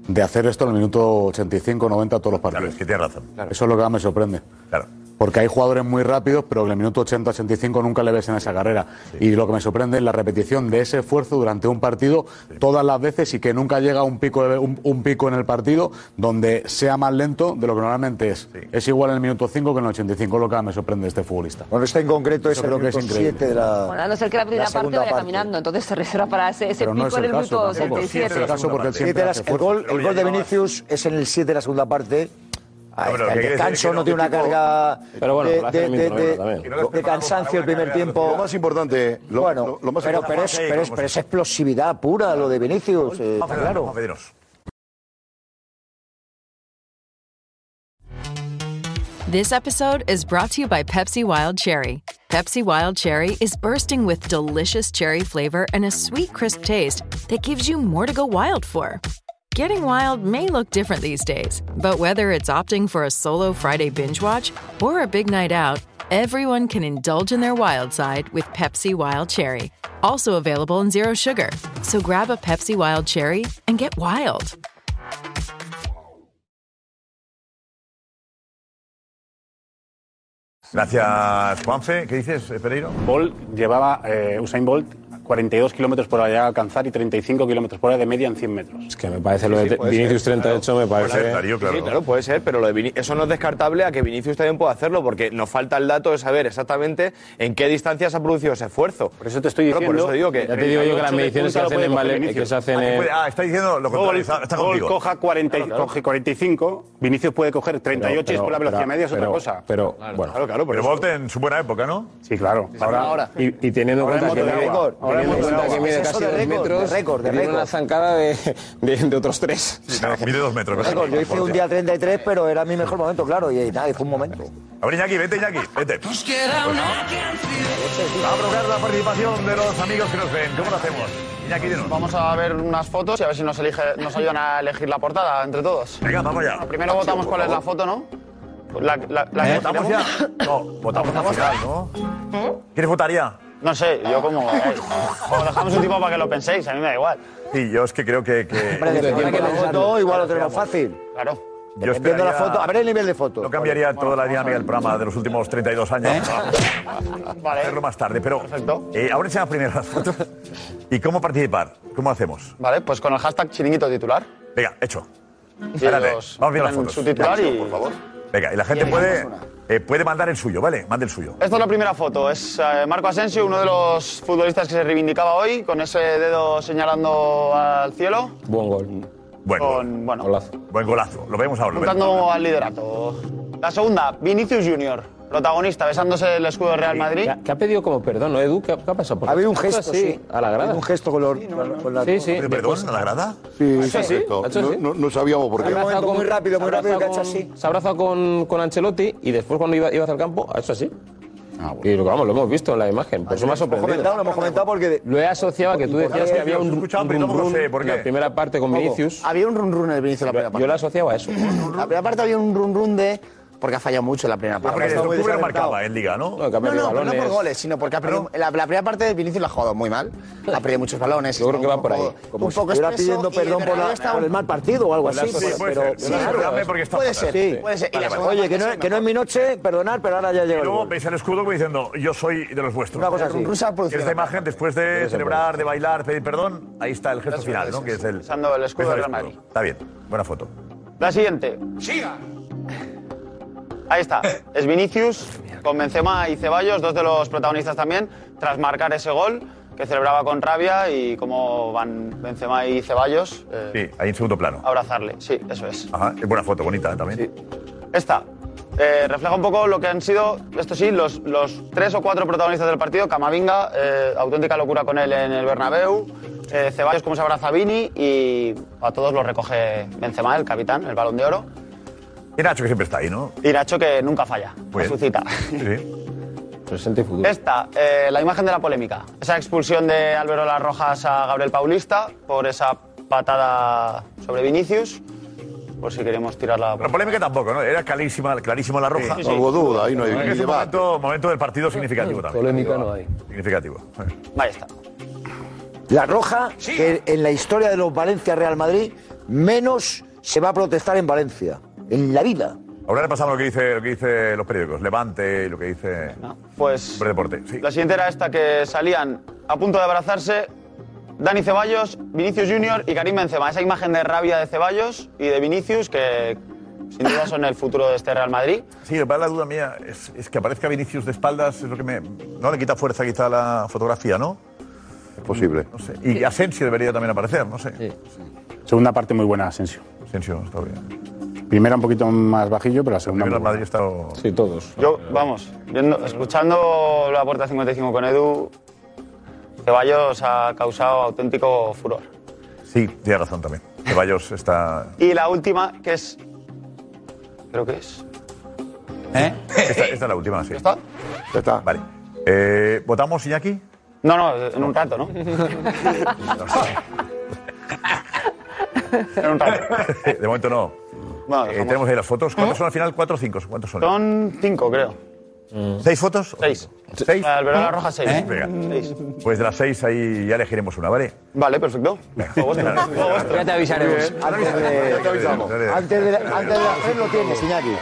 S20: de hacer esto en el minuto 85-90 todos los partidos.
S4: Claro, es que tiene razón.
S20: Eso es lo que más me sorprende.
S4: Claro.
S20: Porque hay jugadores muy rápidos, pero que en el minuto 80-85 nunca le ves en esa carrera. Y lo que me sorprende es la repetición de ese esfuerzo durante un partido todas las veces y que nunca llega a un pico, de- un, un pico en el partido donde sea más lento de lo que normalmente es. Es igual en el minuto 5 que en el 85, lo que me sorprende de este futbolista.
S10: Bueno, este en concreto es
S20: Eso
S10: el
S20: creo que es
S10: minuto
S20: increíble.
S10: siete de la-
S21: Bueno, a no ser que la primera parte
S10: segunda
S21: vaya
S10: parte.
S21: caminando, entonces se reserva para ese, ese
S20: Pero
S21: pico
S20: no es
S21: en
S20: el
S21: el
S20: caso.
S21: minuto
S20: tampoco. No es
S21: 77.
S20: el caso porque él
S10: Siete
S20: siempre
S10: de las-
S20: hace
S10: el
S20: esfuerzo.
S10: gol,
S20: Pero
S10: el
S20: ya
S10: gol de
S20: llevaba-
S10: Vinicius es en el 7 de la segunda parte. Ah,
S20: pero
S10: está
S20: que
S10: el
S20: quiere decir
S10: descanso
S20: que
S10: no
S20: no,
S10: tiene una
S20: que tipo-
S10: carga
S20: Pero bueno,
S10: de,
S20: lo
S10: de,
S20: hace en el
S10: de-
S20: minuto noventa
S10: de-
S20: también.
S10: de
S20: Que no esté
S10: cansancio el primer tiempo.
S2: Lo más importante, lo,
S10: bueno,
S2: lo- lo más
S10: pero,
S2: importante-
S10: pero, es, pero, es, pero es explosividad pura lo de Vinicius, eh, está claro.
S22: This episode is brought to you by Pepsi Wild Cherry. Pepsi Wild Cherry is bursting with delicious cherry flavor and a sweet, crisp taste that gives you more to go wild for. Getting wild may look different these days, but whether it's opting for a solo Friday binge watch or a big night out, everyone can indulge in their wild side with Pepsi Wild Cherry, also available in Zero Sugar. So grab a Pepsi Wild Cherry and get wild.
S4: Gracias,
S8: (laughs)
S4: Juanfe. ¿Qué dices, eh, Pereiro?
S8: Bolt llevaba, eh, Usain Bolt, 42 kilómetros por hora llegaba a alcanzar y 35 kilómetros por hora de media en 100 metros.
S13: Es que me parece lo de Vinicius 38, me parece.
S23: Sí, sí, claro, puede ser, pero lo de Vini- eso no es descartable a que Vinicius también pueda hacerlo, porque nos falta el dato de saber exactamente en qué distancia se ha producido ese esfuerzo. Por
S8: eso te estoy
S23: por eso digo que
S13: Ya te digo yo que las mediciones que, hacen en Vale- que se hacen en.
S8: Ah,
S4: está diciendo lo
S8: Bolt,
S4: contrario, está- está
S8: Bolt
S4: contigo.
S8: coja 40, y- coge 45, Vinicius puede coger 38 y es
S13: pero-
S8: por la velocidad
S13: pero-
S8: media, es otra
S13: pero-
S8: cosa.
S13: pero, Claro, bueno. claro, claro, por
S4: Pero
S13: eso-
S4: Bolt en su buena época, ¿no?
S8: Sí, claro.
S13: Ahora, Y, y teniendo en
S4: Ahora
S13: cuenta
S4: en
S13: que,
S4: moto de
S13: mide-
S4: agua. Ahora en moto de
S13: teniendo en cuenta que
S4: agua.
S13: mide
S4: Es eso
S13: casi
S4: de
S13: dos
S4: récord,
S13: metros,
S4: de récord, de
S13: y tiene
S4: récord.
S13: una zancada de, de, de otros tres.
S4: Mide dos metros.
S10: Récord,
S4: casi.
S10: Yo hice un día 33, pero era mi mejor momento, claro, y, nada, hizo un momento.
S4: A ver, Iñaki, vete, Iñaki, vete. Nos queda una a provocar la participación de los amigos que nos ven. ¿Cómo lo hacemos? Iñaki, dinos.
S9: Vamos a ver unas fotos y a ver si nos, elige, nos ayudan a elegir la portada entre todos.
S4: Venga, vamos allá.
S9: Primero votamos cuál es la foto, ¿no? La, la, la que
S4: ¿Eh? ¿Votamos ya?
S9: elegiremos.
S4: No, votamos al final, ¿no? ¿Quiénes votaría?
S9: No sé, yo como... eh, os dejamos un tiempo para que lo penséis, a mí me da igual.
S4: Sí, yo es que creo que... que...
S9: Hombre, de forma que la votó,
S10: igual lo tenemos fácil.
S9: Claro.
S4: Yo
S10: Viendo
S4: esperaría-
S10: la foto, a ver el nivel de foto.
S4: No cambiaría toda la dinámica del programa de los últimos 32 años.
S10: ¿Eh?
S4: (laughs) Vale. Hacerlo más tarde, pero eh, ahora enseñan primero las fotos. ¿Y cómo participar? ¿Cómo hacemos?
S9: Vale, pues con el hashtag chiringuito titular.
S4: Venga, hecho.
S9: Y
S4: Espérate,
S9: los-
S4: vamos bien las
S9: ponen
S4: fotos.
S9: su titular y- Por favor.
S4: Venga, y la gente
S9: Y
S4: puede, eh, puede mandar el suyo, ¿vale? Mande el suyo.
S9: Esta es la primera foto, es eh, Marco Asensio, uno de los futbolistas que se reivindicaba hoy, con ese dedo señalando al cielo,
S13: Buen gol.
S4: Buen
S9: Con, bueno,
S4: Buen golazo. Lo vemos ahora. Lo vemos.
S9: apuntando al liderato. La segunda, Vinicius Junior, protagonista, besándose el escudo del Real Madrid.
S13: ¿Qué ha pedido como perdón, no, Edu? ¿Qué, qué ha pasado? Por
S9: Ha habido
S13: la-
S9: un gesto, sí.
S13: A la grada.
S10: Un gesto con, los, con la...
S13: Sí, sí.
S10: ¿Pero
S13: después-
S4: perdón, a la grada?
S10: Sí,
S13: sí, sí.
S20: correcto.
S13: Ha hecho así.
S20: No, no- no sabíamos por
S13: Se
S20: qué.
S13: ha abrazado con-
S10: muy rápido, muy
S13: se ha
S10: rápido, que ha
S13: abrazado
S10: hecho así.
S13: con- Se ha abrazado con, con Ancelotti y después cuando iba, iba hacia el campo ha hecho así.
S10: Ah,
S13: Y lo, vamos, lo hemos visto en la imagen, por eso me ha
S10: Lo hemos
S13: sorprendido.
S10: comentado, lo hemos comentado porque...
S13: Lo he asociado a que tú
S10: ¿Y por qué?
S13: decías que había un un
S10: Escuchaba, pero
S13: run
S10: tampoco
S13: run
S10: sé por
S13: en
S10: qué.
S13: la primera parte con
S10: Ojo,
S13: Vinicius.
S10: Había un run run en el Vinicius en la primera parte.
S13: Yo lo asociaba a eso.
S10: La primera parte había un run run de... Porque ha fallado mucho en la primera parte.
S4: Porque
S10: Está muy
S4: el no
S10: desalentado.
S4: marcaba en Liga, ¿no?
S10: No, no, pero no por goles, sino porque ha perdido, la, la primera parte de Vinicius la ha jugado muy (laughs) mal. Ha perdido muchos balones. Yo creo que va por ahí. Como un si poco estuviera espeso pidiendo y perdón por, Bernabéu la- está por un- el mal partido o algo por la así. asociación. pero, Sí, pero- puede ser, puede ser. Y la segunda Oye, parte que no, sí es- que no es mi noche, perdonad, pero ahora ya
S4: Y
S10: llega el
S4: luego
S10: gol.
S4: veis el escudo como diciendo, yo soy de los vuestros.
S10: Una cosa así. Rusa ha producido
S4: Esta
S10: la
S4: imagen, después de celebrar, de bailar, pedir perdón, ahí está el gesto final, ¿no? Que es el...
S9: Usando el escudo
S4: Besa
S9: del Real Madrid.
S4: escudo. Está bien, buena foto.
S9: La siguiente. ¡Siga! Ahí está. Es Vinicius con Benzema y Ceballos, dos de los protagonistas también, tras marcar ese gol que celebraba con rabia y cómo van Benzema y Ceballos eh,
S4: Sí, ahí en segundo plano.
S9: a abrazarle. Sí, eso es.
S4: Ajá, es buena foto, bonita también.
S9: Esta eh, refleja un poco lo que han sido, esto sí, los, los tres o cuatro protagonistas del partido. Camavinga, eh, auténtica locura con él en el Bernabéu. eh, Ceballos, como se abraza a Vini. Y a todos los recoge Benzema, el capitán, el balón de oro.
S4: Y Nacho, que siempre está ahí, ¿no?
S9: Y Nacho, que nunca falla.
S4: Muy bien. (laughs)
S9: resucita.
S4: Sí.
S13: Presente y futuro.
S9: Esta, eh, la imagen de la polémica. Esa expulsión de Álvaro Las Rojas a Gabriel Paulista por esa patada sobre Vinicius. Por si queremos tirarla.
S4: La polémica tampoco, ¿no? Era clarísima, clarísima la roja.
S9: Sí, sí, sí. No hubo duda, ahí no hay-
S4: Es que
S9: ni
S4: es un
S9: debate.
S4: momento, momento del partido significativo también.
S10: Polémica no hay.
S4: Significativo.
S9: Ahí está.
S10: La roja, que en la historia de los Valencia-Real Madrid, menos se va a protestar en Valencia. En la vida.
S4: Ahora repasamos lo que dice, lo que dice los periódicos. Levante y lo que dice.
S9: Pues.
S4: Deporte. Sí.
S9: La siguiente era esta que salían a punto de abrazarse Dani Ceballos, Vinicius Junior y Karim Benzema. Esa imagen de rabia de Ceballos y de Vinicius que sin duda son el futuro de este Real Madrid.
S4: Sí, para la duda mía es, es que aparezca Vinicius de espaldas, es lo que me. No le quita fuerza quizá a la fotografía, ¿no?
S2: Es posible.
S4: No sé. Y Asensio debería también aparecer, no sé.
S8: Segunda parte muy buena, Asensio.
S4: Asensio, está bien.
S8: Primera un poquito más bajillo, pero la segunda.
S4: Primero el
S8: muy
S4: Madrid está. o-
S8: buena. Sí, todos.
S9: Yo, vamos, viendo- escuchando la puerta 55 con Edu, Ceballos ha causado auténtico furor.
S4: Sí, tiene razón también. Ceballos está.
S9: Y la última, que es. Creo que es.
S4: ¿Eh? Esta, esta es la última, sí. ¿Ya
S9: está?
S4: Ya está. Vale. Eh, ¿Votamos, Iñaki?
S9: No, no, en un
S4: (laughs)
S9: rato, ¿no? en un rato.
S4: (laughs) De momento no. Eh, tenemos ahí las fotos. ¿Cuántas son al final? ¿Cuatro o cinco? ¿Cuántos son?
S9: Son cinco, creo.
S11: Mm.
S4: ¿Seis fotos?
S9: Seis.
S4: ¿Seis?
S9: La del verano roja, seis.
S4: ¿Eh? Venga.
S9: Seis.
S4: Pues de las seis ahí ya elegiremos una, ¿vale?
S9: Vale, perfecto.
S4: Ya te avisaremos.
S10: Antes de, antes de, antes de hacerlo tienes, Iñaki.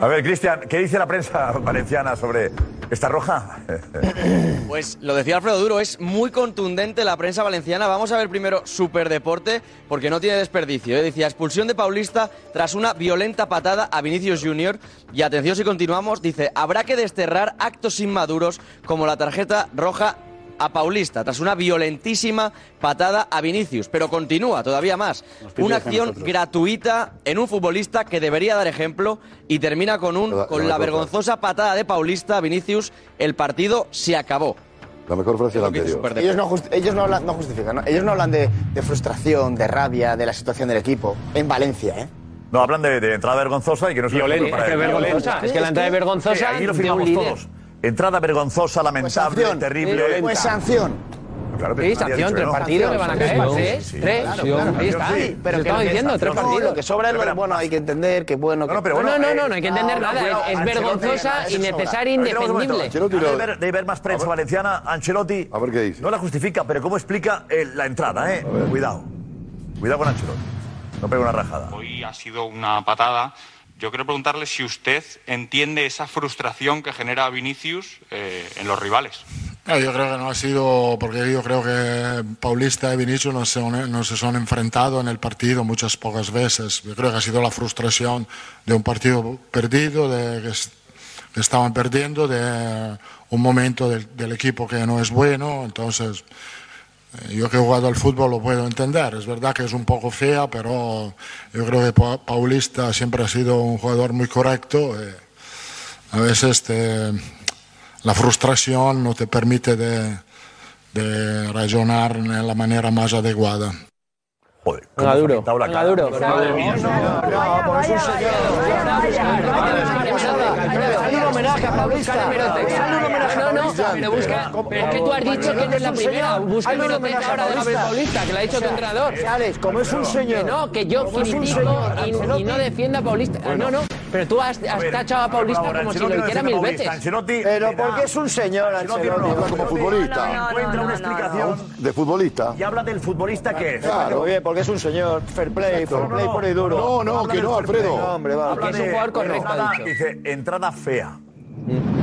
S4: A ver, Cristian, ¿qué dice la prensa valenciana sobre esta roja? (laughs)
S17: Pues lo decía Alfredo Duro, es muy contundente la prensa valenciana. Vamos a ver primero Superdeporte, porque no tiene desperdicio. ¿eh? Decía expulsión de Paulista tras una violenta patada a Vinicius Junior. Y atención si continuamos, dice, habrá que desterrar actos inmaduros como la tarjeta roja a Paulista tras una violentísima patada a Vinicius. Pero continúa todavía más.
S6: pide
S17: Una
S6: que
S17: acción
S6: nosotros.
S17: gratuita en un futbolista que debería dar ejemplo y termina con, un, con
S2: la
S17: la
S2: verdad.
S17: vergonzosa patada de Paulista a Vinicius. El partido se acabó.
S2: La mejor frase es la anterior.
S11: Ellos, no, jus- ellos no hablan, no justifican, ¿no? Ellos no hablan de, de frustración, de rabia, de la situación del equipo. En Valencia, ¿eh?
S4: No, hablan de, de entrada vergonzosa y que no se
S11: Violenta,
S4: le ocurre para
S11: es que
S4: él.
S11: vergonzosa, es que la entrada es vergonzosa
S4: Sí, ahí lo
S11: de un
S4: firmamos
S11: líder.
S4: todos. Entrada vergonzosa, lamentable, terrible.
S11: Pues sanción.
S4: Claro,
S11: Sí,
S4: Pues nadie ha
S11: sanción,
S4: dicho que
S11: tres
S4: no.
S11: partidos le van a caer,
S4: Sanción,
S11: tres,
S4: sí,
S11: tres.
S4: claro,
S11: Claro,
S4: claro.
S11: ahí está.
S4: Sí,
S11: Sí,
S4: pero
S11: pero
S4: que lo
S11: estaba
S4: que
S11: diciendo,
S4: está,
S11: tres
S4: no,
S11: partidos.
S4: no,
S11: que sobra es lo
S4: espera.
S11: bueno, hay que entender, que bueno. que-
S4: No, pero bueno,
S7: no,
S4: eh,
S7: no, no, no hay que
S4: no,
S7: entender nada.
S4: no,
S7: es, es
S4: Ancelotti,
S7: vergonzosa,
S4: Ancelotti,
S7: innecesaria,
S4: Pero queremos un momento,
S7: indefendible.
S4: Antes de ver, de ver más prensa valenciana, Ancelotti. A ver qué dice. No la justifica, pero cómo explica eh, la entrada, ¿eh? Cuidado. Cuidado con Ancelotti. No pega una rajada.
S18: Hoy ha sido una patada. Yo quiero preguntarle si usted entiende esa frustración que genera Vinicius eh, en los rivales.
S24: Claro, yo creo que no ha sido, porque yo creo que Paulista y Vinicius no se, han- no se son enfrentado en el partido muchas pocas veces. Yo creo que ha sido la frustración de un partido perdido, de que, es- que estaban perdiendo, de un momento del, del equipo que no es bueno. Entonces, eh, yo que he jugado al fútbol lo puedo entender. Es verdad que es un poco fea, pero yo creo que Pa- Paulista siempre ha sido un jugador muy correcto. eh, a veces te- la frustración no te permite de, de razonar de la manera más adecuada.
S4: Joder,
S24: Venga, duro.
S4: Venga, duro.
S10: Hazle un homenaje a Paulista. Hazle un homenaje a
S7: No, no,
S10: Paulista.
S7: pero busca. Pero es que tú has dicho que no es la primera. Busca
S10: Hazle un
S7: meroteca
S10: homenaje a
S7: ahora de Mabel Paulista, que la ha dicho
S10: O
S7: tu
S10: sea,
S7: entrenador.
S10: eh, Alex, como es un señor.
S7: Que no, que yo
S10: Como es un
S7: critico
S10: señor,
S7: y- y,
S10: Ancelotti.
S7: no defiendo a Paulista.
S10: Bueno.
S7: No, no, pero tú has, has tachado a Paulista como si lo hiciera mil veces.
S10: Pero porque es un señor, Ancelotti.
S2: Habla como futbolista.
S10: Encuentra una explicación.
S2: De futbolista.
S4: Y habla del futbolista que es.
S10: Claro, bien, porque es un señor. Fair play, fair play puro y duro.
S2: No, no, que no, Alfredo.
S4: Habla de- bueno,
S10: ha
S4: entrada- Dice, entrada fea.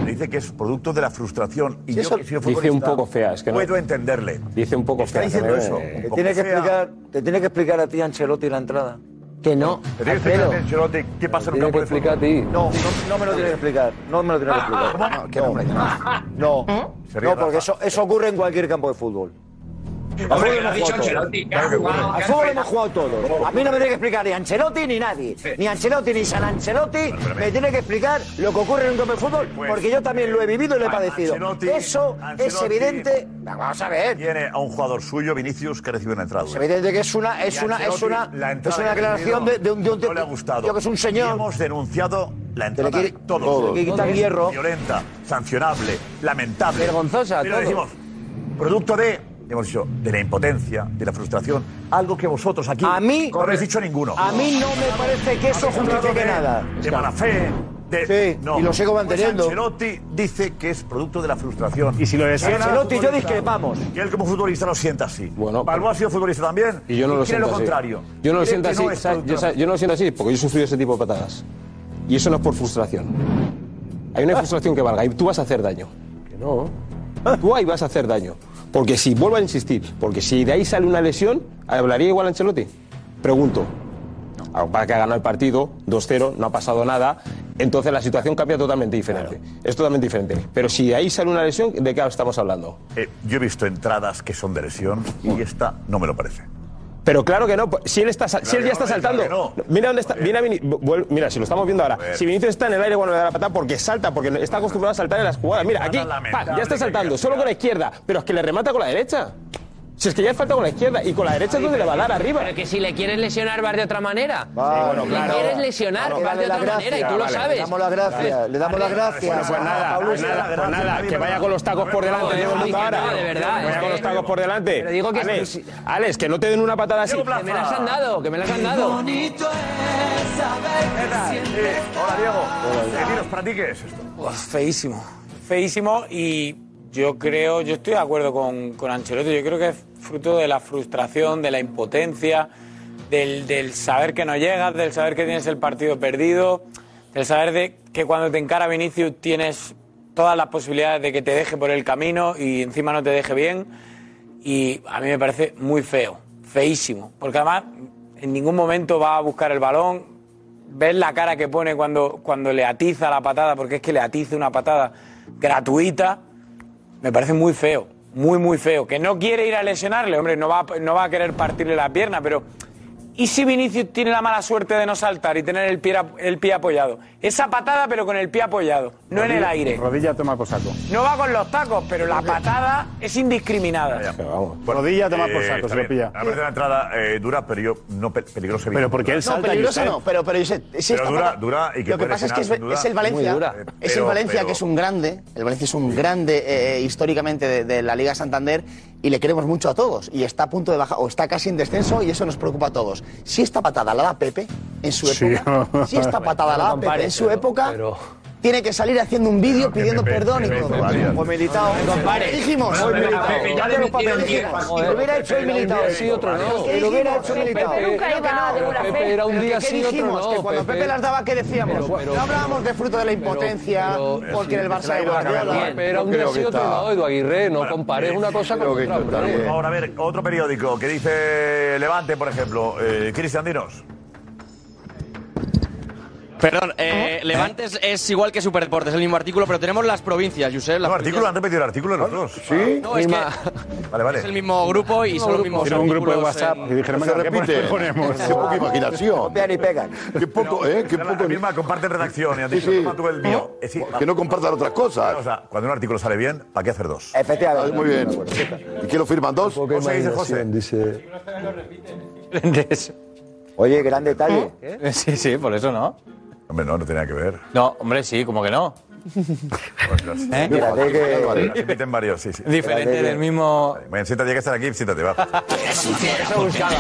S4: Dice que es producto de la frustración. Y
S10: Sí,
S4: yo
S10: eso
S4: que he sido
S10: dice
S4: futbolista,
S10: un poco fea, es que no-
S4: Puedo entenderle.
S10: Dice un poco
S4: Está
S10: fea.
S4: diciendo
S10: Eh,
S4: eso.
S10: Te
S4: Un poco
S10: tiene, que
S4: fea.
S10: explicar, te tiene que explicar a ti, Ancelotti, la entrada. Que no.
S4: Te tienes que explicar, Ancelotti, ¿Qué pasa en un campo de fútbol?
S10: No, no, no me lo tiene que explicar. No me lo
S4: Ah,
S10: tiene que explicar. No, no, no,
S4: ríe ¿Eh? Rafa.
S10: porque eso, eso ocurre en cualquier campo de fútbol. Al
S18: Hombre,
S10: fútbol
S18: lo ha
S10: hemos
S18: dicho
S10: jugado todos.
S18: Ancelotti, que ha jugado,
S10: Al
S18: que ha
S10: fútbol
S18: jugado.
S10: hemos jugado todos. A mí no me tiene que explicar ni Ancelotti ni nadie. Ni Ancelotti ni San Ancelotti me tiene que explicar lo que ocurre en un campo de fútbol,
S4: Pues,
S10: porque yo también lo he vivido y lo he padecido. Eso es evidente. Vamos a ver.
S4: Tiene a un jugador suyo, Vinicius, que recibe una entrada.
S10: Es evidente que es una, es
S4: Y
S10: una, es
S4: Ancelotti,
S10: una,
S4: la
S10: es
S4: entrada
S10: una
S4: que ha
S10: declaración de,
S4: recibido
S10: de un, de un
S4: no le ha gustado.
S10: tío que es un señor.
S4: Y hemos denunciado la
S10: Se le
S4: entrada
S10: quiere-
S4: todos.
S10: se le quiere quitar
S4: Todos.
S10: hierro.
S4: Violenta, sancionable, lamentable.
S10: Vergonzosa,
S4: Pero
S10: todo.
S4: decimos, producto de, hemos dicho, de la impotencia, de la frustración, algo que vosotros aquí a mí, no habéis dicho ninguno.
S10: A mí no me parece que eso
S4: Habéis hablado
S10: justifique
S4: de-
S10: nada.
S4: De mala fe, de-
S13: Sí, y lo sigo
S4: Pues
S13: manteniendo.
S4: Ancelotti dice que es producto de la frustración.
S13: Y si lo
S4: decía
S13: lesiona- Ancelotti, yo discrepamos.
S4: Y él como futbolista lo sienta así. Bueno, Balboa ha sido futbolista también.
S13: Y yo no lo
S4: cree
S13: siento
S4: lo
S13: así.
S4: contrario.
S13: Yo no lo
S4: Cree
S13: siento
S4: que
S13: así.
S4: es
S13: ¿sabes?
S4: producto
S13: yo,
S4: de la
S13: sa- yo no lo siento así porque yo he sufrido ese tipo de patadas. Y eso no es por frustración. Hay una frustración que valga y tú vas a hacer daño. Que no. Tú ahí vas a hacer daño. Porque si, vuelvo a insistir, porque si de ahí sale una lesión, ¿hablaría igual Ancelotti? Pregunto. Ah, Para que ha ganado el partido, 2-0, no ha pasado nada. Entonces la situación cambia totalmente diferente. Es totalmente diferente. Pero si de ahí sale una lesión, ¿de qué estamos hablando?
S4: Eh, yo he visto entradas que son de lesión y esta no me lo parece.
S13: Pero claro que no, pues, si él, está, sa- si él ya está saltando. Mira dónde está. Mira, Vini- vuel- mira, si lo estamos viendo ahora. Si Vinicius está en el aire, bueno, le da la patada porque salta, porque está acostumbrado a saltar en las jugadas. Mira, aquí, pa, ya está saltando, solo con la izquierda, pero es que le remata con la derecha. Si es que ya falta con la izquierda y con la derecha es donde le va a dar arriba.
S10: Pero que si le quieres lesionar, vas de otra manera.
S13: Vale,
S10: si
S13: claro.
S10: le quieres lesionar,
S13: Claro,
S10: vas
S13: dale
S10: de otra
S13: las gracias. Ah,
S10: manera y tú lo
S13: Vale.
S10: sabes.
S13: Le damos las gracias,
S10: Vale.
S13: le damos las
S10: Vale.
S13: gracias. Bueno, pues nada, pues nada, pues nada, que vaya con los tacos por delante, Diego Luca ahora.
S10: de verdad,
S13: Que
S10: es
S13: vaya con
S10: que-
S13: los tacos por delante.
S10: Pero digo que-
S13: Alex, Alex, que no te den una patada así.
S10: Que me las han dado, que me las han dado.
S4: eh, Hola,
S10: (laughs)
S4: Diego. Eh, dinos, ¿para ti qué es esto?
S25: Uf, feísimo. Feísimo y yo creo, yo estoy de acuerdo con, con Ancelotti, yo creo que es fruto de la frustración, de la impotencia, del, del saber que no llegas, del saber que tienes el partido perdido, del saber de que cuando te encara Vinicius tienes todas las posibilidades de que te deje por el camino y encima no te deje bien. Y a mí me parece muy feo, feísimo, porque además en ningún momento va a buscar el balón, ves la cara que pone cuando, cuando le atiza la patada, porque es que le atiza una patada gratuita, me parece muy feo, muy, muy feo. Que no quiere ir a lesionarle, hombre, no va, a- no va a querer partirle la pierna, pero ¿y si Vinicius tiene la mala suerte de no saltar y tener el pie, a- el pie apoyado? Esa patada, pero con el pie apoyado, no en el
S8: Rodilla-
S25: aire.
S8: Rodilla toma por saco.
S25: No va con los tacos, pero la patada es indiscriminada.
S8: Rodilla toma por
S4: Eh,
S8: saco,
S4: está
S8: se lo
S4: bien.
S8: pilla.
S4: Me parece una entrada eh, dura, pero yo no pe- peligrosa.
S8: Pero porque él No, salta,
S11: peligrosa no, pero, pero Josep, sí
S4: Pero
S11: está
S4: dura,
S11: para-
S4: dura y que
S11: Lo que
S4: puede
S11: pasa es que es,
S4: lesionar, sin duda. Eh,
S11: es el Valencia,
S4: Muy dura.
S11: es el
S4: Pero-
S11: Valencia
S4: pero-
S11: que es un grande, el Valencia es un grande eh, históricamente de, de la Liga Santander y le queremos mucho a todos y está a punto de bajar o está casi en descenso y eso nos preocupa a todos. Si esta patada la da Pepe en su
S13: Sí.
S11: época,
S4: (laughs)
S11: si esta patada la da Pepe en su época, tiene que salir haciendo un vídeo pidiendo perdón y todo. O militado. Dijimos.
S10: No, Pepe, Pepe, ya le
S11: Dijimos.
S10: metieron diez.
S11: Y lo hubiera hecho el
S10: Pepe,
S11: militado.
S10: sí, otro no.
S11: Y lo hubiera hecho el
S10: Pepe
S11: militado.
S10: nunca
S11: Creo que
S10: iba
S11: no.
S10: de buena Pero fe. Pepe era un
S11: Pero
S10: día
S11: ¿qué
S10: sí, otro
S11: dijimos?
S10: no,
S11: Que cuando Pepe
S10: Pepe.
S11: las daba, ¿qué decíamos?
S10: Pero- pero-
S11: No hablábamos de fruto de la impotencia, porque en el Barça de Guardiola.
S3: Pero era un día sí, otro no, Edu Aguirre, no compares una cosa con otra. hombre.
S4: Ahora, a ver, otro periódico que dice Levante, por ejemplo. Eh, Cristian, dinos.
S17: Perdón, eh, Levantes es igual que Superdeportes, es el mismo artículo, pero tenemos las provincias, Josep. Las
S4: No, artículo, han repetido el artículo
S2: Ah,
S4: los dos.
S17: Sí, no, es que
S4: Vale, vale.
S17: es el mismo grupo y son los mismos
S4: Tiene un grupo de
S17: artículos
S4: WhatsApp
S17: en-
S4: y dijeron,
S2: Se
S4: venga, ¿qué
S2: repite.
S4: ponemos?
S2: Qué poca
S4: (laughs)
S2: imaginación.
S13: Copian y pegan.
S10: (laughs)
S2: Qué poco, ¿eh? Qué poco.
S4: La misma comparte redacción y han dicho,
S2: Sí, sí.
S4: toma tú el mío. Eh, sí,
S2: Que no compartan otras cosas.
S4: o sea, cuando un artículo sale bien, ¿para qué hacer dos?
S13: Efectivamente.
S2: Muy bien. ¿Y quién lo firman? ¿Dos?
S4: José dice José.
S13: dice.
S10: (laughs)
S13: Oye, gran detalle. (laughs)
S25: Sí, sí, por eso no.
S4: Hombre, no, no tenía que ver.
S25: No, hombre, sí, como que no.
S4: ¿Eh?
S13: Fíjate que-
S4: Inviten varios, sí, sí.
S25: Diferente del mismo.
S4: Bueno, siéntate, ya que estás aquí, siéntate, va.
S25: Eso buscaba.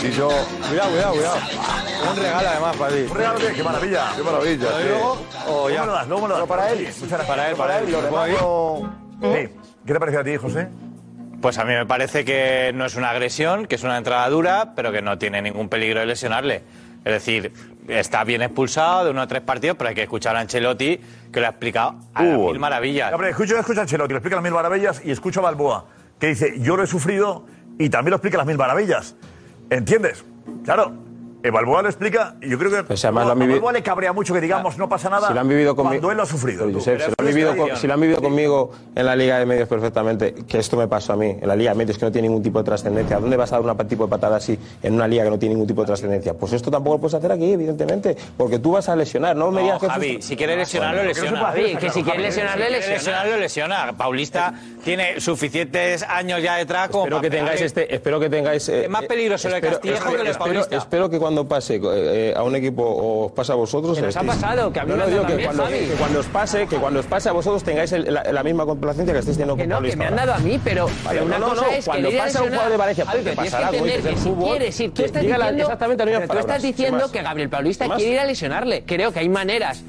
S2: Si yo...
S25: Cuidado, cuidado, cuidado. Un regalo además para ti.
S4: Un regalo, tío, qué maravilla.
S2: Qué maravilla.
S25: ¿Lo doy
S2: sí.
S25: luego? O Oh, ya.
S4: ¿Cómo lo das? ¿Cómo lo das?
S25: para él.
S4: Sí, muchas gracias.
S25: Para él, para él.
S4: ¿Lo
S25: ¿Puedo ir?
S4: Sí. ¿Qué te pareció a ti, José?
S25: Pues a mí me parece que no es una agresión, que es una entrada dura, pero que no tiene ningún peligro de lesionarle. Es decir, está bien expulsado de uno a tres partidos, pero hay que escuchar a Ancelotti, que lo ha explicado a las
S13: Uh.
S4: Hubo.
S25: mil maravillas.
S4: Hombre, escucho, escucho a Ancelotti, lo explica las mil maravillas y escucho a Balboa, que dice, yo lo he sufrido y también lo explica las mil maravillas. ¿Entiendes? Claro. eh, Balboa lo explica y yo creo que
S13: Pues además
S4: a
S13: lo han vivido-
S4: Balboa le cabrea mucho que digamos no pasa nada
S13: Si lo han vivido conmigo.
S4: cuando él lo ha sufrido.
S13: Pero,
S4: tú.
S13: Josep, si, lo han vivido con- si lo han vivido conmigo en la Liga de Medios perfectamente, que esto me pasó a mí, en la Liga de Medios que no tiene ningún tipo de trascendencia, ¿a ¿dónde vas a dar un tipo de patada así en una liga que no tiene ningún tipo de trascendencia? Pues esto tampoco lo puedes hacer aquí, evidentemente, porque tú vas a lesionar, no me digas que
S25: No, Javi,
S13: frustra-
S25: si quiere lesionarlo,
S13: Ah, Bueno,
S25: lesiona.
S13: que no se puede hacer,
S25: Javi,
S13: está claro, Javi.
S25: Si quiere lesionarlo, lesiona. Paulista tiene suficientes años ya detrás como
S13: Eh, Espero que
S25: para
S13: tengáis
S25: pegarle.
S13: este, espero que tengáis. eh,
S25: Es más peligroso lo de
S13: espero-
S25: Castillejo
S13: espero-
S25: que lo de
S13: espero-
S25: Paulista.
S13: Espero que cuando cuando pase eh, a un equipo o os pasa a vosotros.
S7: Que nos ha
S13: estéis-
S7: pasado, que a mí
S13: No,
S7: me
S13: no,
S7: han
S13: digo
S7: dado
S13: que
S7: también,
S13: cuando,
S7: Javi.
S13: que cuando os pase, que cuando os pase a vosotros tengáis el- la, la misma complacencia que estáis teniendo con Pablo
S7: Que me
S13: Escobar.
S7: han dado a mí, pero,
S13: Vale,
S7: pero una
S13: no, no,
S7: cosa
S13: no,
S7: es que
S13: cuando
S7: le diga
S13: pasa un
S7: lesionado-
S13: jugador de Valencia,
S7: Javi,
S13: porque
S7: pero tienes
S13: pasará,
S7: que
S13: como
S7: entender
S13: dices,
S7: que
S13: el
S7: si
S13: fútbol,
S7: quieres ir, tú
S13: que
S7: estás
S13: diga la-
S7: diciendo,
S13: exactamente las mismas
S7: pero tú estás
S13: palabras. ¿Qué
S7: diciendo
S13: más?
S7: que Gabriel Paulista
S13: ¿Qué más?
S7: quiere ir a lesionarle. Creo que hay maneras.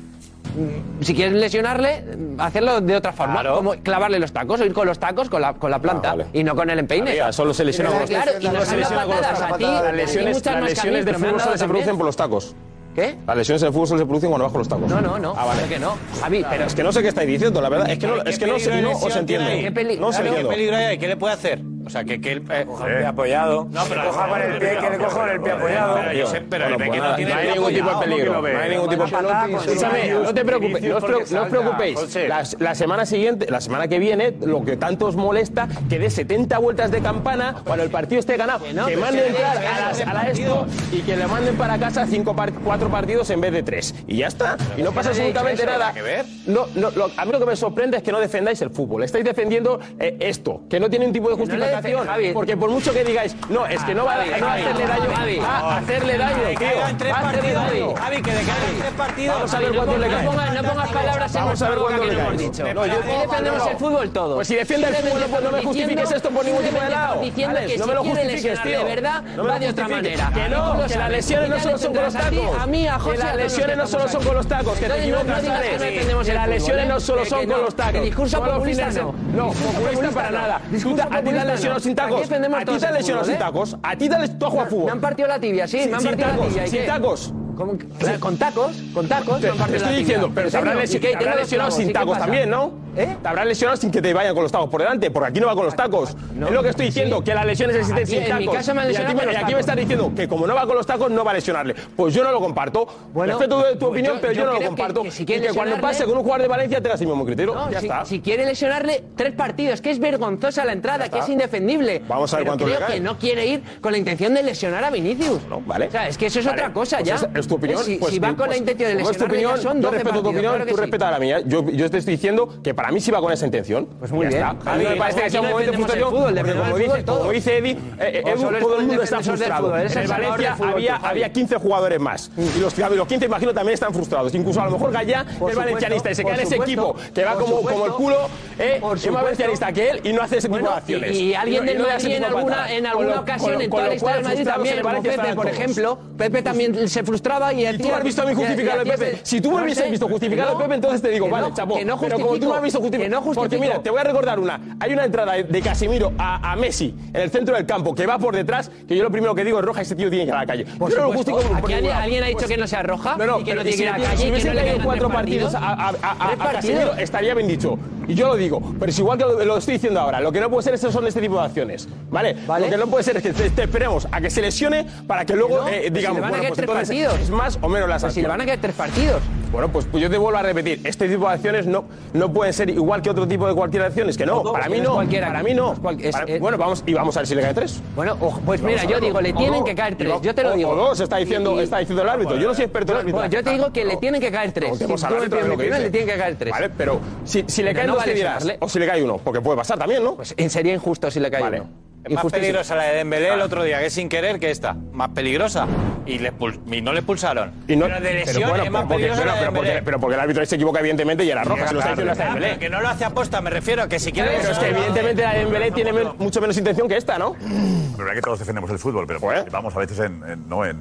S7: mm, Si quieres lesionarle, mm, hacerlo de otra forma, como clavarle los tacos o ir con los tacos con la, con la planta y no con el empeine.
S13: Había, Ah, solo se lesiona con los
S7: Claro,
S13: tacos.
S7: y
S13: Solo
S7: nos
S13: se
S7: han dado
S13: lesiona con los
S7: patadas
S13: tacos.
S7: a ti,
S13: Las
S7: a ti
S13: lesiones-
S7: muchas
S13: las
S7: más que a mí,
S13: lesiones de
S7: pero me han
S13: fútbol
S7: dado
S13: solo se
S7: también.
S13: producen por los tacos.
S7: ¿Qué?
S13: Las lesiones en el fútbol solo se producen cuando bajo los tacos.
S7: No, no, no.
S13: Ah, vale.
S7: claro que no. Javi, pero
S13: Es que no sé qué estáis diciendo, la verdad. Es que no,
S7: ¿Qué
S13: es que no, sé, no os
S7: lesión tiene
S13: entiendo.
S7: ahí? ¿Qué peli-
S13: no os
S7: claro, qué
S13: entiendo.
S25: peligro
S5: hay ahí? ¿Qué le puede hacer? O sea, que, que él. eh,
S25: El pie apoyado.
S5: No, pero
S25: Que coja con el pie, que le coja con el pie apoyado.
S5: Pero, Josep, pero
S25: Bueno,
S5: el
S25: pues
S5: que
S25: nada,
S5: no tiene
S25: no
S5: el
S25: hay
S5: pie
S25: ningún tipo de
S5: apoyado, ¿cómo que
S13: peligro,
S5: lo ve?
S13: no hay ningún tipo de peligro.
S5: Escúchame,
S13: no te preocupes, no os, preo- no os preocupéis. La, la semana siguiente, la semana que viene, lo que tanto os molesta, que dé 70 vueltas de campana cuando el partido esté ganado. Que,
S7: pero
S13: manden
S7: si
S13: entrar
S7: es
S13: a, las-
S7: el
S13: a la esto y que le manden para casa cinco par- cuatro partidos en vez de tres. Y ya está. Y no
S7: que
S13: pasa
S7: nadie ha dicho
S13: absolutamente
S7: eso,
S13: nada.
S7: nada que ver.
S13: No, no, lo- a mí lo que me sorprende es que no defendáis el fútbol. Estáis defendiendo eh, esto, que no tiene un tipo de
S7: no le defen-
S13: justificación.
S7: Javi. Ah,
S13: porque por mucho que digáis, no, es que no va,
S7: Javi,
S13: no va a
S7: Javi,
S13: hacerle daño.
S7: Javi.
S13: va a hacerle daño,
S7: Que
S13: tío.
S7: caigan tres
S13: Va a hacerle
S7: partidos,
S13: daño.
S7: Javi, que le caigan tres partidos.
S13: Vamos a ver
S7: No
S13: cuánto le
S7: pongas-
S13: cae.
S7: no pongas- no pongas palabras en
S13: Vamos a ver
S7: nuestra
S13: cuánto
S7: boca
S13: le
S7: que no
S13: cae.
S7: hemos dicho.
S13: No, yo-
S7: Aquí defendemos el fútbol todo.
S13: Pues si defiende el fútbol,
S7: Simplemente
S13: pues no me
S7: estamos
S13: justifiques
S7: diciendo-
S13: esto por ningún tipo de
S7: simplemente
S13: lado.
S7: estamos diciendo
S13: Alex,
S7: que si
S13: no me lo
S7: quiere
S13: justifiques,
S7: lesionar
S13: tío.
S7: de verdad,
S13: No
S7: va
S13: me lo
S7: de otra
S13: justifiques.
S7: manera.
S13: Que
S7: A mí con
S13: no,
S7: los
S13: que las
S7: Alex,
S13: lesiones no
S7: ya
S13: solo son con los
S7: defenderás a ti,
S13: tacos.
S7: a mí, a José, a
S13: Que
S7: todos los
S13: las lesiones
S7: que
S13: no solo
S7: estamos
S13: son
S7: aquí.
S13: con los tacos, que
S7: Entonces,
S13: te
S7: no- no
S13: equivocas,
S7: digas que no
S13: Alex.
S7: defendemos
S13: Que
S7: el
S13: las
S7: fútbol,
S13: lesiones
S7: ¿eh?
S13: no solo
S7: Que
S13: son
S7: no,
S13: con los
S7: que
S13: tacos.
S7: discurso
S13: No
S7: populista no.
S13: alucinas, No,
S7: Discurso
S13: populista
S7: populista
S13: para
S7: no.
S13: nada. Tú
S7: Discurso
S13: te- A ti te
S7: populista
S13: has
S7: no.
S13: lesionado sin
S7: Aquí
S13: tacos.
S7: defendemos
S13: A ti
S7: todos
S13: te has
S7: el
S13: lesionado
S7: fútbol,
S13: sin
S7: ¿eh?
S13: tacos. A ti te has- tú has jugado a
S7: Me
S13: fútbol.
S7: han partido la tibia, sí,
S13: Sin-
S7: me han
S13: sin
S7: partido
S13: tacos,
S7: la tibia. ¿y
S13: sin
S7: qué?
S13: tacos.
S7: ¿Cómo que- claro, Con tacos, con tacos.
S13: Te,
S7: me han partido
S13: te estoy
S7: la tibia.
S13: diciendo, pero te habrán,
S7: Coño,
S13: lesio-
S7: ¿y qué?
S13: te
S7: Tengo
S13: habrán
S7: los
S13: lesionado
S7: clavos, ¿y
S13: sin
S7: qué
S13: tacos
S7: pasa?
S13: también, ¿no? Te habrán lesionado sin que te vayan con los tacos por delante, porque aquí no va con los tacos. es lo que estoy diciendo, que las lesiones existen
S7: Aquí,
S13: sin
S7: en mi
S13: tacos.
S7: casa me han
S13: y aquí,
S7: lesionado con
S13: y
S7: los
S13: aquí me
S7: tacos.
S13: estás diciendo que como no va con los tacos, no va a lesionarle. Pues yo no lo comparto.
S7: Bueno,
S13: Respeto tu, tu
S7: pues
S13: opinión,
S7: yo-
S13: pero yo,
S7: yo
S13: no lo
S7: creo que-
S13: comparto.
S7: que si
S13: y
S7: quiere
S13: que cuando
S7: lesionarle-
S13: pase con un jugador de Valencia tengas el mismo criterio.
S7: No,
S13: ya
S7: si,
S13: está.
S7: si quiere lesionarle tres partidos, que es vergonzosa la entrada, que
S13: está.
S7: es indefendible.
S13: Vamos a ver
S7: Pero
S13: cuánto
S7: creo
S13: le cae.
S7: que no quiere ir con la intención de lesionar a Vinicius.
S13: Vale.
S7: O sea, es que eso es
S13: Vale,
S7: otra cosa
S13: pues
S7: ya.
S13: Es, es tu opinión.
S7: Eh, Si,
S13: pues,
S7: si va con
S13: pues,
S7: la intención de
S13: como es tu
S7: lesionar,
S13: opinión,
S7: son
S13: yo
S7: 12
S13: respeto tu
S7: partidos,
S13: opinión,
S7: claro que
S13: tú
S7: sí.
S13: respetas la mía. Yo, yo te estoy diciendo que para mí sí va con esa intención. Pues
S7: muy bien.
S13: A mí
S7: Aquí
S13: me parece que
S7: aquí
S13: sea un
S7: no
S13: momento de
S7: defendemos el
S13: frustración.
S7: fútbol,
S13: porque
S7: defendemos
S13: como
S7: el
S13: dice,
S7: fútbol todo.
S13: como dice Eddie, eh, eh,
S7: O
S13: Edu,
S7: solo eres
S13: todo
S7: tú
S13: el
S7: el
S13: mundo está
S7: defensor del
S13: frustrado.
S7: fútbol, eres
S13: En
S7: el salvador
S13: Valencia
S7: del fútbol,
S13: había,
S7: tú, Javi.
S13: había 15 jugadores más. Y los, que- los 15, imagino, también están frustrados. Incluso a lo mejor Gallá, que
S7: Por
S13: es valencianista, y se
S7: supuesto,
S13: queda en ese
S7: por
S13: equipo
S7: supuesto,
S13: que va
S7: por
S13: como, como el
S7: supuesto.
S13: culo, eh,
S7: Por
S13: es más
S7: supuesto.
S13: valencianista que él y no hace ese tipo
S7: Bueno,
S13: de acciones.
S7: Y, y alguien
S13: no-
S7: del
S13: no da ese
S7: Madrid en
S13: tipo de
S7: alguna,
S13: patadas.
S7: en
S13: Con
S7: alguna
S13: lo-
S7: ocasión,
S13: con lo-
S7: en
S13: con
S7: toda
S13: lo
S7: la historia
S13: cual,
S7: del Madrid
S13: frustrados en
S7: también,
S13: el
S7: como
S13: Valencia
S7: Pepe,
S13: están
S7: por
S13: todos.
S7: ejemplo. Pepe también se frustraba y
S13: Y tú has visto a mí justificarlo al Pepe. Si tú me hubieses visto justificarlo al Pepe, entonces te digo, vale, chapo.
S7: Que no
S13: pero como tú
S7: justifico,
S13: me has visto
S7: que no
S13: justificarlo. Porque
S7: justifico.
S13: mira, te voy a recordar una. Hay una entrada de Casimiro a, a Messi en el centro del campo que va por detrás, que yo lo primero que digo es roja, ese tío tiene que ir a la calle.
S7: Por
S13: yo no lo
S7: supuesto.
S13: justifico por
S7: Aquí
S13: ningún
S7: alguien-
S13: lado.
S7: alguien ha dicho que no sea roja y que no
S13: pero
S7: tiene que ir a la
S13: si-
S7: calle y
S13: Si
S7: que
S13: hubiese
S7: no le
S13: caído
S7: caigan
S13: cuatro
S7: tres
S13: partidos a,
S7: partidos.
S13: a, a- a-
S7: ¿Tres
S13: a Casemiro,
S7: partidos?
S13: estaría bien dicho. Y yo lo digo. Pero es igual que lo, lo estoy diciendo ahora. Lo que no puede ser es son este tipo de acciones. ¿Vale? Lo que no puede ser es que te, te esperemos a que se lesione para que luego
S7: No,
S13: eh,
S7: pues si
S13: digamos,
S7: le van a
S13: bueno,
S7: caer
S13: pues
S7: tres
S13: entonces
S7: partidos.
S13: es más o menos la
S7: Pues si le van a caer tres partidos.
S13: Bueno, pues, pues yo te vuelvo a repetir, este tipo de acciones no, no pueden ser igual que otro tipo de cualquier acciones, que no,
S7: Todo,
S13: para mí
S7: no es
S13: no,
S7: cualquiera.
S13: para mí no.
S7: Es cual- es-
S13: Para-
S7: eh,
S13: bueno, vamos y vamos a ver si le cae tres.
S7: Bueno, Pues
S13: Vamos
S7: mira,
S13: a
S7: yo
S13: verlo.
S7: digo, le
S13: O
S7: tienen
S13: dos.
S7: que caer
S13: Y
S7: tres,
S13: va-
S7: yo te lo
S13: o-
S7: digo.
S13: O dos, está diciendo,
S7: Y-
S13: está diciendo el árbitro. Yo no soy experto en árbitro.
S7: Bueno, yo te digo que le tienen que caer tres.
S13: Preguntemos
S7: Si
S13: al
S7: tú me
S13: árbitro de lo
S7: pides mi
S13: que
S7: opinión,
S13: dice.
S7: le tienen que caer tres.
S13: Vale, pero si, si le
S7: Pero
S13: caen
S7: no
S13: dos,
S7: va a
S13: ¿qué dirás?
S7: lesionarle.
S13: O si le cae uno, porque puede pasar también, ¿no?
S7: Pues sería injusto si le cae uno.
S5: Es más
S7: Injustísimo.
S5: peligrosa la de Dembélé
S13: Ah.
S5: el otro día, que es sin querer, que esta. Más peligrosa. Y, le expul- y no le expulsaron.
S13: Y no,
S5: pero de lesión
S13: pero bueno,
S5: es más
S13: pero porque,
S5: peligrosa
S13: pero,
S5: la de
S13: pero porque,
S5: Dembélé.
S13: pero porque el árbitro ahí se equivoca evidentemente y era roja, se lo está diciendo hasta
S5: Ah,
S13: Dembélé.
S5: pero que no lo hace aposta, me refiero a que si quiere...
S13: Pero es que evidentemente la de Dembélé tiene men- mucho menos intención que esta, ¿no?
S4: La verdad que todos defendemos el fútbol, pero
S13: Pues.
S4: vamos a veces en, en- no en,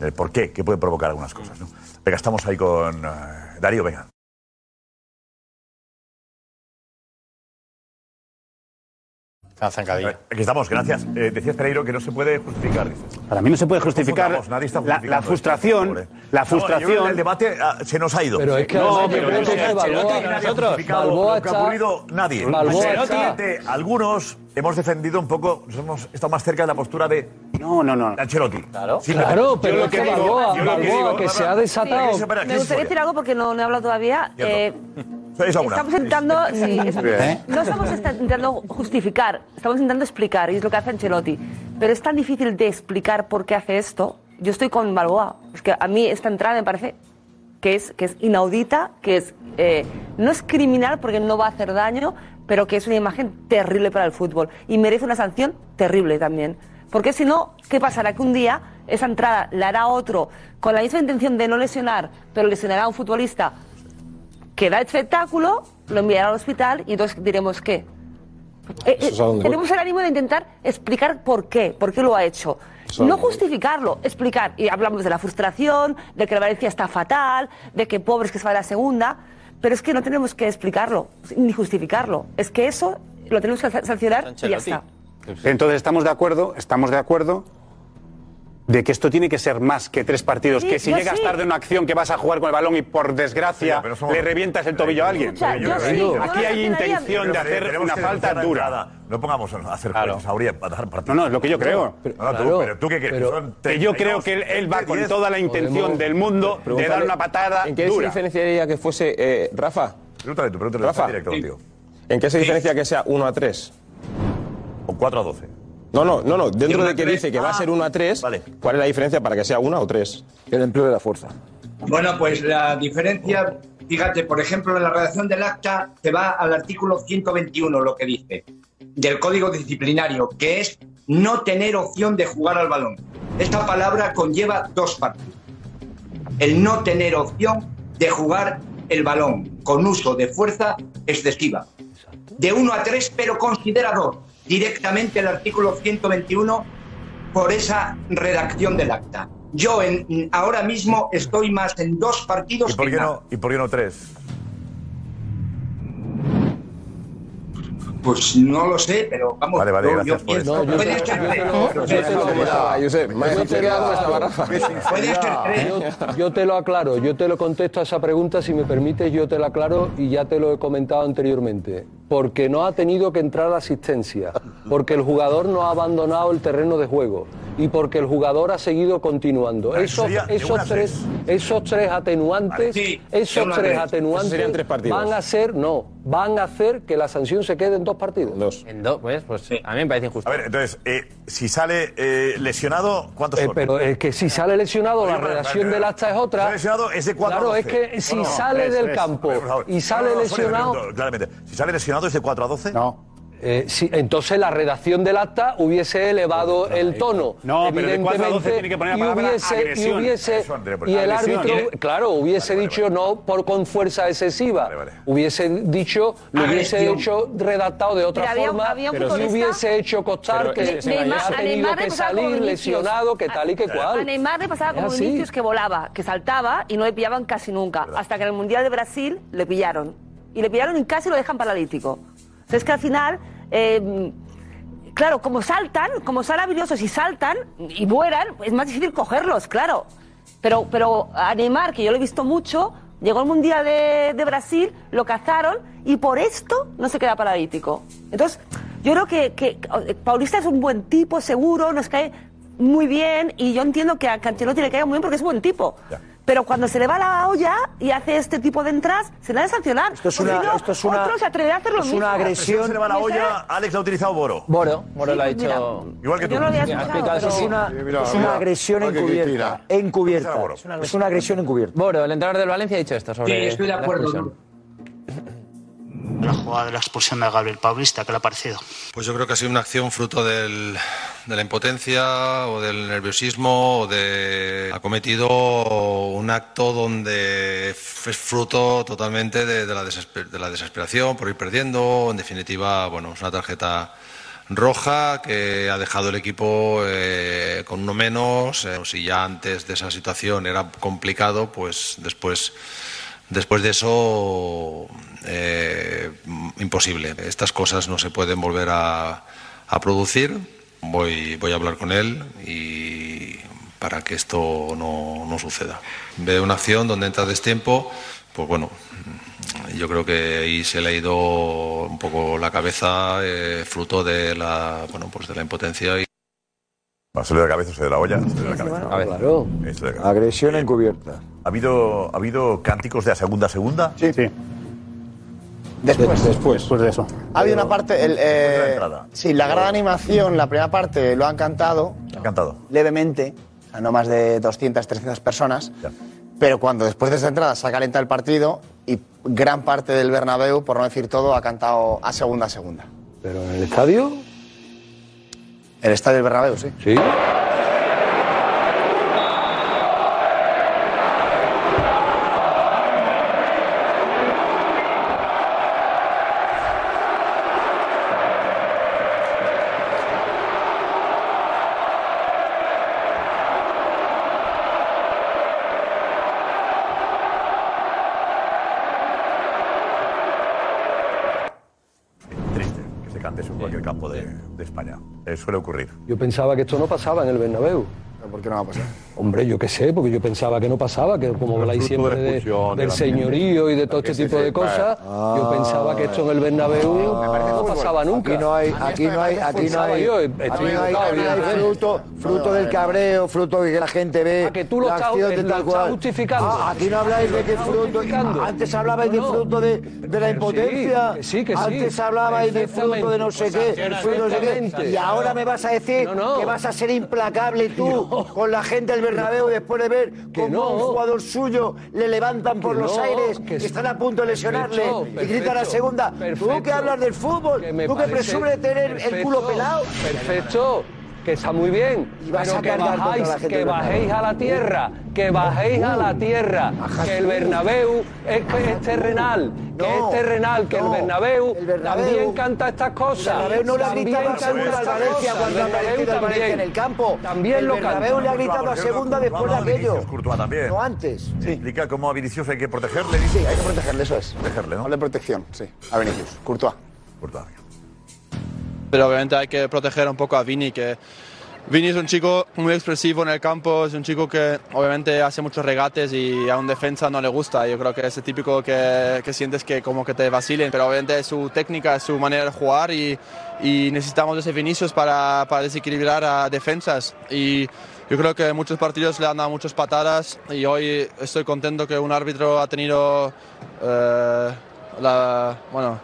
S4: en el por qué, que puede provocar algunas cosas. ¿no? Venga, estamos ahí con eh, Darío, venga. Aquí estamos, gracias. Eh, decías, Pereiro, que no se puede justificar, dices.
S8: Para mí no se puede justificar
S4: confundamos, nadie está
S8: la- la,
S4: justificando esto,
S8: frustración.
S4: pobre.
S8: la
S4: No, yo creo que
S8: frustración.
S4: el debate ah, se nos ha ido.
S8: Pero es que No, además yo pero creo que
S4: Ancelotti
S8: Balboa-
S4: no ha
S8: nosotros.
S4: justificado
S8: Balboa
S4: lo que ha
S8: está-
S4: ocurrido nadie.
S8: Balboa
S4: Ancelotti,
S8: está-
S4: de- algunos hemos defendido un poco, nos hemos estado más cerca de la postura de
S8: no, no, no.
S4: Ancelotti. Claro,
S3: Claro, pero es que Balboa, Balboa, que se ha desatado.
S19: Me gustaría decir algo porque no, no he hablado todavía.
S4: Cierto.
S19: Eh, estamos intentando, sí, es-
S4: Bien.
S19: no estamos esta- intentando justificar, estamos intentando explicar, y es lo que hace Ancelotti. Pero es tan difícil de explicar por qué hace esto. Yo estoy con Balboa. Es que a mí esta entrada me parece que es, que es inaudita, que es eh, no es criminal porque no va a hacer daño, pero que es una imagen terrible para el fútbol y merece una sanción terrible también. Porque si no, ¿qué pasará? Que un día esa entrada la hará otro con la misma intención de no lesionar, pero lesionará a un futbolista que da espectáculo, lo enviará al hospital y entonces diremos qué. Eh, eh,
S10: Eso es a donde voy.
S19: tenemos el ánimo de intentar explicar por qué, por qué lo ha hecho.
S10: Eso es a
S19: No
S10: donde voy.
S19: justificarlo, explicar. Y hablamos de la frustración, de que la Valencia está fatal, de que pobres que se va a la segunda, pero es que no tenemos que explicarlo ni justificarlo. Es que eso lo tenemos que sa- sancionar y ya
S8: Ancelotti.
S19: está.
S8: Entonces estamos de acuerdo, estamos de acuerdo de que esto tiene que ser más que tres partidos,
S19: Sí,
S8: que si
S19: yo
S8: llegas
S19: sí.
S8: tarde a una acción que vas a jugar con el balón y por desgracia le revientas el tobillo a alguien.
S4: Escucha, yo sí, yo no
S8: Aquí hay
S4: sancionaría.
S8: intención de
S4: Pero
S8: hacer
S4: tenemos
S8: una
S4: que
S8: falta
S4: sancionar la
S8: dura.
S4: entrada. No pongamos a hacer jueces ahora para dar partidos.
S8: No, no, es lo que yo creo.
S4: No, no, Ah, tú,
S8: Claro.
S4: pero tú qué crees.
S8: Pero-
S4: Son
S8: que yo
S4: 32,
S8: creo que él, él va con
S4: 10.
S8: toda la intención del mundo de dar
S13: Pregúntale,
S8: una patada
S13: ¿En qué se
S8: dura.
S13: diferenciaría que fuese eh, Rafa?
S4: Pregúntale tú, pregúntale
S13: Rafa,
S4: está directo contigo.
S13: ¿En qué se diferencia que sea 1 a 3?
S4: O 4 a 12.
S13: No, no, no, no.
S4: Y
S13: Dentro
S4: una
S13: de que
S4: tres.
S13: dice que
S8: Ah.
S13: va a ser 1 a 3,
S4: Vale.
S13: ¿cuál es la diferencia para que sea 1 o 3? El empleo de la fuerza.
S12: Bueno, pues la diferencia, fíjate, por ejemplo, en la redacción del acta se va al artículo 121, lo que dice, del código disciplinario, que es no tener opción de jugar al balón. Esta palabra conlleva dos partes. El no tener opción de jugar el balón con uso de fuerza excesiva. De 1 a 3, pero considera dos directamente el artículo 121 por esa redacción del acta. Yo en, ahora mismo estoy más en dos partidos
S4: ¿Y por
S12: que
S4: qué
S12: nada.
S4: no, ¿Y por qué no 3?
S12: Pues no lo sé, pero vamos.
S4: Vale, vale,
S12: yo-
S4: gracias
S12: yo
S4: por
S12: pienso-
S4: eso. No, yo-
S12: puede ser tres, puede ser tres. Puede ser tres.
S3: Yo, yo te lo aclaro, yo te lo contesto a esa pregunta, si me permites, yo te la aclaro y ya te lo he comentado anteriormente. Porque no ha tenido que entrar asistencia, porque el jugador no ha abandonado el terreno de juego y porque el jugador ha seguido continuando.
S13: Pero
S3: Esos,
S13: sería de
S3: esos
S13: una a
S3: tres, esos tres atenuantes,
S13: de
S3: esos
S13: una a
S3: tres,
S13: tres.
S3: atenuantes
S13: Eso serían tres partidos.
S3: van a ser, no, van a hacer que la sanción se quede en dos partidos.
S7: En dos, pues, pues a mí me parece injusto.
S4: A ver, entonces, eh, si sale eh, lesionado, ¿cuántos
S3: Eh,
S4: son?
S3: pero es que si sale lesionado, la
S4: Oye, vale,
S3: redacción
S4: vale,
S3: del acta es otra.
S4: Si sale lesionado, es de 4
S3: Claro,
S4: a
S3: es
S4: 12.
S3: que si
S4: No, no,
S3: sale
S4: tres,
S3: del
S4: tres.
S3: campo
S4: Oye, por favor.
S3: y sale
S4: No, no, no, Sonia,
S3: lesionado.
S4: pregunto, claramente. Si sale lesionado, ¿es de 4 a 12?
S8: No.
S3: eh, sí, entonces la redacción del acta hubiese elevado el tono.
S8: No, pero de cuatro a doce
S3: evidentemente,
S8: tiene que poner la
S3: y
S8: palabra
S3: hubiese- y
S8: agresión.
S3: hubiese-
S8: Eso, Andrea, por
S3: y el
S8: agresión.
S3: árbitro,
S4: ¿eh?
S3: claro, hubiese dicho no por con fuerza excesiva. Hubiese dicho, lo hubiese
S7: Agresión.
S3: hecho redactado de otra
S7: Pero había-
S3: forma
S7: había un
S3: y
S7: futbolista-
S3: hubiese hecho constar
S7: Pero
S3: que
S7: ese- ese Neymar-
S3: ha
S7: a
S3: tenido
S19: Neymar le
S3: que
S19: pasaba como
S3: salir
S19: Vinicius.
S3: lesionado, que tal y que cual.
S19: A Neymar le pasaba
S3: Es
S19: como
S3: así.
S19: Vinicius que volaba, que saltaba y no le pillaban casi nunca. Hasta que en el Mundial de Brasil le pillaron. Y le pillaron y casi lo dejan paralítico. O sea, es que al final, eh, claro, como saltan, como son habilidosos y saltan y vuelan, es más difícil cogerlos, claro. Pero, pero a Neymar, que yo lo he visto mucho, llegó al Mundial de, de Brasil, lo cazaron y por esto no se queda paralítico. Entonces, yo creo que, que eh, Paulista es un buen tipo, seguro, nos cae muy bien y yo entiendo que a Cancelotti le caiga muy bien porque es buen tipo. Pero cuando se le va la olla y hace este tipo de entradas, se le ha de sancionar. Esto
S10: es una- esto es una-
S19: se atreverá a hacer lo
S10: es
S19: mismo.
S10: una agresión.
S4: Se le va la olla, Alex la ha utilizado Boro.
S10: Boro,
S7: Boro
S10: Sí,
S7: lo ha
S10: pues mira,
S7: hecho.
S4: Igual que tú.
S10: yo no lo había
S4: Ha
S10: escuchado,
S4: explicado,
S10: pero-
S4: sí, sí.
S10: Es una- es una agresión
S4: Oye, que
S10: encubierta.
S4: tira.
S10: Encubierta.
S4: Empezar a Boro.
S10: Es una agresión encubierta.
S7: Boro, el entrenador del Valencia ha dicho esto sobre.
S12: Sí, estoy de
S7: la
S12: acuerdo,
S7: expulsión.
S14: la jugada de la expulsión de Gabriel Paulista, ¿qué le ha parecido?
S26: Pues yo creo que ha sido una acción fruto del- de la impotencia o del nerviosismo o de... Ha cometido un acto donde f- es fruto totalmente de, de la, desesper- de la desesperación por ir perdiendo. En definitiva, bueno, es una tarjeta roja que ha dejado el equipo eh, con uno menos. Eh, si ya antes de esa situación era complicado, pues después... Después de eso, eh, m- imposible. Estas cosas no se pueden volver a, a producir. Voy, voy a hablar con él y para que esto no, no suceda. Ve una acción donde entra destiempo, pues bueno, yo creo que ahí se le ha ido un poco la cabeza, eh, fruto de la, bueno, pues de la impotencia. Y...
S4: Va, se le da la cabeza, se le da la olla, se le da la cabeza.
S10: bueno, claro.
S4: Se le da la cabeza.
S10: Agresión encubierta.
S4: ¿Ha habido, ¿Ha habido cánticos de la segunda a segunda?
S8: Sí.
S11: Después.
S8: Después. Después de eso.
S11: Ha habido una parte. El, eh, sí, la gran
S4: Pero-
S11: animación, la primera parte lo han cantado.
S4: Ha cantado.
S11: Levemente, a no más de 200, 300 personas. Pero cuando después de esa entrada se ha calentado el partido y gran parte del Bernabéu, por no decir todo, ha cantado a segunda a segunda.
S10: ¿Pero en el estadio?
S11: El estadio del Bernabéu, sí.
S10: Sí.
S4: en cualquier campo de, de España. Eh, suele ocurrir.
S3: Yo pensaba que esto no pasaba en el Bernabéu.
S11: ¿Por qué no va a pasar?
S3: Hombre, yo qué sé, porque yo pensaba que no pasaba, que como habláis siempre de- del señorío y de todo este tipo de cosas, yo pensaba que esto en el Bernabéu no pasaba nunca.
S10: Ah. Aquí no hay, aquí no hay, aquí no hay,
S3: Yo,
S10: aquí
S3: estoy ¿eh?
S10: no hay,
S3: equivocado,
S10: aquí no hay
S3: evidentemente.
S10: fruto, fruto del cabreo, fruto de que la gente ve.
S3: que tú lo
S10: la
S3: estás-
S10: acción de
S3: lo
S10: tal
S3: estás
S10: cual.
S3: justificando.
S10: Ah, aquí no habláis de qué
S3: Lo estás
S10: fruto.
S3: justificando.
S10: Antes hablabais de
S3: No, no.
S10: fruto de, de la impotencia.
S3: que sí, que sí.
S10: Antes hablabais de fruto de no sé qué,
S3: Exactamente.
S10: fruto de no sé qué.
S3: Exactamente.
S10: Y ahora me vas a decir
S3: No, no.
S10: que vas a ser implacable tú con la gente del Bernabéu después de ver cómo a un jugador suyo le levantan por
S3: Que
S10: los
S3: no,
S10: aires
S3: que
S10: y
S3: sí.
S10: están a punto de lesionarle
S3: Perfecto,
S10: y gritan a
S3: perfecto,
S10: segunda. Tú que
S3: perfecto.
S10: hablas del fútbol,
S3: me
S10: tú que
S3: parece
S10: presumes de tener el culo
S3: perfecto,
S10: pelado.
S3: Perfecto, que está muy bien.
S10: Y vas
S3: pero
S10: a
S3: que
S10: cargar contra
S3: bajáis,
S10: la gente
S3: que
S10: del Bernabéu.
S3: bajéis a la tierra, que bajéis a la tierra, que el Bernabéu es, que es terrenal, que es terrenal, que el, Bernabéu también canta estas cosas.
S10: El Bernabéu no le ha
S3: también
S10: gritado a
S3: canta
S10: segunda al
S3: estas
S10: Valencia
S3: cosas,
S10: cuando ha
S3: el Bernabéu
S10: aparecido el Valencia en
S3: también.
S10: el campo.
S3: También
S10: el
S3: lo canta.
S10: Bernabéu le ha gritado a
S4: Por cierto,
S10: segunda
S4: tú
S10: después de
S4: hablabas
S10: aquello.
S4: Vinicius Courtois también.
S10: No antes.
S4: Explica cómo a Vinicius hay que protegerle.
S11: Sí, hay que protegerle, eso es.
S4: Protegerle, ¿no?
S11: Habla de protección, sí. A Vinicius, Courtois.
S4: Courtois.
S27: pero obviamente hay que proteger un poco a Vini, que Vini es un chico muy expresivo en el campo, es un chico que obviamente hace muchos regates y a un defensa no le gusta. Yo creo que es el típico que, que sientes que como que te vacilen, pero obviamente es su técnica, es su manera de jugar y, y necesitamos de ese Vinicius para, para desequilibrar a defensas. Y yo creo que muchos partidos le han dado muchas patadas y hoy estoy contento que un árbitro ha tenido eh, la... bueno,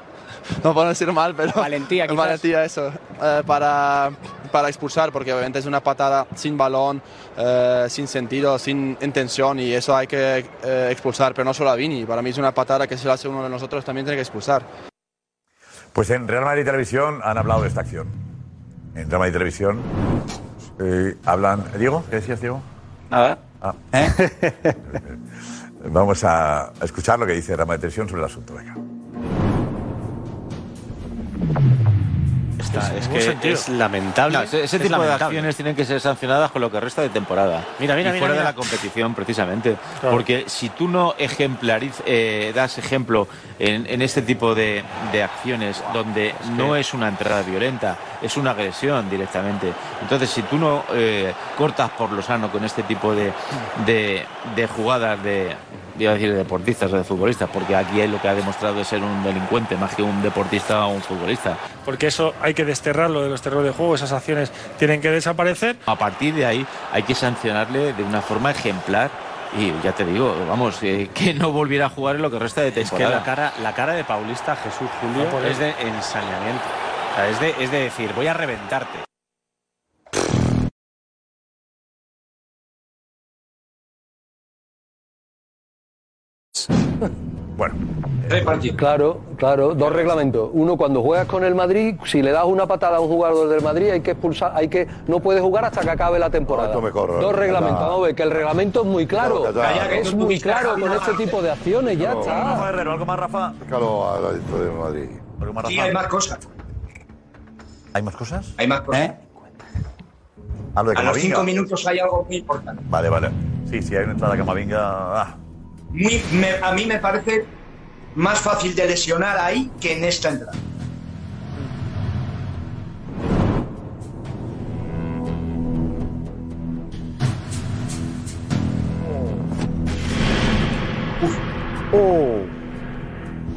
S27: no puedo decir mal, pero... Valentía, Valentía, eso. eh, para, para expulsar, porque obviamente es una patada sin balón, eh, sin sentido, sin intención, y eso hay que eh, expulsar, pero no solo a Vini. Para mí es una patada que si la hace uno de nosotros también tiene que expulsar.
S4: Pues en Real Madrid Televisión han hablado de esta acción. En Real Madrid Televisión eh, hablan. ¿Diego? ¿Qué decías, Diego?
S28: Nada.
S4: Ah. (laughs) Vamos a a escuchar lo que dice Real Madrid Televisión sobre el asunto. Venga.
S5: Está, es
S21: ningún
S5: que
S21: sentido.
S5: es lamentable.
S21: No, ese- ese
S5: Es
S21: tipo de
S5: lamentable.
S21: acciones tienen que ser sancionadas con lo que resta de temporada. Mira, mira, y mira, fuera mira. de la competición, precisamente. Claro. Porque si tú no ejemplariz, eh, das ejemplo en, en este tipo de, de acciones donde no es una entrada violenta, es una agresión directamente. Entonces, si tú no eh, cortas por lo sano con este tipo de, de, de jugadas de, iba a decir de deportistas o de futbolistas, porque aquí él lo que ha demostrado es ser un delincuente más que un deportista o un futbolista. Porque eso hay que desterrarlo de los terrenos de juego, esas acciones tienen que desaparecer. A partir de ahí hay que sancionarle de una forma ejemplar y ya te digo, vamos, eh, que no volviera a jugar en lo que resta de Es que temporada. la cara, la cara de Paulista Jesús Julio No podemos. es de ensañamiento. O sea, es, de, es de decir, voy a reventarte.
S4: Bueno.
S3: Eh, Claro, claro, dos reglamentos. Uno, cuando juegas con el Madrid, si le das una patada a un jugador del Madrid, hay que expulsar, hay que no puede jugar hasta que acabe la temporada.
S2: Esto mejor,
S3: dos reglamentos.
S2: Catá.
S3: Vamos a ver, que el reglamento es muy claro,
S2: No, Catá. Calla, que
S3: es
S2: tú
S3: muy
S2: tuviste
S3: claro
S2: Javi
S3: con este
S2: Navarro.
S3: tipo de acciones, ya
S2: No.
S3: está.
S4: Herrero, ¿algo más, Rafa?
S2: Déjalo a la esto de Madrid.
S4: ¿Algo más,
S12: Sí,
S4: Rafa?
S12: hay más cosas.
S4: ¿Hay más cosas?
S12: Hay más cosas.
S4: Hablo de
S12: A los
S4: Camavinga.
S12: cinco minutos hay algo muy importante.
S4: Vale, vale. Sí, sí, hay una entrada de Camavinga. Ah,
S12: Muy- me- a mí me parece más fácil de lesionar ahí que en esta entrada.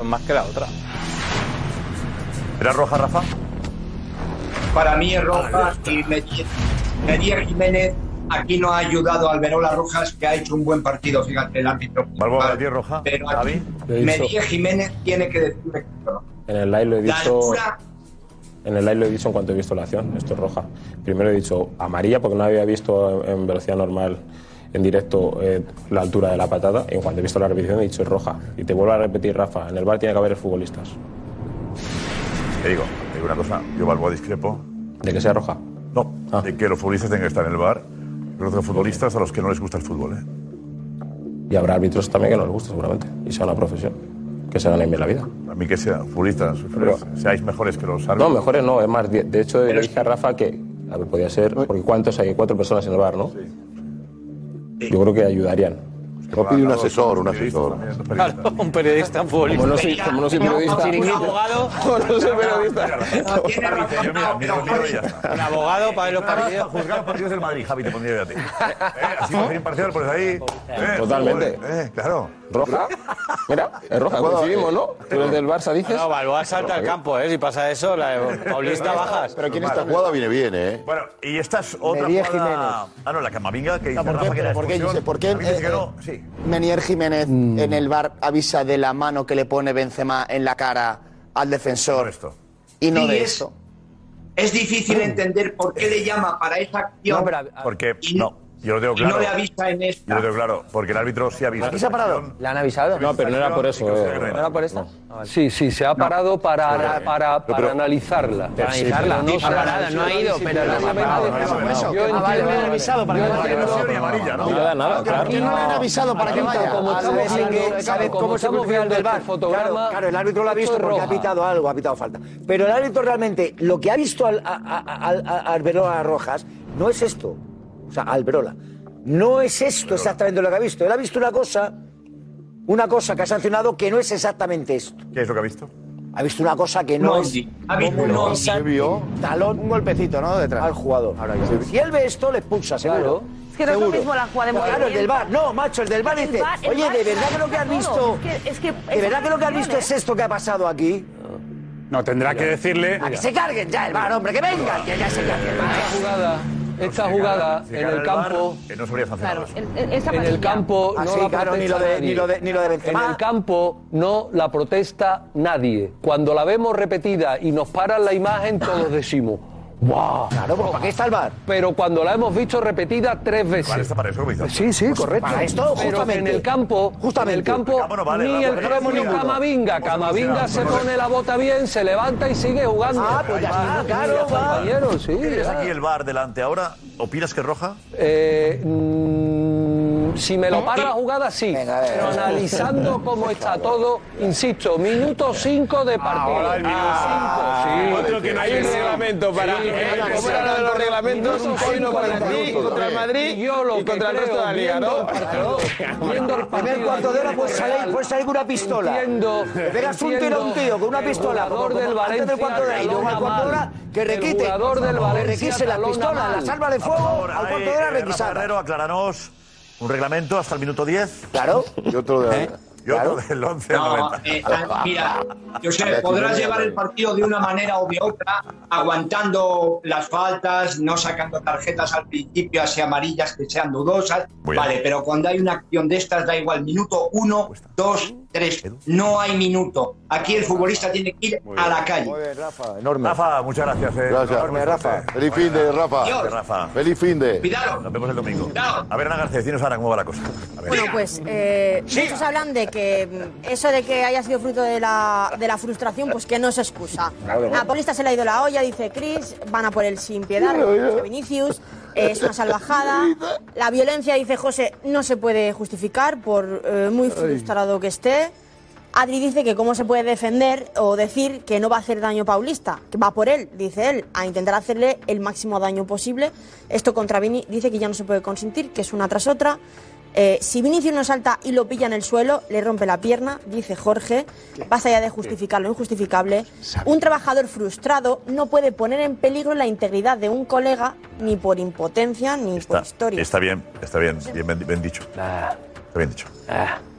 S21: Más que la otra.
S4: ¿Era roja, Rafa?
S12: Para mí es roja y Medier, Medier Jiménez aquí no ha ayudado a Alberola Rojas, que ha hecho un buen partido, fíjate, el árbitro.
S4: Balboa, Medier roja.
S12: Pero aquí
S13: Le hizo-
S12: Medier Jiménez tiene que decirle que no.
S13: En el live lo he
S12: La
S13: visto.
S12: altura-
S13: En el live lo he dicho en cuanto he visto la acción, esto es roja. Primero he dicho amarilla porque no había visto en velocidad normal, en directo, eh, la altura de la patada. Y en cuanto he visto la repetición he dicho es roja. Y te vuelvo a repetir, Rafa, en el bar tiene que haber futbolistas.
S4: Te digo, te digo una cosa. Yo, Balboa, discrepo.
S13: ¿De que sea roja? Ah.
S4: No, de que los futbolistas tengan que estar en el bar. Conozco futbolistas a los que no les gusta el fútbol, ¿eh?
S13: Y habrá árbitros también que no les guste seguramente. Y sea una profesión. Que se ganen bien la vida.
S4: A mí que sean futbolistas,
S13: Pero-
S4: seáis mejores que los árbitros.
S13: No, mejores no, es más. De de hecho, le dije a Rafa que. A ver, podía ser. Porque ¿cuántos hay? Cuatro personas en el bar, ¿no? Yo creo que ayudarían.
S4: Pues
S2: Lo pide un asesor, un asesor.
S25: Claro, un periodista, un futbolista.
S13: Como no soy- como no soy periodista.
S25: un
S29: (laughs)
S25: abogado.
S13: Como no soy periodista.
S25: Un abogado para ver los partidos.
S4: Juzgar los partidos del Madrid, Javi, te
S25: (laughs)
S4: pondría yo a ti. Eh, Así va a ser imparcial, por ahí. eh,
S13: Totalmente.
S4: joder, eh, claro.
S13: ¿Roja? Mira, es roja,
S4: Bueno,
S13: coincidimos,
S4: eh,
S13: ¿no? Tú eres del Barça, dices.
S5: No, Balboa salta al campo, ¿eh? Si pasa eso, la de
S2: eh,
S5: Paulista bajas.
S4: Normal.
S2: viene bien, ¿eh?
S4: Bueno, y esta es otra
S11: Menier
S4: jugada... Ah, no, la Camavinga que dice
S11: ¿por qué?
S4: Rafa que era
S11: ¿Pero por qué
S4: expulsión.
S11: dice? ¿Por qué,
S4: A mí dice
S11: eh,
S4: que no.
S11: eh,
S4: Sí.
S11: Menier Jiménez en el bar avisa de la mano que le pone Benzema en la cara al defensor. Y no
S12: Sí,
S11: de
S12: es-
S11: esto.
S12: Es
S4: Mm.
S12: difícil entender por qué le llama para esa acción.
S4: Porque, no, yo lo tengo
S12: Y
S4: claro.
S12: no le avisa en esta.
S4: Yo lo tengo claro, porque el árbitro sí avisa.
S7: ¿Aquí se ha parado? ¿Le han avisado?
S4: No, pero no era por eso, eh.
S7: ¿No era por Ah, esta?
S3: Sí, sí, se ha parado para, para, para
S7: pero-
S3: analizarla.
S7: Para analizarla.
S3: pero
S7: No, ha
S3: se
S7: parado, no ha ido, pero no se ha
S3: Ah,
S7: parado. Yo entiendo- yo entiendo-
S20: No le da nada, claro.
S11: Y no le han avisado para que vaya.
S3: Como
S11: Al
S3: estamos
S11: Messi
S3: viendo-
S11: que sabe
S3: como
S11: cómo se
S3: estamos
S11: crucifica
S3: viendo
S11: el bar.
S3: este fotograma,
S11: Claro, claro, el árbitro lo ha
S3: esto
S11: visto
S3: es
S11: porque ha
S3: roja.
S11: pitado algo, ha pitado falta. Pero el árbitro realmente, lo que ha visto al, a, a- al- a- a Arbeloa Rojas, no es esto. O sea, Alberola. No es esto exactamente lo que ha visto. Él ha visto una cosa, una cosa que ha sancionado que no es exactamente esto.
S4: ¿Qué es lo que ha visto?
S11: Ha visto una cosa que no,
S4: No,
S11: es.
S4: sí. Ha visto
S11: como
S4: una
S11: no
S4: cosa.
S11: es-
S4: ¿Qué vio?
S11: Talón, un golpecito, ¿no? Detrás. Al jugador. Si él ve esto, le expulsa, seguro.
S19: Es que no es lo
S11: Seguro.
S19: mismo la jugada de
S11: Claro, el del
S19: movimiento.
S11: bar. No, macho, el del bar
S19: El
S11: dice,
S19: VAR- el
S11: oye,
S19: VAR
S11: ¿de verdad que lo que has
S19: está todo.
S11: visto?
S19: Es que- es ¿eh? que-
S11: ¿De verdad que lo que has visto es esto que ha pasado aquí?
S8: No, tendrá que decirle.
S11: A que se carguen ya el bar, hombre, que vengan, que ya se carguen. el VAR.
S3: jugada, esta jugada
S4: Si
S3: en
S4: gana
S3: el campo.
S4: VAR, eh,
S11: (laughs)
S4: no se habría sancionado eso.
S3: En el campo
S19: Ah,
S11: Ah,
S3: no la protesta nadie. En el campo no la protesta nadie. Cuando la vemos repetida y nos paran la imagen,
S11: (laughs)
S3: todos decimos. ¡Wow!
S11: Claro, pues ¿para qué está el bar?
S3: Pero cuando la hemos visto repetida tres veces.
S4: está para eso,
S3: Sí, sí,
S11: Pues
S3: correcto.
S11: para esto,
S3: Pero
S11: justamente.
S3: en el campo, justamente. en el campo,
S11: no vale,
S3: ni
S11: la
S3: el
S11: bola
S3: cromo
S11: es
S3: ni
S11: segura.
S3: Camavinga.
S11: Vamos a
S3: Camavinga
S11: funcionar,
S3: se
S11: no vale.
S3: pone la bota bien, se levanta y sigue jugando.
S11: Ah, pues ya está,
S4: claro, va.
S3: compañeros, sí.
S4: ¿Tienes
S3: ya.
S4: aquí el bar delante ahora? ¿Opinas que es roja?
S3: Eh, mm, si me lo para la jugada, sí. Pero analizando cómo está todo, insisto, minuto 5 de partido.
S13: Ahora el Ah, minuto
S3: cinco. Sí.
S13: Otro que no hay un
S3: Sí.
S13: reglamento para.
S3: Sí.
S13: ¿Cómo era lo de los reglamentos? Un coino para ti, contra el Madrid
S3: Yo lo
S13: y
S3: que
S13: contra el resto de la
S3: creo,
S13: liga,
S3: viendo
S13: ¿no?
S3: el partido, viendo el
S11: Primer cuarto de hora puedes salir, puedes salir con una pistola.
S3: Entiendo,
S11: Le pegas un tiro a un
S3: entiendo
S11: tío con una
S3: que el
S11: pistola.
S3: jugador
S11: como-
S3: del
S11: como antes del
S3: Valencia
S11: cuarto de hora y luego al
S3: talona
S11: cuarto de hora
S3: mal.
S11: que
S3: El
S11: requite.
S3: jugador del
S11: que
S3: Valencia
S11: requise las
S3: talona
S11: pistolas,
S3: mal.
S11: las armas de fuego,
S4: Por
S11: al
S4: ahí,
S11: cuarto de hora
S4: eh, Rafa
S11: requisadas.
S4: Herrero, acláranos un reglamento hasta el minuto 10.
S11: Claro.
S2: Y otro de...
S4: Y otro del 11 al
S12: No,
S4: 90.
S12: eh, ah, mira, Josep, podrás llevar el partido de una manera o de otra, aguantando las faltas, no sacando tarjetas al principio, así amarillas que sean dudosas.
S4: Voy a-
S12: vale, pero cuando hay una acción de estas, da igual, minuto uno, dos, tres. No hay minuto. Aquí el futbolista tiene que ir a la calle.
S2: Rafa, enorme.
S4: Rafa, muchas gracias. eh.
S2: Gracias.
S4: Enorme,
S2: Rafa.
S4: eh.
S2: Feliz fin de Rafa.
S4: Gracias, Rafa.
S2: Feliz fin de...
S4: Nos vemos el domingo. A ver, Ana García, dinos ahora cómo va la cosa. A ver.
S6: Bueno, pues eh, muchos hablan de que mm, eso de que haya sido fruto de la, de la frustración, pues que no es excusa.
S22: Claro.
S6: Napolista se le ha ido la olla, dice Chris, van a por el sin piedad,
S22: Mira, mira.
S6: dice Vinicius, eh, es una salvajada. La violencia, dice José, no se puede justificar por eh, muy frustrado que esté. Adri dice que cómo se puede defender o decir que no va a hacer daño a Paulista, que va por él, dice él, a intentar hacerle el máximo daño posible. Esto contra Vini dice que ya no se puede consentir, que es una tras otra. Eh, si Vinicius no salta y lo pilla en el suelo, le rompe la pierna, dice Jorge. Basta ya de justificar lo injustificable. Un trabajador frustrado no puede poner en peligro la integridad de un colega ni por impotencia ni por
S4: Está,
S6: historia.
S4: está bien, está bien, bien, bien- bien dicho. Está bien dicho.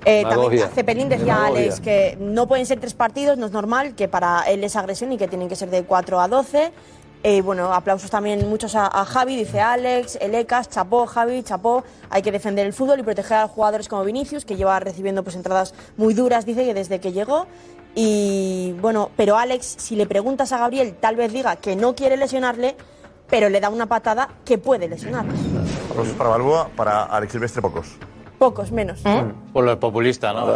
S6: Eh,
S4: Demagogia.
S6: también Cepelín decía
S4: Demagogia.
S6: Alex que no pueden ser tres partidos, no es normal, que para él es agresión y que tienen que ser de 4 a 12. Eh, bueno, aplausos también muchos a, a Javi, dice Alex, Elecas, chapó, Javi, chapó. Hay que defender el fútbol y proteger a jugadores como Vinicius, que lleva recibiendo pues entradas muy duras, dice que desde que llegó. Y bueno, pero Alex, si le preguntas a Gabriel, tal vez diga que no quiere lesionarle, pero le da una patada que puede lesionarle.
S4: Aplausos para Balboa, para Alex Silvestre, pocos.
S6: Pocos menos.
S5: Por los populistas, ¿no?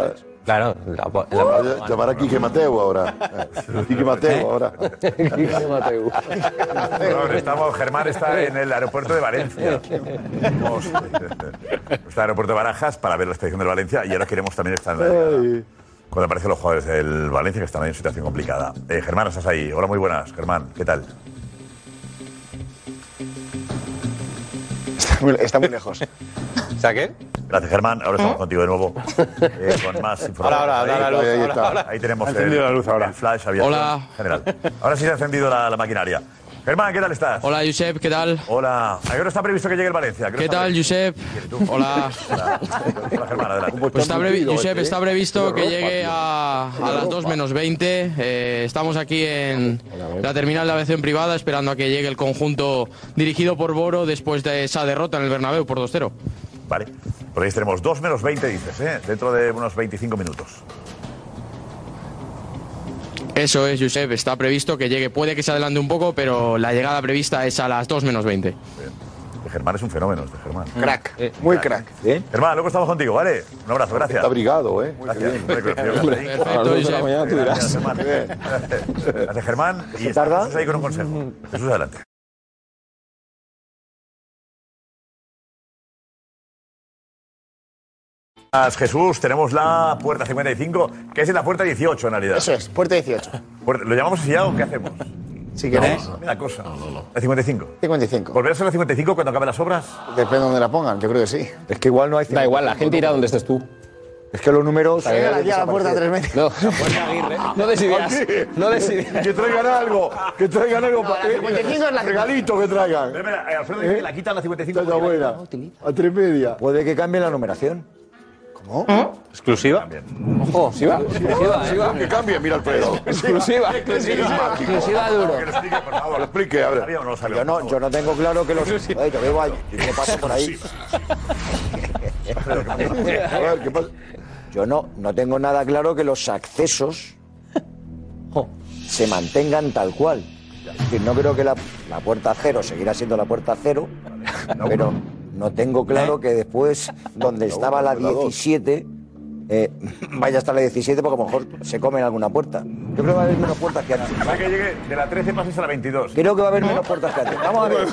S2: Claro, (laughs) la, Ah, llamar a Quique Mateo ahora. Quique
S3: ¿Eh?
S2: Mateo ahora. Quique
S20: (laughs)
S2: Mateo.
S4: Perdón, estamos, Germán está
S11: (laughs)
S4: en el aeropuerto de
S20: (laughs)
S4: Valencia. Vamos, está en el aeropuerto de Barajas para ver la expedición del Valencia y ahora queremos también estar en la Liga. cuando aparecen los jugadores del Valencia que están ahí en situación complicada. Eh, Germán, estás ahí. Hola, muy buenas. Germán, ¿qué tal?
S20: Está muy, está muy lejos. (laughs)
S5: ¿Está qué?
S4: Gracias, Germán. Ahora estamos contigo de nuevo. eh, con más información.
S20: Ahora, ahora, ahora,
S4: ahí,
S20: la luz,
S4: ahí,
S20: ahora,
S4: está.
S20: ahora.
S4: Ahí tenemos
S20: Ha encendido
S4: el,
S20: la luz ahora.
S4: el flash abierto
S20: Hola.
S4: general. Ahora sí se ha encendido la, la maquinaria. Germán, ¿qué tal estás?
S30: Hola, Josep, ¿qué tal?
S4: Hola. ¿A qué hora está previsto que llegue el Valencia?
S30: ¿Qué tal, Josep? Hola.
S4: Hola, Germán, adelante.
S30: Pues está, brevi- Josep,
S20: ¿eh?
S30: está previsto que llegue a, a las 2 menos 20. Eh, estamos aquí en la terminal de aviación privada esperando a que llegue el conjunto dirigido por Boro después de esa derrota en el Bernabéu por 2-0.
S4: Vale. Por ahí tenemos 2 menos 20, dices, ¿eh? Dentro de unos 25 minutos.
S30: Eso es, Josep, está previsto que llegue. Puede que se adelante un poco, pero la llegada prevista es a las 2 menos 20.
S4: Germán es un fenómeno, este Germán.
S20: Crack.
S4: Muy crack. Germán, luego estamos contigo, ¿vale? Un abrazo, gracias.
S20: Está abrigado, ¿eh?
S4: Gracias.
S20: Muy bien.
S4: Gracias,
S20: Hombre,
S4: Germán.
S20: perfecto, A las dos de la
S4: Gracias,
S20: mañana tú dirás.
S4: Germán. Gracias, Germán. Y está Jesús ahí con un consejo. Jesús, adelante. Gracias, Jesús, tenemos la puerta 55, que es en la puerta 18 en realidad. Eso
S20: es, puerta 18.
S4: ¿Lo llamamos así ya o qué hacemos?
S20: Si queréis.
S4: No, mira cosa. La 55.
S20: 55.
S4: ¿Volverás a la 55 cuando acaben las obras?
S20: Depende de donde la pongan, yo creo que sí. Es que igual no hay. Da igual, la gente irá donde estés Este tú.
S10: Es que los números.
S20: Llega la- llega Pues la puerta a tres
S10: metros.
S20: No.
S10: No decidieras, no
S20: (laughs)
S10: decidieras.
S20: Que traigan algo. Que traigan algo para. la 55 es la que- Regalito que traigan.
S4: Pero mira, Alfredo
S20: ¿Eh?
S4: dice que la quitan la 55.
S20: Está buena. A tres media. ¿Eh? Puede que cambie la numeración. ¿Cómo?
S4: ¿Exclusiva?
S20: Ojo, sí va.
S10: Exclusiva, ¿eh?
S20: Sí va. Que cambie, mira Alfredo.
S10: Exclusiva.
S20: Exclusiva.
S10: Exclusiva duro.
S4: Que lo explique, por favor. Lo
S20: explique, a ver.
S4: ¿Sabía o no lo sabía?
S10: Yo no, yo no tengo claro que los. Ay, que veo ahí, que pasa por ahí.
S20: A ver, ¿qué pasa?
S10: Yo no, no tengo nada claro que los accesos se mantengan tal cual. Es decir, no creo que la, la puerta cero seguirá siendo la puerta cero, pero no tengo claro que después, donde estaba la 17, eh, vaya hasta la 17 porque a lo mejor se come en alguna puerta. Yo creo que va a haber menos puertas que antes.
S4: Para que llegue de la 13 pases a la 22.
S10: Creo que va a haber menos puertas que antes. Vamos a ver.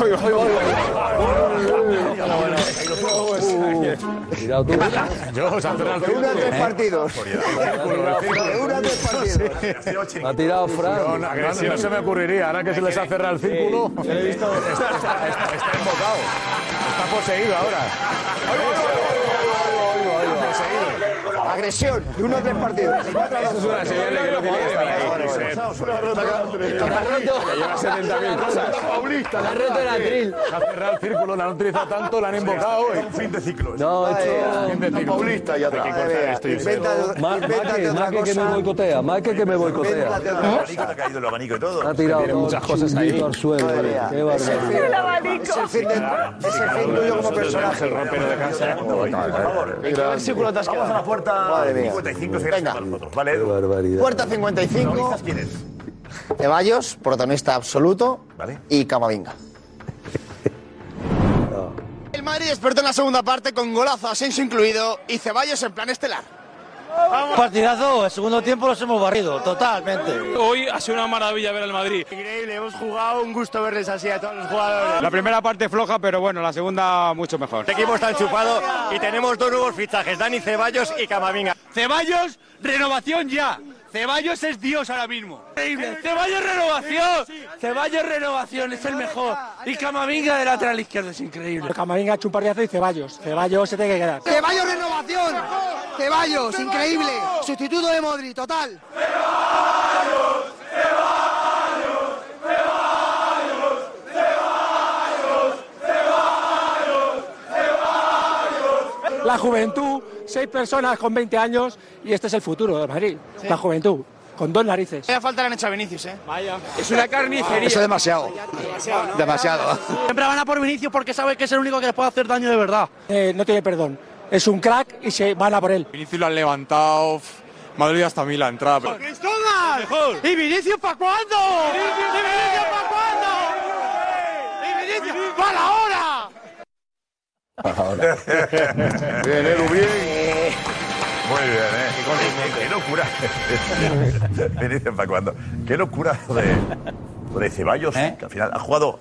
S3: Cuidado tú.
S4: Yo, San Fernando.
S10: De una a tres partidos.
S20: De
S10: una a tres
S4: partidos.
S20: Ha tirado Fran. No, no, agresión se me ocurriría. Ahora que se les ha cerrado el círculo. Está, está- está- está embocado. Está poseído ahora.
S10: Agresión. De uno a tres partidos.
S20: Eso es una señal de que no tiene que estar ahí. Que lleva 70.000 cosas.
S4: Paulista,
S20: la reta la atril. Ha cerrado el círculo, la han utilizado tanto, la han embocado hoy.
S4: Fin de ciclo.
S20: No,
S10: Está Paulista ya atrás.
S3: Más que, más que, que me boicotea, más que, que me boicotea.
S4: El abanico te ha caído el abanico y todo.
S3: Ha tirado
S4: Tiene
S3: todo
S4: muchas
S3: el
S4: cosas ahí.
S3: chiringuito al suelo.
S4: Madre
S3: eh.
S4: mía.
S3: Qué barbaridad.
S10: Es el fin, de, es el fin tuyo como personaje. El rompero de casa.
S4: Vamos a la puerta 55, si quieres, con nosotros, ¿vale? Edu?
S20: Puerta
S4: 55.
S20: Ceballos, protagonista absoluto. Y
S11: (laughs)
S20: Camavinga.
S11: El Madrid despertó en la segunda parte con golazo, Asensio incluido y Ceballos en plan estelar.
S7: Partidazo, el segundo tiempo los hemos barrido, totalmente.
S18: Hoy ha sido una maravilla ver al Madrid. Increíble, hemos jugado, un gusto verles así a todos los jugadores.
S7: La primera parte floja, pero bueno, la segunda mucho mejor.
S18: Este equipo está enchufado y tenemos dos nuevos fichajes, Dani Ceballos y Camavinga. Ceballos, renovación ya. Ceballos es Dios ahora mismo. Increíble. Ceballos renovación. Ceballos renovación, es el mejor. Y Camavinga de lateral izquierdo, es increíble.
S7: Camavinga echa un partidazo y Ceballos. Ceballos se tiene que quedar.
S31: Ceballos renovación. Ceballos, increíble. Sustituto de Modri, total.
S7: La juventud, seis personas con 20 años y este es el futuro de Madrid. La juventud, con dos narices.
S11: Vaya falta le han hecho a Vinicius, ¿eh? Vaya.
S7: Es una carnicería.
S11: Eso es demasiado. Demasiado.
S7: Siempre van a por Vinicius porque sabe que es el único que les puede hacer daño de verdad. Eh, no tiene perdón. Es un crack y se van a por él.
S32: Vinicius lo han levantado. Madrid hasta mí la
S20: Ah,
S32: entrada.
S18: ¡Cristóbal! ¿Y Vinicius para cuándo? ¿Y Vinicius para cuándo? ¿Y Vinicius para ahora?
S4: Bien, Edu, bien. Muy bien, ¿eh? Qué, locura. (laughs) ¿Eh? Vinicius, ¿para cuándo? Qué locura lo de, lo de Ceballos, que al final ha jugado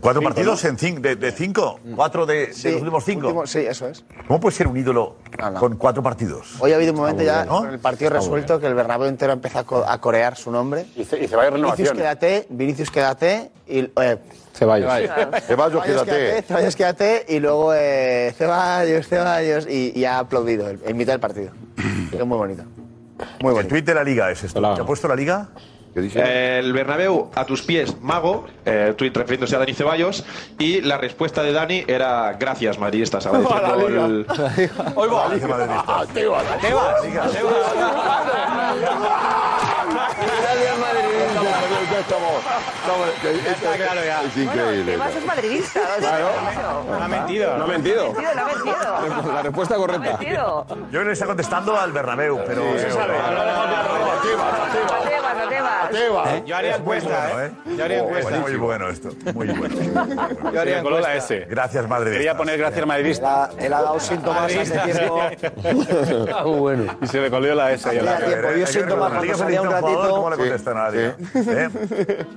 S4: ¿Cuatro
S11: Cinco,
S4: partidos
S11: ¿no?
S4: en cinco, de, de cinco? ¿Cuatro de, de los últimos cinco?
S11: último- sí, eso es.
S4: ¿Cómo puede ser un ídolo
S11: no.
S4: con cuatro partidos?
S11: Hoy ha habido un momento ya,
S4: ¿No?
S11: con el partido
S4: Está
S11: resuelto, que el Bernabéu entero empieza a, co- a corear su nombre. Y,
S4: y Ceballos
S11: Vinicius
S4: renovación.
S11: quédate, Vinicius quédate y... eh,
S29: Ceballos.
S11: Ceballos.
S29: Ceballos, quédate.
S11: Ceballos quédate y luego eh, Ceballos, Ceballos y, y ha aplaudido el- en mitad del partido. es muy bonito.
S4: Muy bueno. El tweet de la Liga es esto. ¿Te ha puesto la Liga?
S13: Eh, El Bernabéu a tus pies, mago, eh, tuit refiriéndose a Dani Ceballos, y la respuesta de Dani era gracias,
S29: (laughs)
S13: madridistas, agradeciendo el...
S4: Hoy va. (laughs) Ah, Te vas. Te
S2: Ya estamos. estamos- es- es- Es increíble.
S19: Tebas es madridista. o sea,
S4: No ha mentido.
S29: No ha mentido.
S19: tío, lo ha metido.
S29: La respuesta
S19: Lo ha
S29: correcta.
S19: metido.
S4: Yo creo que le está contestando al Bernabéu, pero eh, se sabe.
S19: Tebas, a Tebas.
S4: ¿Eh? Yo haría encuesta, ¿eh? Yo haría encuesta. Muy bueno esto. Muy bueno.
S17: Yo haría
S4: Coló la
S17: encuesta.
S4: S. Gracias, Madrid.
S17: Quería poner gracias
S11: (laughs)
S17: madridista.
S11: Él ha dado síntomas hace tiempo. Ah,
S17: bueno. Y se le colió la S. ahí a la
S11: Hacía tiempo,
S17: cara.
S11: pues yo siento más cuando salía un ratito.
S4: ¿Cómo le contestan a la Liga?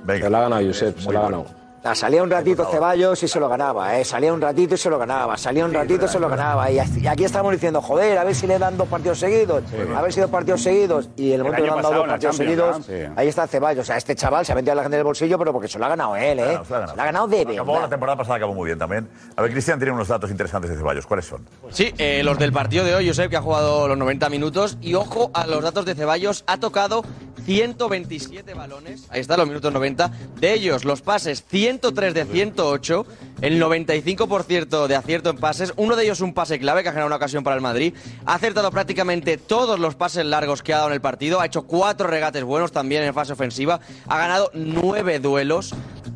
S29: Se la ha ganado Josep, se la ha ganado.
S10: Ah, salía un ratito Ceballos y se lo ganaba, ¿eh? salía un ratito y se lo ganaba, salía un ratito y se lo ganaba. Y así- y aquí estamos diciendo, joder, a ver si le dan dos partidos seguidos, a ver si dos partidos seguidos. Y el momento que
S11: año
S10: le han dado
S11: pasado
S10: dos
S11: en la
S10: partidos seguidos,
S11: Champions, ¿no? Sí.
S10: ahí está Ceballos. O sea, este chaval se ha metido a la gente del bolsillo, pero porque se lo ha ganado él, ¿eh?
S4: Claro, se la ha ganado.
S10: Se lo ha ganado de
S4: Acabó la
S10: verdad.
S4: temporada pasada, acabó muy bien también. A ver, Cristian tiene unos datos interesantes de Ceballos. ¿Cuáles son?
S17: Sí, eh, los del partido de hoy, Josep, que ha jugado los 90 minutos. Y ojo a los datos de Ceballos, ha tocado 127 balones. Ahí está, los minutos 90. De ellos, los pases 103 de 108. El 95% de acierto en pases. Uno de ellos un pase clave que ha generado una ocasión para el Madrid. Ha acertado prácticamente todos los pases largos que ha dado en el partido. Ha hecho cuatro regates buenos también en fase ofensiva. Ha ganado nueve duelos.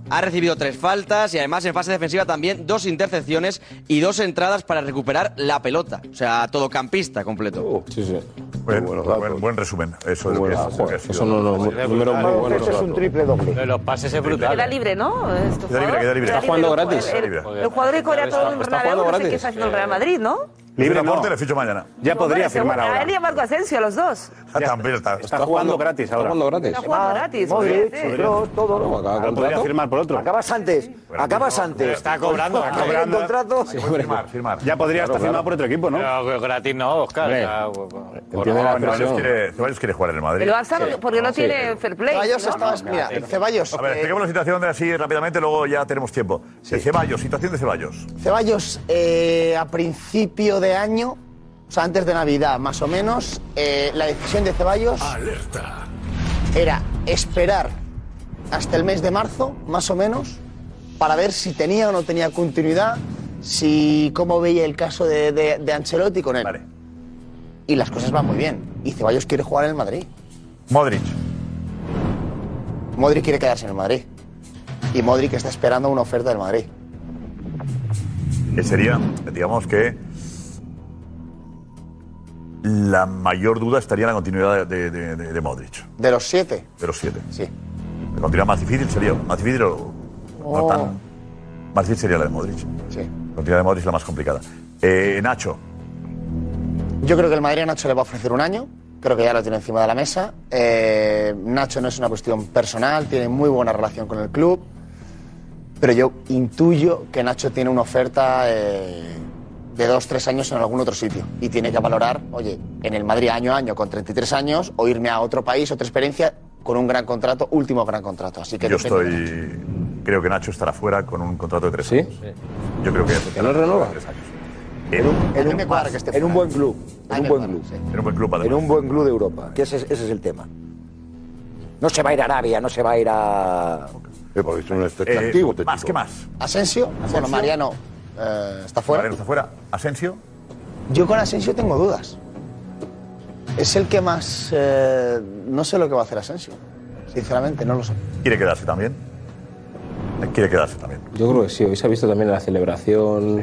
S17: Ha recibido tres faltas y además en fase defensiva también dos intercepciones y dos entradas para recuperar la pelota. O sea, todocampista completo.
S29: Sí, sí.
S4: Buen, buen, buen resumen. Eso es lo que
S29: Bueno,
S4: es. lo que ha
S29: joder,
S4: sido.
S29: eso no, no, números muy buenos.
S4: pues
S5: de los pases es
S19: Queda
S5: brutal.
S19: libre, ¿no? Este
S4: Queda libre,
S19: jugador.
S4: queda libre. Está
S19: libre,
S4: jugando
S19: el
S4: gratis.
S19: jugador-
S4: Está
S19: El,
S4: libre.
S19: el jugador que corre todo en
S4: Está
S19: Bernabéu,
S4: jugando
S19: no sé
S4: gratis.
S19: qué está haciendo el Real Madrid, ¿no?
S4: Libre
S8: no.
S4: Laporte le ficho mañana.
S8: Ya podría firmar
S19: A
S8: ahora.
S19: él y a Marco Asensio, los dos.
S4: Ah, (laughs) también está.
S8: Está jugando gratis ahora.
S29: jugando gratis.
S19: Está jugando gratis.
S10: Modric,
S19: fíjate.
S10: Kroos, todo. ¿no?
S29: acaba
S8: Ahora podría firmar por otro.
S10: Acabas antes, acabas antes.
S5: Está cobrando, está
S10: Acabas
S5: cobrando.
S10: el contrato.
S4: Firmar, firmar.
S8: Ya podría
S5: Claro,
S8: hasta firmar
S5: claro.
S8: por otro equipo, ¿no?
S5: Pero gratis no, Oscar.
S8: Hombre,
S5: Ah, bu- bu-
S4: Bueno,
S5: la
S4: Ceballos,
S5: presión.
S4: quiere, Ceballos quiere jugar en el Madrid.
S19: El Barça, no- porque no tiene fair play.
S11: Ceballos
S19: ¿no?
S11: estaba- mira, Ceballos.
S4: A ver,
S11: eh,
S4: expliquemos la situación de así rápidamente, luego ya tenemos tiempo. De Ceballos, situación de Ceballos.
S11: Ceballos, eh, a principio de año, o sea, antes de Navidad, más o menos, eh, la decisión de Ceballos era esperar hasta el mes de marzo, más o menos, para ver si tenía o no tenía continuidad, si cómo veía el caso de, de- de Ancelotti con él. Y las cosas van muy bien. Y Ceballos quiere jugar en el Madrid.
S4: Modric.
S11: Modric quiere quedarse en el Madrid. Y Modric está esperando una oferta del Madrid.
S4: Que sería, digamos que. La mayor duda estaría en la continuidad de, de- de- de Modric,
S11: De los siete.
S4: de los siete.
S11: Sí.
S4: La continuidad más difícil sería. Más difícil o. No tan. Más difícil sería la de Modric.
S11: Sí.
S4: La continuidad de Modric es la más complicada. Eh, Nacho,
S11: Yo creo que el Madrid a Nacho le va a ofrecer un año. Creo que ya lo tiene encima de la mesa. Eh, Nacho no es una cuestión personal, tiene muy buena relación con el club. Pero yo intuyo que Nacho tiene una oferta eh, de dos, tres años en algún otro sitio. Y tiene que valorar, oye, en el Madrid año a año con 33 años o irme a otro país, otra experiencia con un gran contrato, último gran contrato. Así que
S4: yo
S11: depende de Nacho.
S4: estoy. Creo que Nacho estará fuera con un contrato de tres años. Yo creo que.
S11: ¿Que no renueva?
S4: Tres años. En un,
S11: A mí me cuadra que esté
S10: En un
S11: fuera.
S10: buen club, en un buen club.
S4: En un buen club,
S10: En un buen club de Europa, que ese, es- ese es el tema. No se va a ir a Arabia, no se va a ir a...
S2: porque es un
S4: Eh,
S10: activo este
S4: más,
S10: chico.
S4: ¿qué más?
S11: Asensio, bueno,
S4: Asensio.
S11: Mariano eh, está fuera.
S4: Mariano está fuera. Asensio.
S11: Yo con Asensio tengo dudas. Es el que más... eh, no sé lo que va a hacer Asensio. Sinceramente, no lo sé.
S4: ¿Quiere quedarse también? Quiere quedarse también.
S29: Yo creo que sí, hoy se ha visto también la celebración,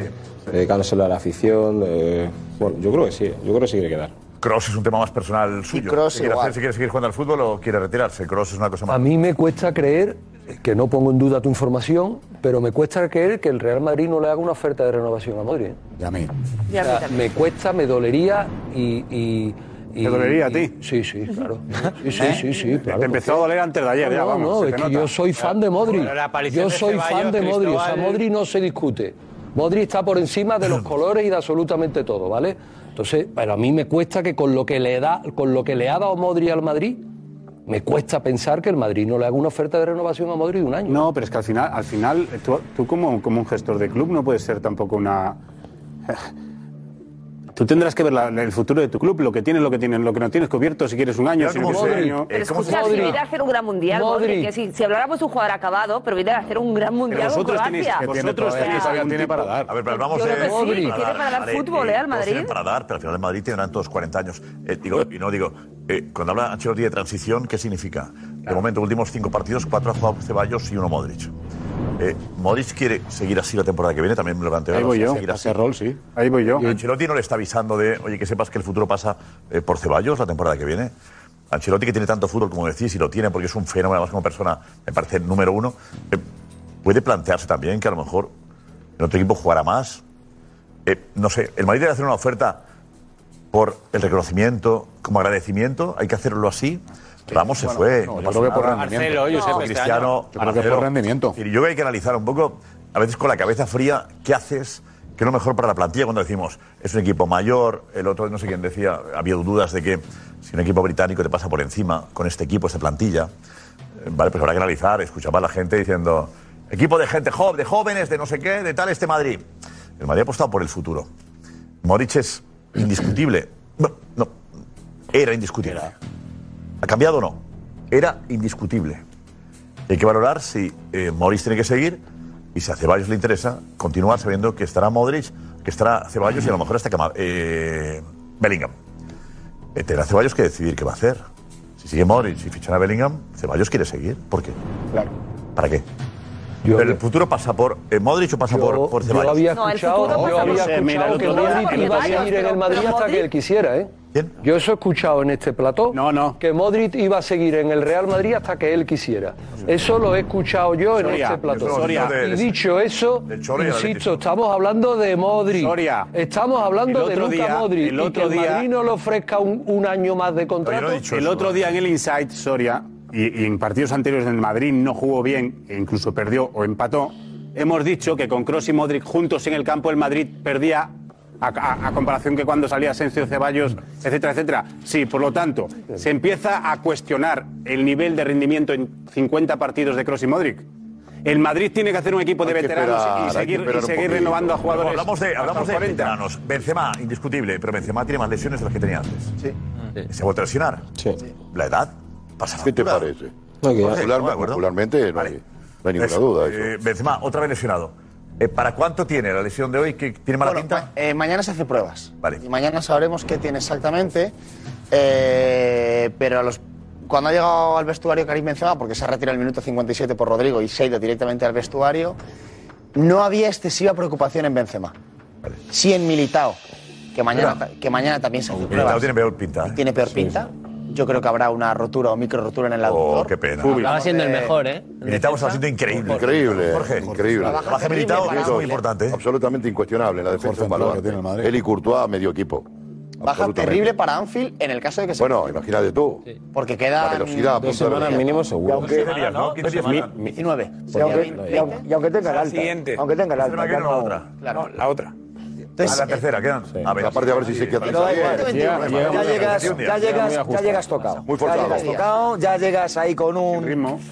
S29: dedicándoselo a la afición. eh, bueno, yo creo que sí, yo creo que sí quiere quedar.
S4: Cross es un tema más personal suyo.
S29: Kroos
S4: ¿Qué quiere
S29: igual.
S4: hacer? ¿Si quiere seguir jugando al fútbol o quiere retirarse? Cross es una cosa más.
S3: A mí me cuesta creer, que no pongo en duda tu información, pero me cuesta creer que el Real Madrid no le haga una oferta de renovación a Modric.
S11: Y
S3: O sea, me cuesta, me dolería y, y- Y-
S8: ¿Te dolería a ti?
S3: Sí, sí, claro. Sí, sí,
S8: ¿Eh?
S3: sí, sí,
S8: Te
S3: claro,
S8: empezó
S3: porque-
S8: a doler antes de ayer,
S3: No,
S8: ya,
S3: no,
S8: vamos,
S3: No,
S8: se
S3: es
S8: te
S3: que
S8: nota.
S3: yo soy fan de Modri.
S8: Bueno, la aparición
S3: Yo
S8: de
S3: soy fan
S8: Ceballos,
S3: de Modri. O sea,
S8: Cristóbal-
S3: Modri no se discute. Modri está por encima
S8: (clears throat)
S3: de los colores y de absolutamente todo, ¿vale? Entonces, para mí me cuesta que con lo que le da, con lo que le ha dado Modri al Madrid, me cuesta pensar que el Madrid no le haga una oferta de renovación a Modri de un año.
S8: No, pero es que al final, al final eh, tú, tú como, como un gestor de club no puedes ser tampoco una... (laughs) Tú tendrás que ver la- el futuro de tu club, lo que tienes, lo que tienes, lo que no tienes cubierto, si quieres un año, si no quieres un año.
S19: Pero escucha, si viene a hacer un gran mundial,
S8: Modric.
S19: Modric, que si, si habláramos de un jugador acabado, pero viene a hacer un gran mundial con
S8: vosotros
S19: Croacia.
S8: tenéis- que tiene
S4: Vosotros
S8: todavía,
S4: tenéis
S8: todavía
S4: algún
S8: tiene
S4: tipo-
S8: para dar.
S4: A ver, pero hablamos
S19: Yo
S4: de.
S19: creo que sí, Modric. tiene para dar
S4: Vale,
S19: fútbol, ¿eh, al
S4: todos tienen
S19: Madrid?
S4: para dar, pero al final el Madrid tendrán todos 40 años. Eh, digo, y no digo, eh, cuando habla Ancelotti de transición, ¿qué significa? De momento, últimos cinco partidos, cuatro ha jugado Ceballos y uno Modric. Eh, Modric quiere seguir así la temporada que viene, también me lo planteo.
S8: Ahí voy yo. Ese
S4: rol, sí.
S8: Ahí voy yo.
S4: Ancelotti no le está avisando de, oye, que sepas que el futuro pasa eh, por Ceballos la temporada que viene. Ancelotti, que tiene tanto fútbol como decís, y lo tiene porque es un fenómeno, además como persona, me parece el número uno, eh, puede plantearse también que a lo mejor en otro equipo jugará más. Eh, no sé, el Madrid debe hacer una oferta por el reconocimiento, como agradecimiento, hay que hacerlo así. Ramos se
S20: Bueno,
S4: fue.
S20: no,
S4: no
S20: yo
S4: pasó
S20: creo que por
S4: nada.
S20: rendimiento. Marcelo, Josep, este
S4: Cristiano,
S20: año. Yo creo que por
S4: Marcelo.
S20: rendimiento.
S4: Es decir, Yo creo que hay que analizar un poco, a veces con la cabeza fría, qué haces, qué es lo mejor para la plantilla cuando decimos, es un equipo mayor, el otro, no sé quién decía, había dudas de que si un equipo británico te pasa por encima con este equipo, esta plantilla, eh, vale, pues habrá que analizar, escuchaba a la gente diciendo, equipo de gente joven, de jóvenes, de no sé qué, de tal, este Madrid. El Madrid ha apostado por el futuro. Moric es indiscutible. Bueno, no, era indiscutible. ¿Ha cambiado o no? Era indiscutible. Y hay que valorar si eh, Modric tiene que seguir y si a Ceballos le interesa continuar sabiendo que estará Modric, que estará Ceballos y a lo mejor hasta que eh, Bellingham. Eh, tendrá Ceballos que decidir qué va a hacer. Si sigue Modric y fichan a Bellingham, Ceballos quiere seguir. ¿Por qué? Claro. ¿Para qué? Pero el futuro pasa por eh, Modric o pasa por, por Ceballos.
S3: Yo había escuchado, yo había escuchado que Modric iba a seguir en el Madrid hasta que él quisiera, ¿eh? Yo eso he escuchado en este plató. Que Modric iba a seguir en el Real Madrid hasta que él quisiera. Eso lo he escuchado yo en
S20: Soria,
S3: este plató.
S20: Soria.
S3: Y dicho eso,
S20: Cholo y del
S3: insisto, estamos hablando de Modric.
S20: Soria.
S3: Estamos hablando
S20: El
S3: de
S20: otro
S3: Luca
S20: día-
S3: Modric.
S8: el
S3: y
S8: otro
S3: que el
S8: día-
S3: Madrid no le ofrezca un, un año más de contrato.
S8: el otro día en el Inside Soria, y, y en partidos anteriores en el Madrid no jugó bien, e incluso perdió o empató, hemos dicho que con Cross y Modric juntos en el campo el Madrid perdía a, a- a comparación que cuando salía Asensio Ceballos, etcétera, etcétera. Sí, por lo tanto, se empieza a cuestionar el nivel de rendimiento en 50 partidos de Cross y Modric. El Madrid tiene que hacer un equipo de
S4: Hay que
S8: veteranos
S4: esperar, hay
S8: y
S4: que
S8: seguir, y
S4: esperar un
S8: seguir
S4: poquito.
S8: renovando a
S4: Pero
S8: jugadores.
S4: Hablamos de,
S8: hasta
S4: hablamos
S8: los
S4: de
S8: 40.
S4: veteranos. Benzema, indiscutible, pero Benzema tiene más lesiones de las que tenía antes. Sí. ¿Se ha vuelto a lesionar? Sí. La edad pasa
S2: ¿Qué te
S4: factura.
S2: parece?
S4: No, que ya-
S2: Popular-
S4: No, de acuerdo.
S2: popularmente no, hay, no hay ninguna
S4: Eso,
S2: duda. eso.
S4: eh, Benzema, otra vez lesionado. Eh, ¿Para cuánto tiene la lesión de hoy? ¿Que ¿Tiene mala pinta?
S11: Eh, mañana se hace pruebas. Y mañana sabremos qué tiene exactamente. Eh, pero a los, cuando ha llegado al vestuario Karim Benzema, porque se ha retirado el minuto 57 por Rodrigo y se ha ido directamente al vestuario, no había excesiva preocupación en Benzema. Sí en Militao, que mañana,
S4: Mira.
S11: que mañana también se hace
S4: Militao
S11: pruebas.
S4: tiene peor pinta. ¿eh?
S11: Tiene peor pinta. Yo creo que habrá una rotura o micro rotura en el aductor.
S4: Oh, qué pena.
S11: Hablamos
S4: Estaba siendo
S11: de-
S4: el mejor, ¿eh? Militao está siendo increíble.
S2: Increíble,
S4: Jorge.
S2: increíble.
S4: La baja de Militao es muy ¿eh?
S2: importante. Absolutamente incuestionable en la defensa en valor. Él y Courtois, medio equipo.
S11: Baja
S2: Absolutamente.
S11: terrible para Anfield en el caso de que se.
S2: Bueno, imagínate tú.
S11: Porque queda.
S2: La velocidad, Dos punto de semanas velocidad. mínimo seguro.
S11: Y aunque,
S2: Dos semanas, ¿no? Quince semanas.
S11: Mi- mi- 19.
S10: Y aunque, y aunque- y aunque tenga
S11: Será
S10: la alta.
S11: Ah, siguiente.
S10: Aunque tenga la
S11: Será
S10: alta.
S11: que
S10: ya
S11: no,
S10: no-
S11: otra. Claro.
S25: La otra.
S11: Entonces,
S4: a Ah, la tercera, quedan. A ver.
S2: Aparte, a ver si se queda.
S10: Pero da igual, ya, ya llegas, ya llegas, ya llegas tocado.
S2: Muy
S10: ya
S2: forzado.
S10: llegas tocado, ya llegas ahí con un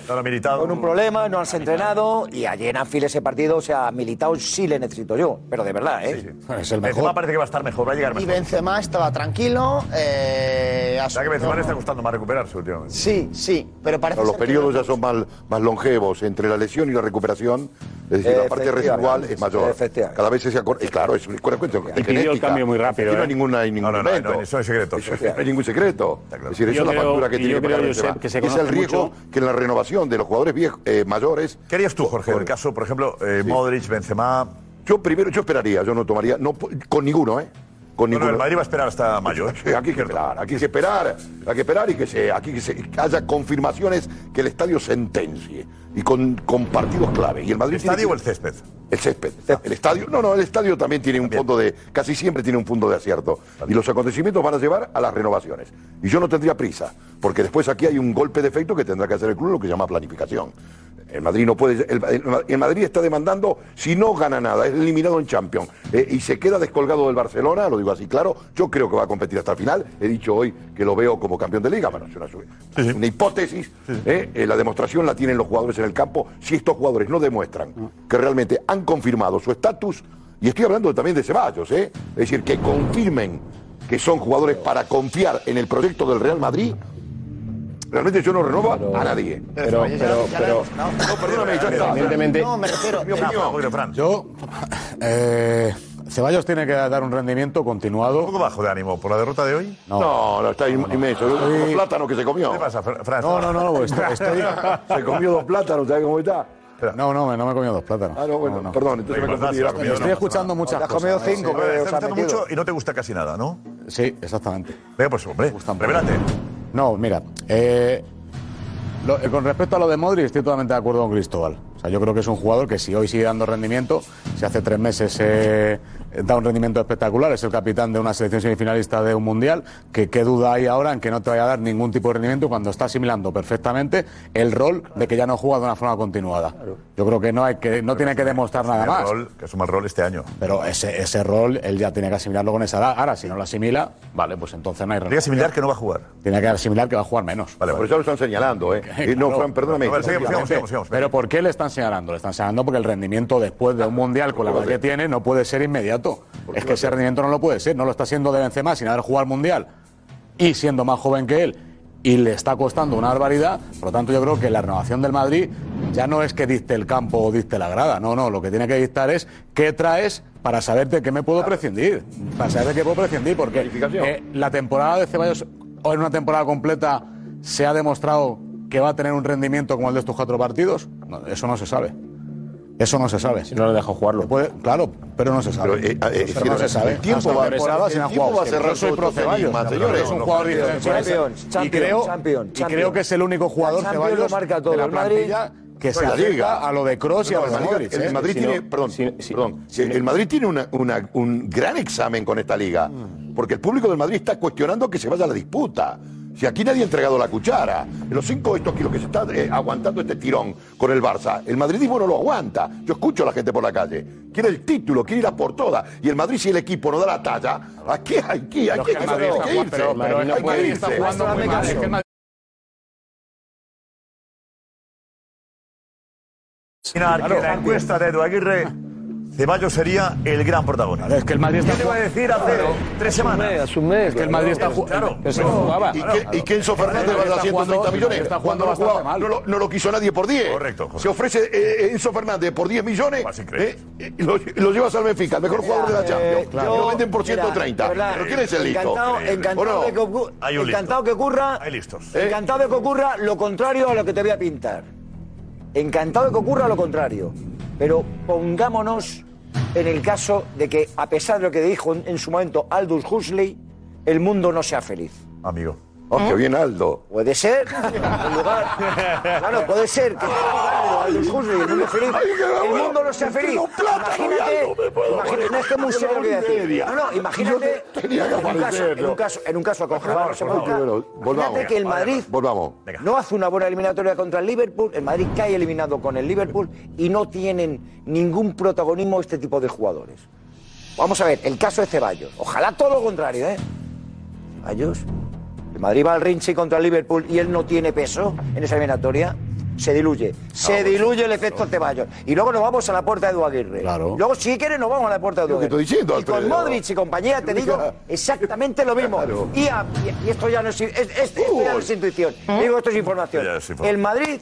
S10: con un problema, no has entrenado y ayer en Anfield ese partido, o sea, militado sí le necesito yo, pero de verdad, ¿eh?
S4: Es el Benzema parece que va a estar mejor, va a llegar
S11: Y
S4: mejor.
S11: Benzema estaba tranquilo. Eh,
S4: O sea que
S11: asumió-
S4: Benzema le está costando más recuperarse últimamente.
S11: Sí, sí, pero parece
S2: Pero los
S11: ser que-
S2: periodos ya son más, más longevos entre la lesión y la recuperación. Es decir, la parte
S10: Efectivamente.
S2: residual es mayor.
S10: Efectivamente.
S2: Cada vez se acorta. Claro, es una cuestión.
S8: Y pidió el cambio muy rápido,
S2: Aquí no hay
S8: ¿eh?
S2: ninguna, hay ningún
S8: No, no, no, no,
S2: invento.
S8: eso es secreto.
S2: Eso es- no hay ningún secreto. Es decir,
S8: Yo
S2: eso es la
S8: creo-
S2: factura que
S8: y
S2: tiene
S8: yo
S2: que
S8: creo,
S2: pagar
S8: Josep,
S2: Benzema.
S8: que se
S2: es el
S8: conoce
S2: riesgo que en la renovación de los jugadores viejos, eh, mayores.
S4: ¿Qué harías tú, Jorge, en el caso, por ejemplo, eh, Modric, Benzema?
S2: Yo primero, yo esperaría, yo no tomaría, no po- con ninguno, ¿eh? Con
S4: Bueno,
S2: ninguno.
S4: el Madrid va a esperar hasta mayo, ¿eh?
S2: Sí, aquí hay que esperar, aquí hay que esperar, hay que esperar y que se, aquí que se- que haya confirmaciones que el estadio sentencie. y con, con partidos clave. Y el Madrid
S4: ¿El estadio
S2: tiene-
S4: o el césped?
S2: El césped. El estadio, no, no, el estadio también tiene un fondo de, casi siempre tiene un fondo de acierto. Y los acontecimientos van a llevar a las renovaciones. Y yo no tendría prisa, porque después aquí hay un golpe de efecto que tendrá que hacer el club, lo que se llama planificación. El Madrid no puede, el, el- el Madrid está demandando, si no gana nada, es eliminado en Champions eh, y se queda descolgado del Barcelona, lo digo así claro, yo creo que va a competir hasta el final, he dicho hoy que lo veo como campeón de liga, bueno, es una, su- una hipótesis, eh, eh, la demostración la tienen los jugadores en el campo, si estos jugadores no demuestran que realmente han confirmado su estatus, y estoy hablando también de Ceballos, eh, es decir, que confirmen que son jugadores para confiar en el proyecto del Real Madrid, realmente yo no renovo a nadie.
S20: Pero, pero, pero.
S2: No, perdóname, ya está.
S20: Evidentemente-
S2: No, me refiero. Mi opinión.
S20: Yo. eh, Ceballos tiene que dar un rendimiento continuado. ¿Un poco
S4: bajo de ánimo por la derrota de hoy?
S20: No,
S2: no, está inmenso. Los
S20: Sí.
S2: plátanos que se comió.
S20: ¿Qué
S4: pasa, Fran?
S20: No, no, no, estoy- estoy- (laughs)
S2: Se comió dos plátanos, ¿sabes cómo está?
S20: No, no, me- no me he comido dos plátanos.
S2: Ah, no, bueno, perdón, entonces me confundí.
S20: Estoy escuchando muchas
S2: Te has
S20: cosas.
S2: comido
S20: ¿eh?
S2: cinco,
S20: Sí.
S2: creo,
S4: Estás gustando mucho y no te gusta casi nada, ¿no?
S20: Sí, exactamente.
S4: Venga, pues hombre, revélate.
S20: No, mira, eh, lo- eh, con respecto a lo de Modric, estoy totalmente de acuerdo con Cristóbal. O sea, yo creo que es un jugador que si hoy sigue dando rendimiento, si hace tres meses eh, da un rendimiento espectacular, es el capitán de una selección semifinalista de un mundial, que qué duda hay ahora en que no te vaya a dar ningún tipo de rendimiento cuando está asimilando perfectamente el rol de que ya no juega de una forma continuada. Yo creo que no, hay que, no tiene que demostrar nada
S4: El
S20: más.
S4: rol, que asuma el rol este año.
S20: Pero ese, ese rol él ya tiene que asimilarlo con esa edad. Ahora, si no lo asimila, vale, pues entonces no hay Tiene que
S4: asimilar que no va a jugar.
S20: Tiene que asimilar que va a jugar menos.
S2: Vale, por eso lo están señalando, ¿eh? Eh, no, Fran, perdóname.
S20: No, Pero ¿por qué le están señalando? Le están señalando porque el rendimiento después de un mundial con la edad que tiene no puede ser inmediato. Es que ese rendimiento no lo puede ser. No lo está haciendo de Benzema sin haber jugado al mundial y siendo más joven que él. Y le está costando una barbaridad. Por lo tanto, yo creo que la renovación del Madrid ya no es que diste el campo o diste la grada. No, no. Lo que tiene que dictar es qué traes para saber de qué me puedo prescindir. Para saber de qué puedo prescindir. Porque eh, la temporada de Ceballos, o en una temporada completa, se ha demostrado que va a tener un rendimiento como el de estos cuatro partidos. No, eso no se sabe. Eso no se sabe. Si no le dejo jugarlo. claro, pero no se sabe.
S2: Pero, eh, eh, es
S20: no
S2: decir,
S20: se sabe.
S2: el tiempo
S20: Hasta
S2: va-
S20: la temporada
S2: el
S20: sin
S2: tiempo
S20: jugar.
S2: va a cerrar
S20: Yo soy
S2: todo
S20: pro
S2: este
S20: Ceballos.
S2: enigma, señores.
S20: Es un jugador
S2: Campeón,
S20: diferencial.
S2: Champions,
S20: y
S2: Champions,
S20: creo,
S2: Champions,
S20: y creo que es el único jugador La Champions Ceballos lo marca todo. de la El Madrid- plantilla que se
S2: No, la
S20: acerca
S2: liga.
S20: a lo de Kroos y
S2: No,
S20: a
S2: no,
S20: lo de
S2: el Madrid-
S20: Modric.
S2: El
S20: ¿eh?
S2: Madrid
S20: Si
S2: tiene,
S20: no-
S2: perdón, perdón, el Madrid tiene una- una- un gran examen con esta liga, porque el público del Madrid está cuestionando que se vaya a la disputa. Si aquí nadie ha entregado la cuchara, los cinco estos kilos que se está eh, aguantando este tirón con el Barça, el madridismo no lo aguanta. Yo escucho a la gente por la calle, quiere el título, quiere ir a por todas, y el Madrid si el equipo no da la talla, aquí hay que, hay
S20: Pero
S2: que,
S20: es que el Madrid
S2: hay
S20: está
S2: que
S20: jugando-
S2: irse,
S20: pero- pero el
S2: hay que
S20: Madrid está
S2: irse.
S20: jugando muy mal, es que el Madrid-
S4: Imaginar que la encuesta de Edu Aguirre, Ceballos sería el gran protagonista.
S20: Es que el Madrid está
S4: ¿Qué te iba a decir hace tres semanas?
S20: Es que el Madrid está jugando. jugaba.
S2: ¿Y, que, y que Enzo Fernández vale
S20: Está
S2: 130
S20: jugando-
S2: millones?
S20: está jugando
S2: Cuando no,
S20: bastante
S2: jugaba,
S20: mal.
S2: no lo, no lo quiso nadie por 10.
S4: Correcto, correcto.
S2: Se ofrece eh, Enzo Fernández por 10 millones eh, eh, y lo, lo llevas al Benfica, el mejor jugador de la Champions.
S10: Eh, Claro.
S2: Y lo venden por
S10: Mira,
S2: 130.
S10: verdad,
S2: ¿Pero quién es el listo?
S10: Encantado, encantado
S2: ¿O no?
S10: de que ocurra,
S2: Hay un listo.
S10: encantado que ocurra,
S4: Hay listos.
S2: Eh.
S10: encantado de que ocurra lo contrario a lo que te voy a pintar. Encantado de que ocurra lo contrario. Pero pongámonos en el caso de que, a pesar de lo que dijo en, en su momento Aldous Huxley, el mundo no sea feliz.
S4: Amigo.
S2: Oh, qué bien, Aldo.
S10: Puede ser, en lugar. Claro, puede ser que Aldous Huxley, el mundo feliz, el mundo no sea feliz. Imagínate, imagínate, no es que es muy serio lo que voy a decir. No, no, imagínate
S2: Tenía que
S10: en un caso,
S2: aparecer,
S10: en un
S2: ¿no?
S10: caso, en un caso acongejado, no se produzca.
S2: Bueno, Volvamos.
S10: Imagínate que el Madrid
S2: Volvamos.
S10: no hace una buena eliminatoria contra el Liverpool, el Madrid cae eliminado con el Liverpool y no tienen ningún protagonismo este tipo de jugadores. Vamos a ver, el caso de Ceballos. Ojalá todo lo contrario, ¿eh? Ceballos. El Madrid va al Rinchi contra el Liverpool y él no tiene peso en esa eliminatoria. Se diluye. Se diluye el efecto Ceballos. Y luego nos vamos a la puerta de Edu Aguirre.
S2: Claro.
S10: Luego, si quieres, nos vamos a la puerta de Edu
S2: Lo que
S10: Aguirre.
S2: estoy diciendo,
S10: y con
S2: Alfredo.
S10: Modric y compañía te digo exactamente lo mismo.
S2: Claro.
S10: Y, a- y- y esto ya no es, es- es- esto ya no es intuición.
S2: Mm.
S10: Digo, esto es información.
S4: Ya es información.
S10: El Madrid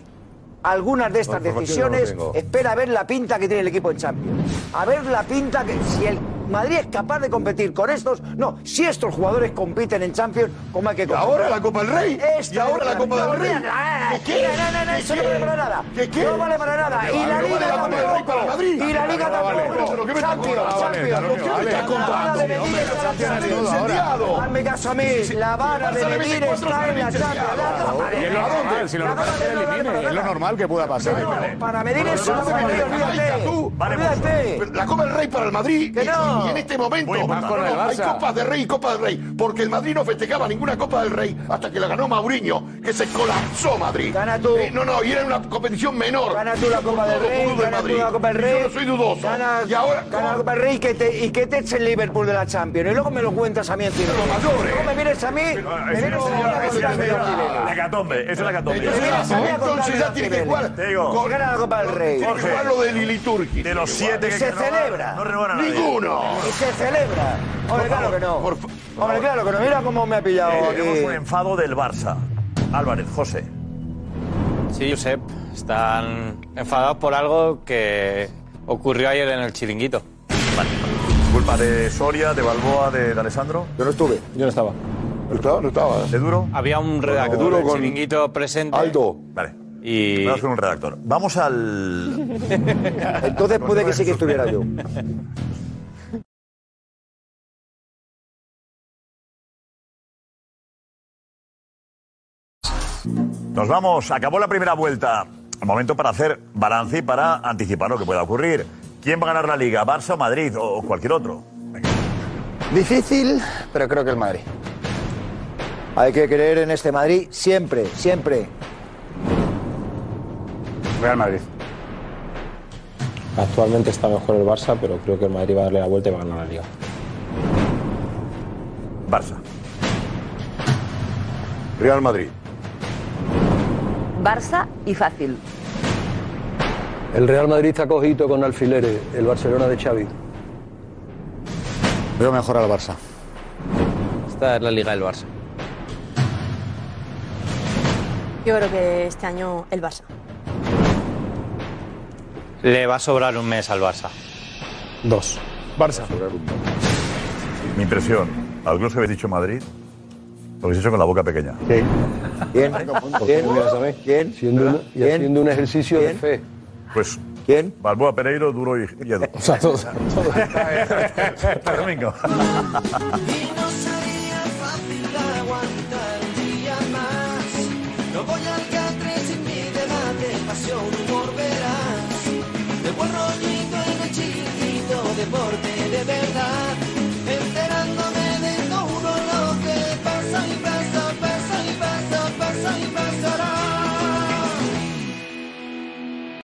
S10: algunas de estas
S4: No, información
S10: decisiones
S4: no tengo.
S10: espera a ver la pinta que tiene el equipo en Champions. A ver la pinta que si el Madrid es capaz de competir con estos, no, si estos jugadores compiten en Champions, ¿cómo hay que competir?
S2: ahora la Copa del Rey.
S10: Esta
S2: Y ahora la Copa del Rey.
S10: Ah,
S2: ¿Qué quiere?
S10: No, no, no, eso no
S2: ¿Qué
S10: vale para nada.
S2: quiere? ¿Qué quiere?
S10: No vale para nada. Y
S2: No
S10: la
S2: vale
S10: Liga
S2: la Copa del Rey para
S10: tampoco.
S2: Madrid.
S10: Y la Liga
S2: No vale.
S10: tampoco.
S2: Pero lo que me está
S10: Champions, Champions.
S2: ¿Con quién me está contando?
S10: Hazme caso a mí. La vara de medir está en la Champions.
S20: Y es lo normal, si lo normal es que le elimine, es lo normal que pueda pasar.
S10: Para medir eso, olvídate.
S2: Olvídate. La Copa del Rey para el Madrid.
S10: Que
S2: y-
S10: no.
S2: Y en este momento
S10: Voy a
S2: no,
S10: votar con el
S2: no, hay
S10: Barça.
S2: Copas de Rey y Copa del Rey. Porque el Madrid no festejaba ninguna Copa del Rey hasta que la ganó Mauriño, que se colapsó Madrid. Gana tú. no, no, y era una competición menor.
S10: Gana tú la Copa del
S2: Todo
S10: Rey,
S2: fútbol de
S10: gana tú
S2: Madrid.
S10: la Copa del Rey.
S2: Yo no soy dudoso.
S10: Gana,
S2: y ahora,
S10: gana la Copa del Rey y que te, y que te eche el Liverpool de la Champions. Y luego me lo cuentas a mí encima. Luego me vienes a mí, me vienes a mí a contar de los chilenos.
S4: La hecatombe, eso es la hecatombe.
S10: Entonces, mira,
S2: Entonces ya tiene que jugar.
S4: Te digo,
S2: con-
S10: Gana la Copa del Rey.
S2: Tiene que jugar lo de Lili Turki.
S4: De los siete
S10: Y
S4: que
S10: se
S4: que no-
S10: celebra.
S4: No renuevan a nadie.
S2: Ninguno.
S10: Y se celebra. Hombre, claro que no. Hombre, claro que no. Mira cómo me ha pillado
S4: Eh,
S10: aquí.
S4: tenemos un enfado del Barça. Álvarez, José.
S5: Sí, Josep, están enfadados por algo que ocurrió ayer en el chiringuito.
S4: Culpa de Soria, de Balboa, de, de Alessandro.
S2: Yo no estuve.
S4: Yo no estaba.
S2: No estaba, no estaba.
S4: ¿De duro?
S5: Había un redactor
S4: Duro
S5: del
S4: con-
S5: chiringuito presente.
S4: Aldo. Vale. Y... Vamos con un redactor. Vamos al...
S29: Entonces puede que sí que estuviera yo.
S4: Nos vamos. Acabó la primera vuelta. Momento para hacer balance y para anticipar lo que pueda ocurrir. ¿Quién va a ganar la Liga? ¿Barça, Madrid o cualquier otro?
S29: Difícil, pero creo que el Madrid. Hay que creer en este Madrid siempre,
S4: (laughs)
S29: siempre.
S13: Real Madrid. Actualmente está mejor el Barça, pero creo que el Madrid va a darle la vuelta y va a ganar la liga.
S4: Barça.
S2: Real Madrid.
S33: Barça y fácil.
S3: El Real Madrid está cojito con alfileres, el Barcelona de Xavi.
S20: Veo mejor al Barça.
S7: Esta es la liga del Barça.
S6: Yo creo que este año el Barça.
S5: Le va a sobrar un mes al Barça.
S4: Dos. Barça. Mi impresión. ¿Algunos habéis dicho Madrid? Lo habéis hecho con la boca pequeña. Sí.
S29: ¿Quién? ¿Quién? ¿Quién?
S3: Siendo un, y
S29: ¿Quién?
S3: haciendo un ejercicio de fe.
S4: Pues.
S29: ¿Quién?
S4: Balboa,
S3: (laughs)
S4: Pereiro, (laughs) Duro y, y Edu. O sea, todos. Domingo.